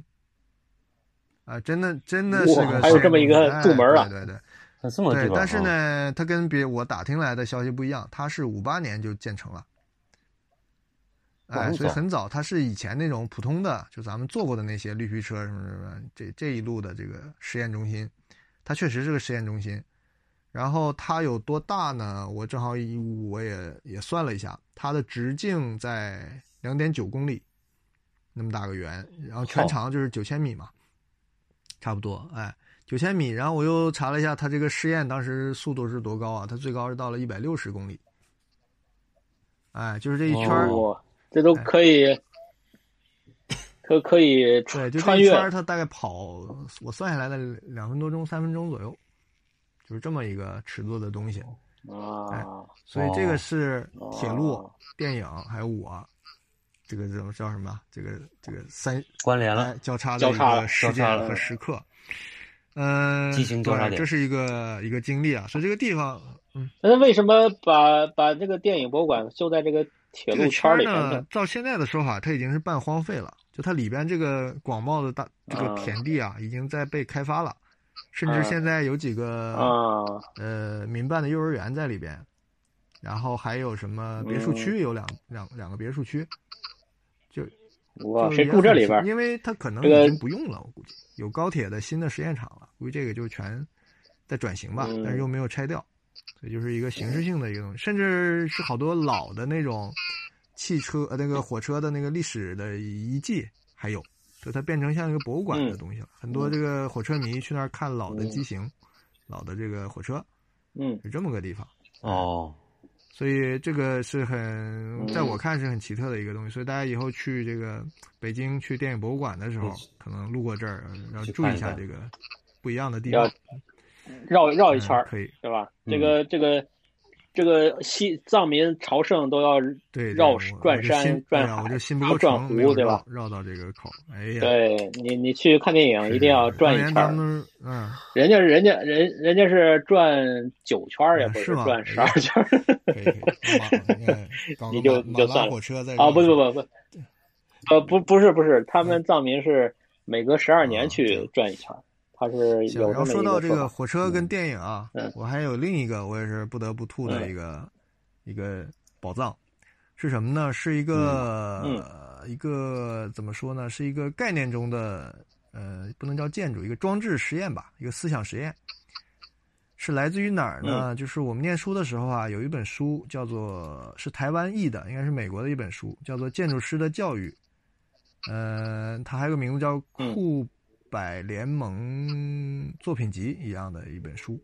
啊，真的，真的是哇个还有这么一个哎部门啊对对对，它这么个地对，方但是啊，呢，它跟别我打听来的消息不一样，它是五八年就建成了，哇哎，很所以早很早，它是以前那种普通的，就咱们坐过的那些绿皮车什么什么，这这一路的这个实验中心，它确实是个实验中心。然后它有多大呢？我正好一我也也算了一下，它的直径在两点九公里，那么大个圆，然后全好长就是九千米嘛，差不多，哎，九千米。然后我又查了一下，它这个试验当时速度是多高啊？它最高是到了一百六十公里，哎，就是这一圈儿，哦哇，这都 可以，可可以对，穿就这穿一越圈儿它大概跑，我算下来的两分多钟、三分钟左右，就是这么一个尺度的东西。哎啊，所以这哦个是铁路、哦电影还有我，这个怎么叫什么？这个这个三关联了哎，交叉的交一叉个了时交间叉了和时刻。嗯，激情交叉对，点这是一个一个经历啊。所以这个地方，嗯，那为什么把把这个电影博物馆就在这个铁这路个圈圈儿儿里面呢呢？，照现在的说法，它已经是半荒废了。就它里边这个广袤的大这个啊田地啊，已经在被开发了，甚啊至现在有几个啊，呃民办的幼儿园在里边，然后还有什么别嗯墅区，有两两两个别墅区。哇，就是谁也住这很里近边儿？因为它可能这个已经不用了，我估计有高铁的新的实验场了，估计这个就全在转型吧，嗯但是又没有拆掉，所以就是一个形式性的一个东西，甚至是好多老的那种汽车呃那个火车的那个历史的遗迹还有，所以它变成像一个博物馆的嗯东西了，很多这个火车迷去那儿看老的机型，老的这个火车嗯，是这么个地方。哦，所以这个是嗯很，在我看是很奇特的一个东西。所以大家以后去这个北京去电影博物馆的时嗯候，可能路过这儿，要去注意看一一下看这个不一样的地要方。绕绕嗯一圈儿，可以，对吧？嗯这个这个这个西藏民朝圣都要对，对绕我转我就山心转哎呀海我就心不然够后转长湖没有对吧绕？绕到这个口，哎呀，对你你去看电影是啊一定要转一当年圈咱儿，们嗯，人家人家人人家是转九圈儿，也嗯不是吗转十二圈儿可以可以，马哎搞个 你就马你就马算拉了火车在啊！不不不，不不，呃不不是不是，他们藏民是每隔十二啊年去对转一圈儿，他是行，有然后这说么到一这个个法。火车跟电影啊，嗯我还有另一个我也是不得不吐的嗯一个、一个宝藏，是什么呢？是一个、嗯一个怎么说呢？是一个概念中的呃，不能叫建筑，一个装置实验吧，一个思想实验。是来自于哪儿嗯呢？就是我们念书的时候啊，有一本书叫做是台湾译的，应该是美国的一本书，叫做《建筑师的教育》。呃，它还有个名字叫《嗯酷百联盟作品集》一样的一本书。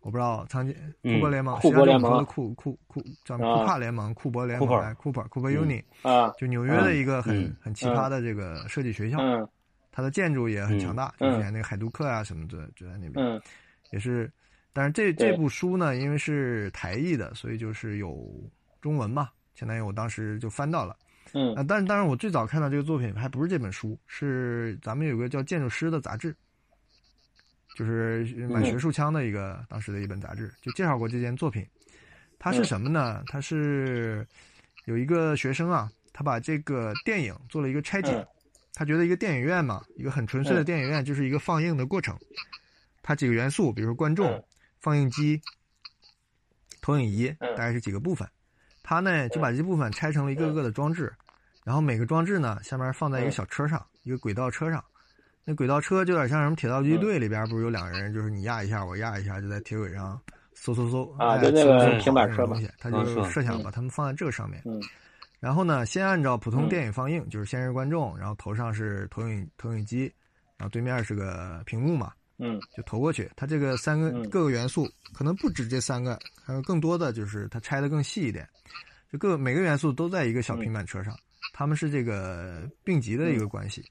我不知道苍井嗯库珀联盟，库珀实际上就是我联盟们说的库库库叫什么啊库帕联盟、库珀联库盟、珀哎库珀库珀 Uni，啊，就纽约的一个很嗯很奇葩的这个设计学校，嗯它的建筑也很强大，就嗯是那个海杜克啊什么的就在那边。嗯也是，但是这对这部书呢，因为是台译的，所以就是有中文嘛，相当于我当时就翻到了。啊、嗯但是当然我最早看到这个作品还不是这本书，是咱们有个叫《建筑师》的杂志，就是呃满嗯学术腔的一个、当时的一本杂志，就介绍过这件作品。它嗯是什么呢？它是有一个学生啊，他把这个电影做了一个拆解，嗯他觉得一个电影院嘛，一个很纯粹的电影院就是一个放映的过程，它几个元素，比如说观众、嗯放映机、投影仪，嗯大概是几个部分。他呢就把这部分拆成了一个个的装置，然后每个装置呢下面放在一个嗯小车上，一个轨道车上。那轨道车就有点像什么铁道嗯机队里边不是有两个人，就是你压一下我压一下，就在铁轨上嗖嗖嗖啊哎就那嗖嗖个嗖跑平板那种车嘛东西，他啊是就吧设想嗯把它们放在这个上面。嗯然后呢，先按照普通嗯电影放映，就是先是观众，然后头上是投影投影机，然后对面是个屏幕嘛，嗯就投过去。它这个三个嗯各个元素可能不止这三个，还有更多的，就是它拆的更细一点。就各每个元素都在一个小平板车上，它们是这个并集的一个关系。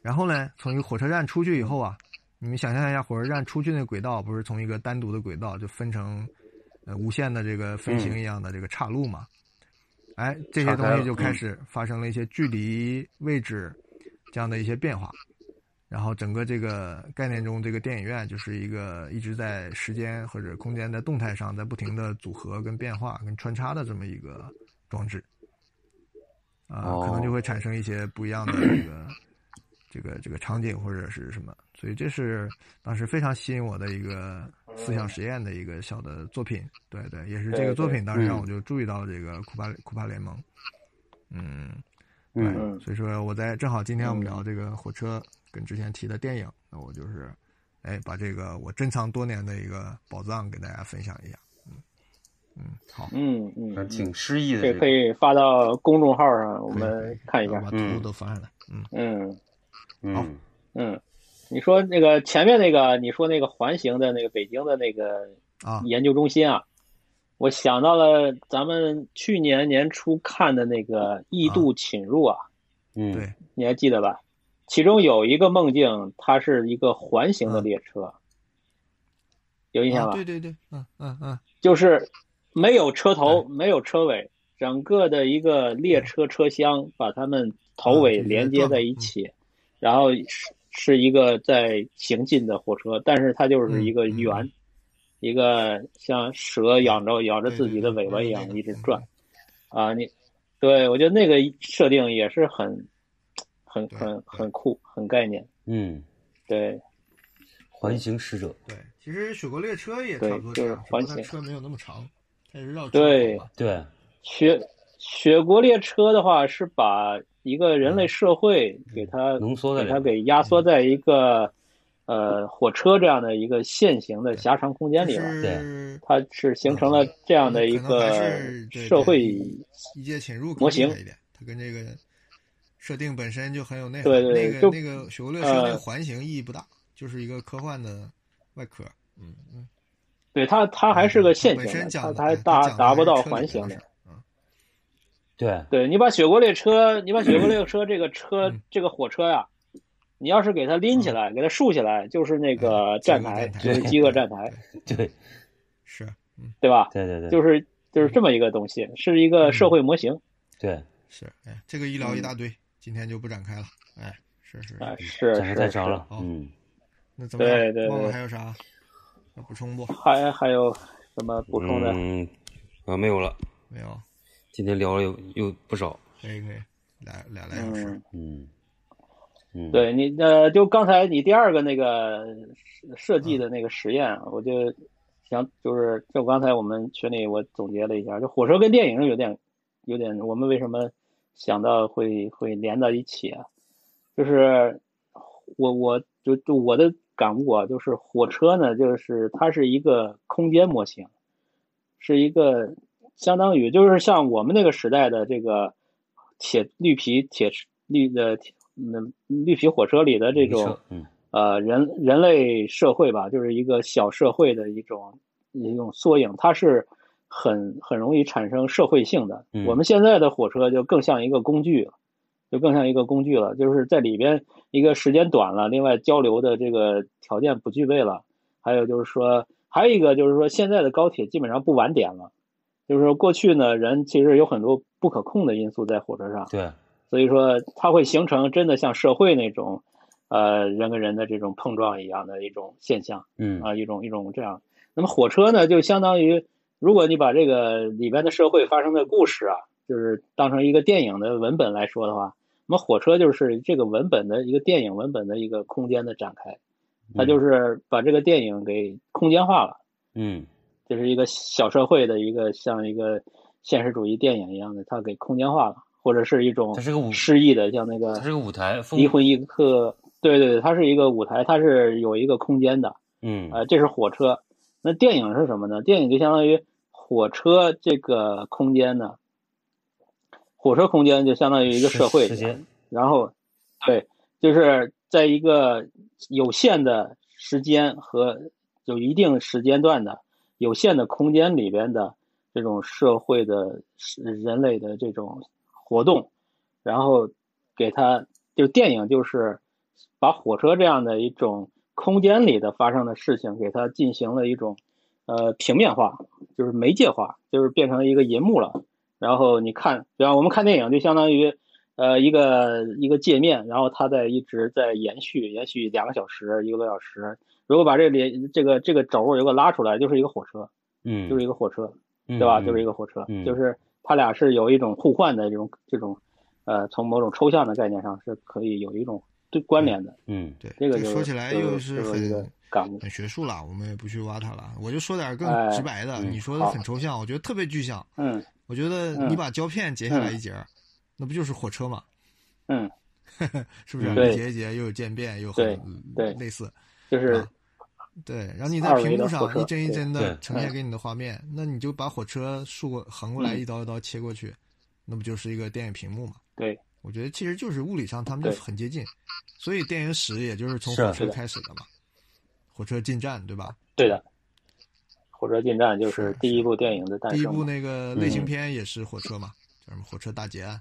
然后呢，从一个火车站出去以后啊，你们想象一下，火车站出去那个轨道不是从一个单独的轨道就分成呃无限的这个分形一样的这个岔路嘛？哎，这些东西就开始发生了一些距离、位置这样的一些变化。然后整个这个概念中，这个电影院就是一个一直在时间或者空间在动态上在不停的组合、跟变化、跟穿插的这么一个装置，啊、哦可能就会产生一些不一样的这个这个这个场景或者是什么，所以这是当时非常吸引我的一个思想实验的一个小的作品。对对，也是这对个作对品当时让嗯我就注意到了这个库巴库巴联盟。嗯，对，嗯嗯所以说我在正好今天我们聊这个火车跟之前提的电影，那我就是，哎，把这个我珍藏多年的一个宝藏给大家分享一下。嗯嗯，好，嗯嗯，还嗯挺诗意的。这这个个可以发到公众号上，我们看一我下啊把。嗯图都发上来。嗯，嗯好嗯，嗯，你说那个前面那个，你说那个环形的那个北京的那个啊，研究中心啊，我想到了咱们去年年初看的那个《异度侵入》啊，嗯，对，你还记得吧？其中有一个梦境，它是一个环形的列车，有印象啊，吧？对对对，嗯嗯嗯，就是没有车头，没有车尾，整个的一个列车车厢把它们啊头尾连接在嗯一起，然后是是一个在行进的火车，但是它就是一个嗯嗯圆，一个像蛇咬着咬着自己的尾巴一对样对对嗯一直转，啊，你对我觉得那个设定也是很很对很很酷，很概念，嗯，对环形使者，对，其实雪国列车也对差不多这样，就只是不过环它形车没有那么长，它也是绕对车跑嘛对，雪雪国列车的话是把一个人类社会给它浓缩在给它里面。给压缩在一个呃火车这样的一个线形的狭长空间里就了，是嗯它是形成了这样的一可能个还是对社会，对一届侵入模更厉型害一点，它跟这个设定本身就很有内涵。对对对那个就那个雪国列车那呃个环形意义不大，就是一个科幻的外壳。嗯嗯，对它它还是个线本形身的，讲它的它还对它达讲的达还不是到车里环面形的的事。儿。嗯，对，对你把雪国列车，你把雪国列车这个车嗯这个火车呀、你要是给它拎起来，给它竖起来，就是那个嗯站饥饿台，站台就是对饥饿对站台，对，对，是，嗯对吧？对，嗯对，就是就是这么一个东西，是一个社会模型对，是，哎，这个医疗一嗯大堆，今天就不展开了。哎，是是，啊，是嗯暂时太是是长，了。是嗯，那怎么样对对旺旺对还有啥要补充不？还还有什么补充的？嗯，啊，没有了。没有，今天聊了有有不少。可以可以，俩俩来小时。嗯，嗯，嗯，，对你呃，就刚才你第二个那个设设计嗯的那个实验啊，我就想就是就刚才我们群里我总结了一下，就火车跟电影有点有点，我们为什么想到会会连到一起啊？就是我我就就我的感悟啊，就是火车呢，就是它是一个空间模型，是一个相当于就是像我们那个时代的这个铁绿皮铁绿的嗯绿皮火车里的这种，嗯，呃人人类社会吧，就是一个小社会的一种一种缩影，它是很很容易产生社会性的。嗯我们现在的火车就更像一个工具了，就更像一个工具了，就是在里边一个时间短了，另外交流的这个条件不具备了，还有就是说，还有一个就是说，现在的高铁基本上不晚点了。就是说，过去呢，人其实有很多不可控的因素在火车上，对，所以说它会形成真的像社会那种，呃，人跟人的这种碰撞一样的一种现象嗯，，啊，一种一种这样。那么火车呢，就相当于如果你把这个里边的社会发生的故事啊，就是当成一个电影的文本来说的话，那么火车就是这个文本的一个电影文本的一个空间的展开，它就是是把这个电影给空间化了。嗯，这是一个小社会的一个像一个现实主义电影一样的，它给空间化了，或者是一种它是个舞诗意的，像那个呃它是个舞台，风离婚一刻，对对对，它是一个舞台，它是有一个空间的，嗯，呃，这是火车。那电影是什么呢？电影就相当于火车这个空间呢，火车空间就相当于一个时社会时里，间，然后，对，就是在一个有限的时间和有一定时间段的有限的空间里边的这种社会的是人类的这种活动，然后给它就电影就是把火车这样的一种空间里的发生的事情给它进行了一种呃平面化，就是媒介化，就是变成一个银幕了。然后你看，然后我们看电影就相当于，呃，一个一个界面，然后它在一直在延续，延续两个小时，一个多小时。如果把这里这个这个轴儿如果拉出来，就是一个火车，嗯，就是一个火车，对对吧？就是一个，个火车，嗯就是它俩是有一种互换的这种这种，呃，从某种抽象的概念上是可以有一种对关联的。嗯，对，这个就说起来又就是很一个感悟。很学术了，我们也不去挖它了。我就说点更哎直白的，嗯你说的很好抽象，我觉得特别具象。嗯我觉得你把胶片截下来一截儿，那不就是火车吗？嗯， 是不是？对一节一节又有渐变，又很对对类似。就是啊对，然后你在二维的屏幕火上车一帧一帧的对呈现给你的画面，那你就把火车竖过横过来，嗯一刀一刀切过去，那不就是一个电影屏幕嘛？对我觉得其实就是物理上他们就对很接近，所以电影史也就是从是啊火是车的开始的嘛，火车进站对吧？对的，《火车进站》就是是第一部电影的诞第一生部嘛。那嗯个类型片也是火车嘛，叫什么《火车大劫案》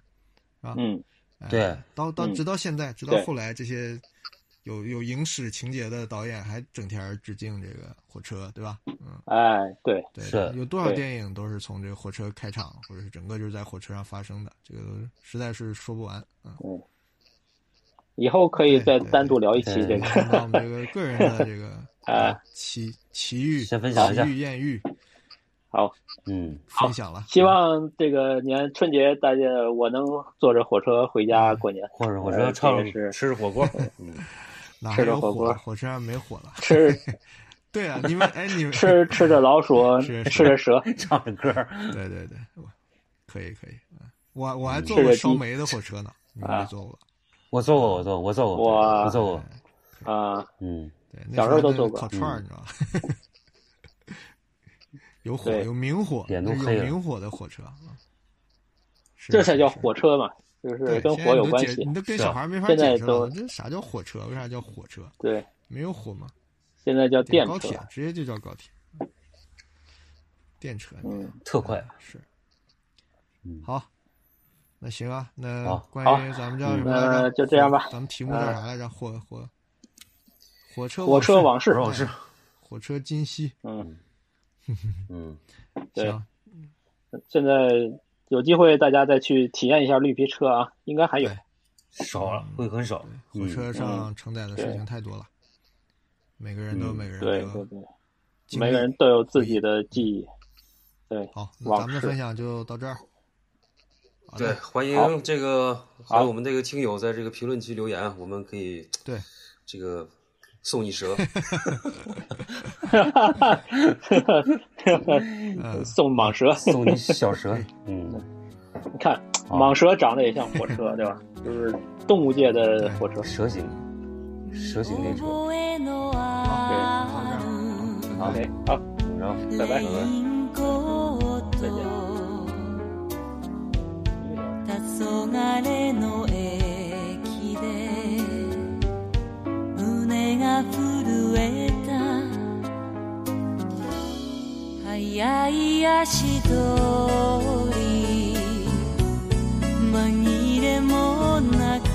啊？嗯，哎对，到到嗯直到现在，直到对后来这些有有影史情节的导演还整天儿致敬这个火车，对吧？嗯，哎，对，对，是有多少对电影都是从这个火车开场，或者是整个就是在火车上发生的，这个都实在是说不完。嗯，以后可以再对对单独聊一期这对 个。看到我们这个个人的这个 啊奇奇遇，先分享一下奇遇艳遇好，嗯，分享了，希望这个年春节大家我能坐着火车回家过嗯年，或者我呃说唱这个是吃着火 锅，嗯，哪吃还着有火火锅火车上没火了。吃对啊，你们哎，你们 吃吃着老鼠， 是是吃着蛇，唱着歌儿，对对对，我可以可以，嗯我我还坐是过个烧鸡煤的火车呢，你们啊没坐过？哎我坐过，我坐过，我坐过，哇我坐过，啊，嗯，对，那小时候都那做过烤串儿，你知道吧？ 有火，对有明火，脸都那是黑有了明火的火车啊，是这才叫是火车嘛，就是对，跟现在火你有都关解系啊你。都跟是小孩儿没法现在解释都了，这啥叫火车？为啥叫火车？对，没有火嘛，现在叫电高车铁，直接就叫高铁，电车嗯，特快，啊啊是嗯。好，那行啊，那好关好于咱们叫嗯什么来那着？就这样吧嗯咱们题目叫啥来着？火火火车火车往往哎事，往事，火车今夕。嗯，嗯，对行，现在有机会大家再去体验一下绿皮车啊，应该还有对，少了会很少，火车嗯上承载的事对情太多了，每个人都有嗯每个人对的对对，经历每个人都有自己的记忆，对，好，那往咱们的事分享就到这儿。好对，的，欢好迎这个好和我们这个听友在这个评论区留言，啊我们可以对，这个送一蛇，嗯， 送蟒蛇， 送你小蛇，嗯，你看好蟒蛇长得也像火车，对吧？就是动物界的火车。蛇形，蛇形列车，覚えのあるあ好 OK，好，然后る拜拜レインコート黄昏の駅で胸が震えた早い足取り紛れもなく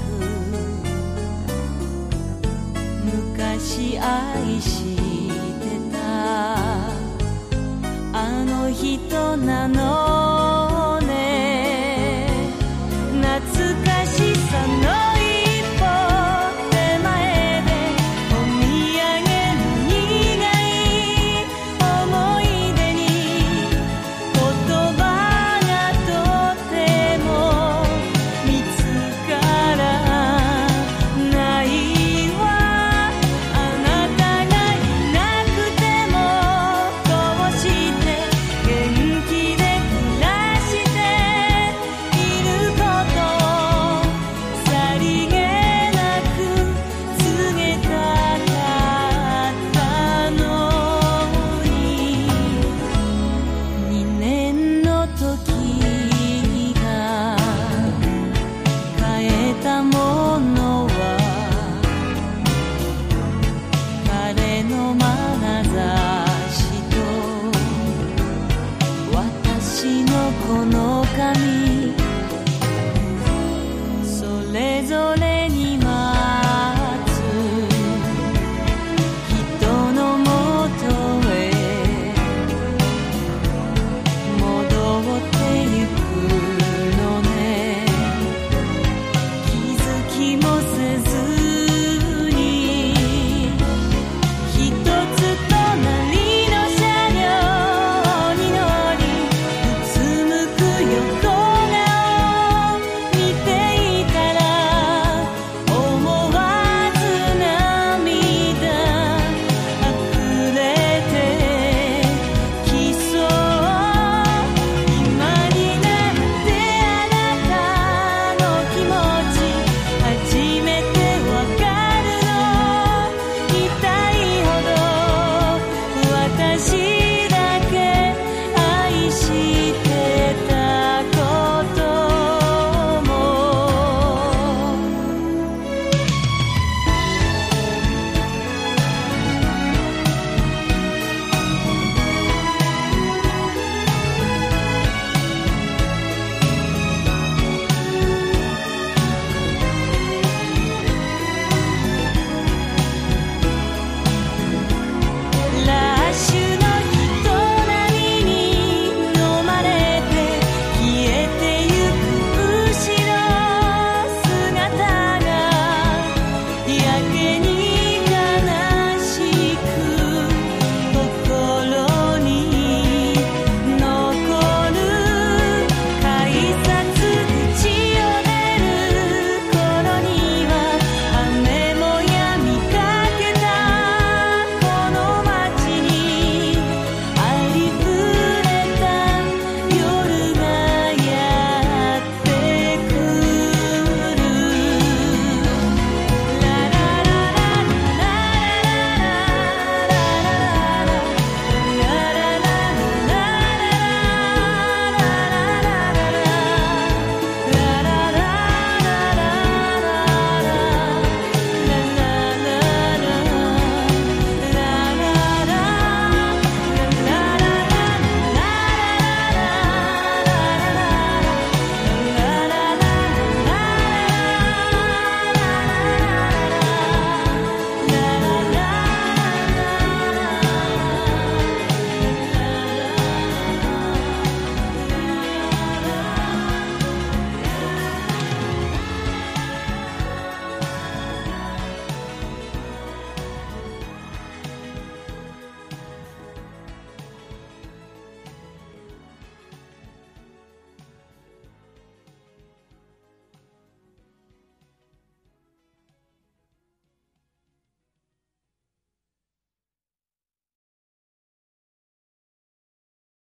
昔愛してたあの人なの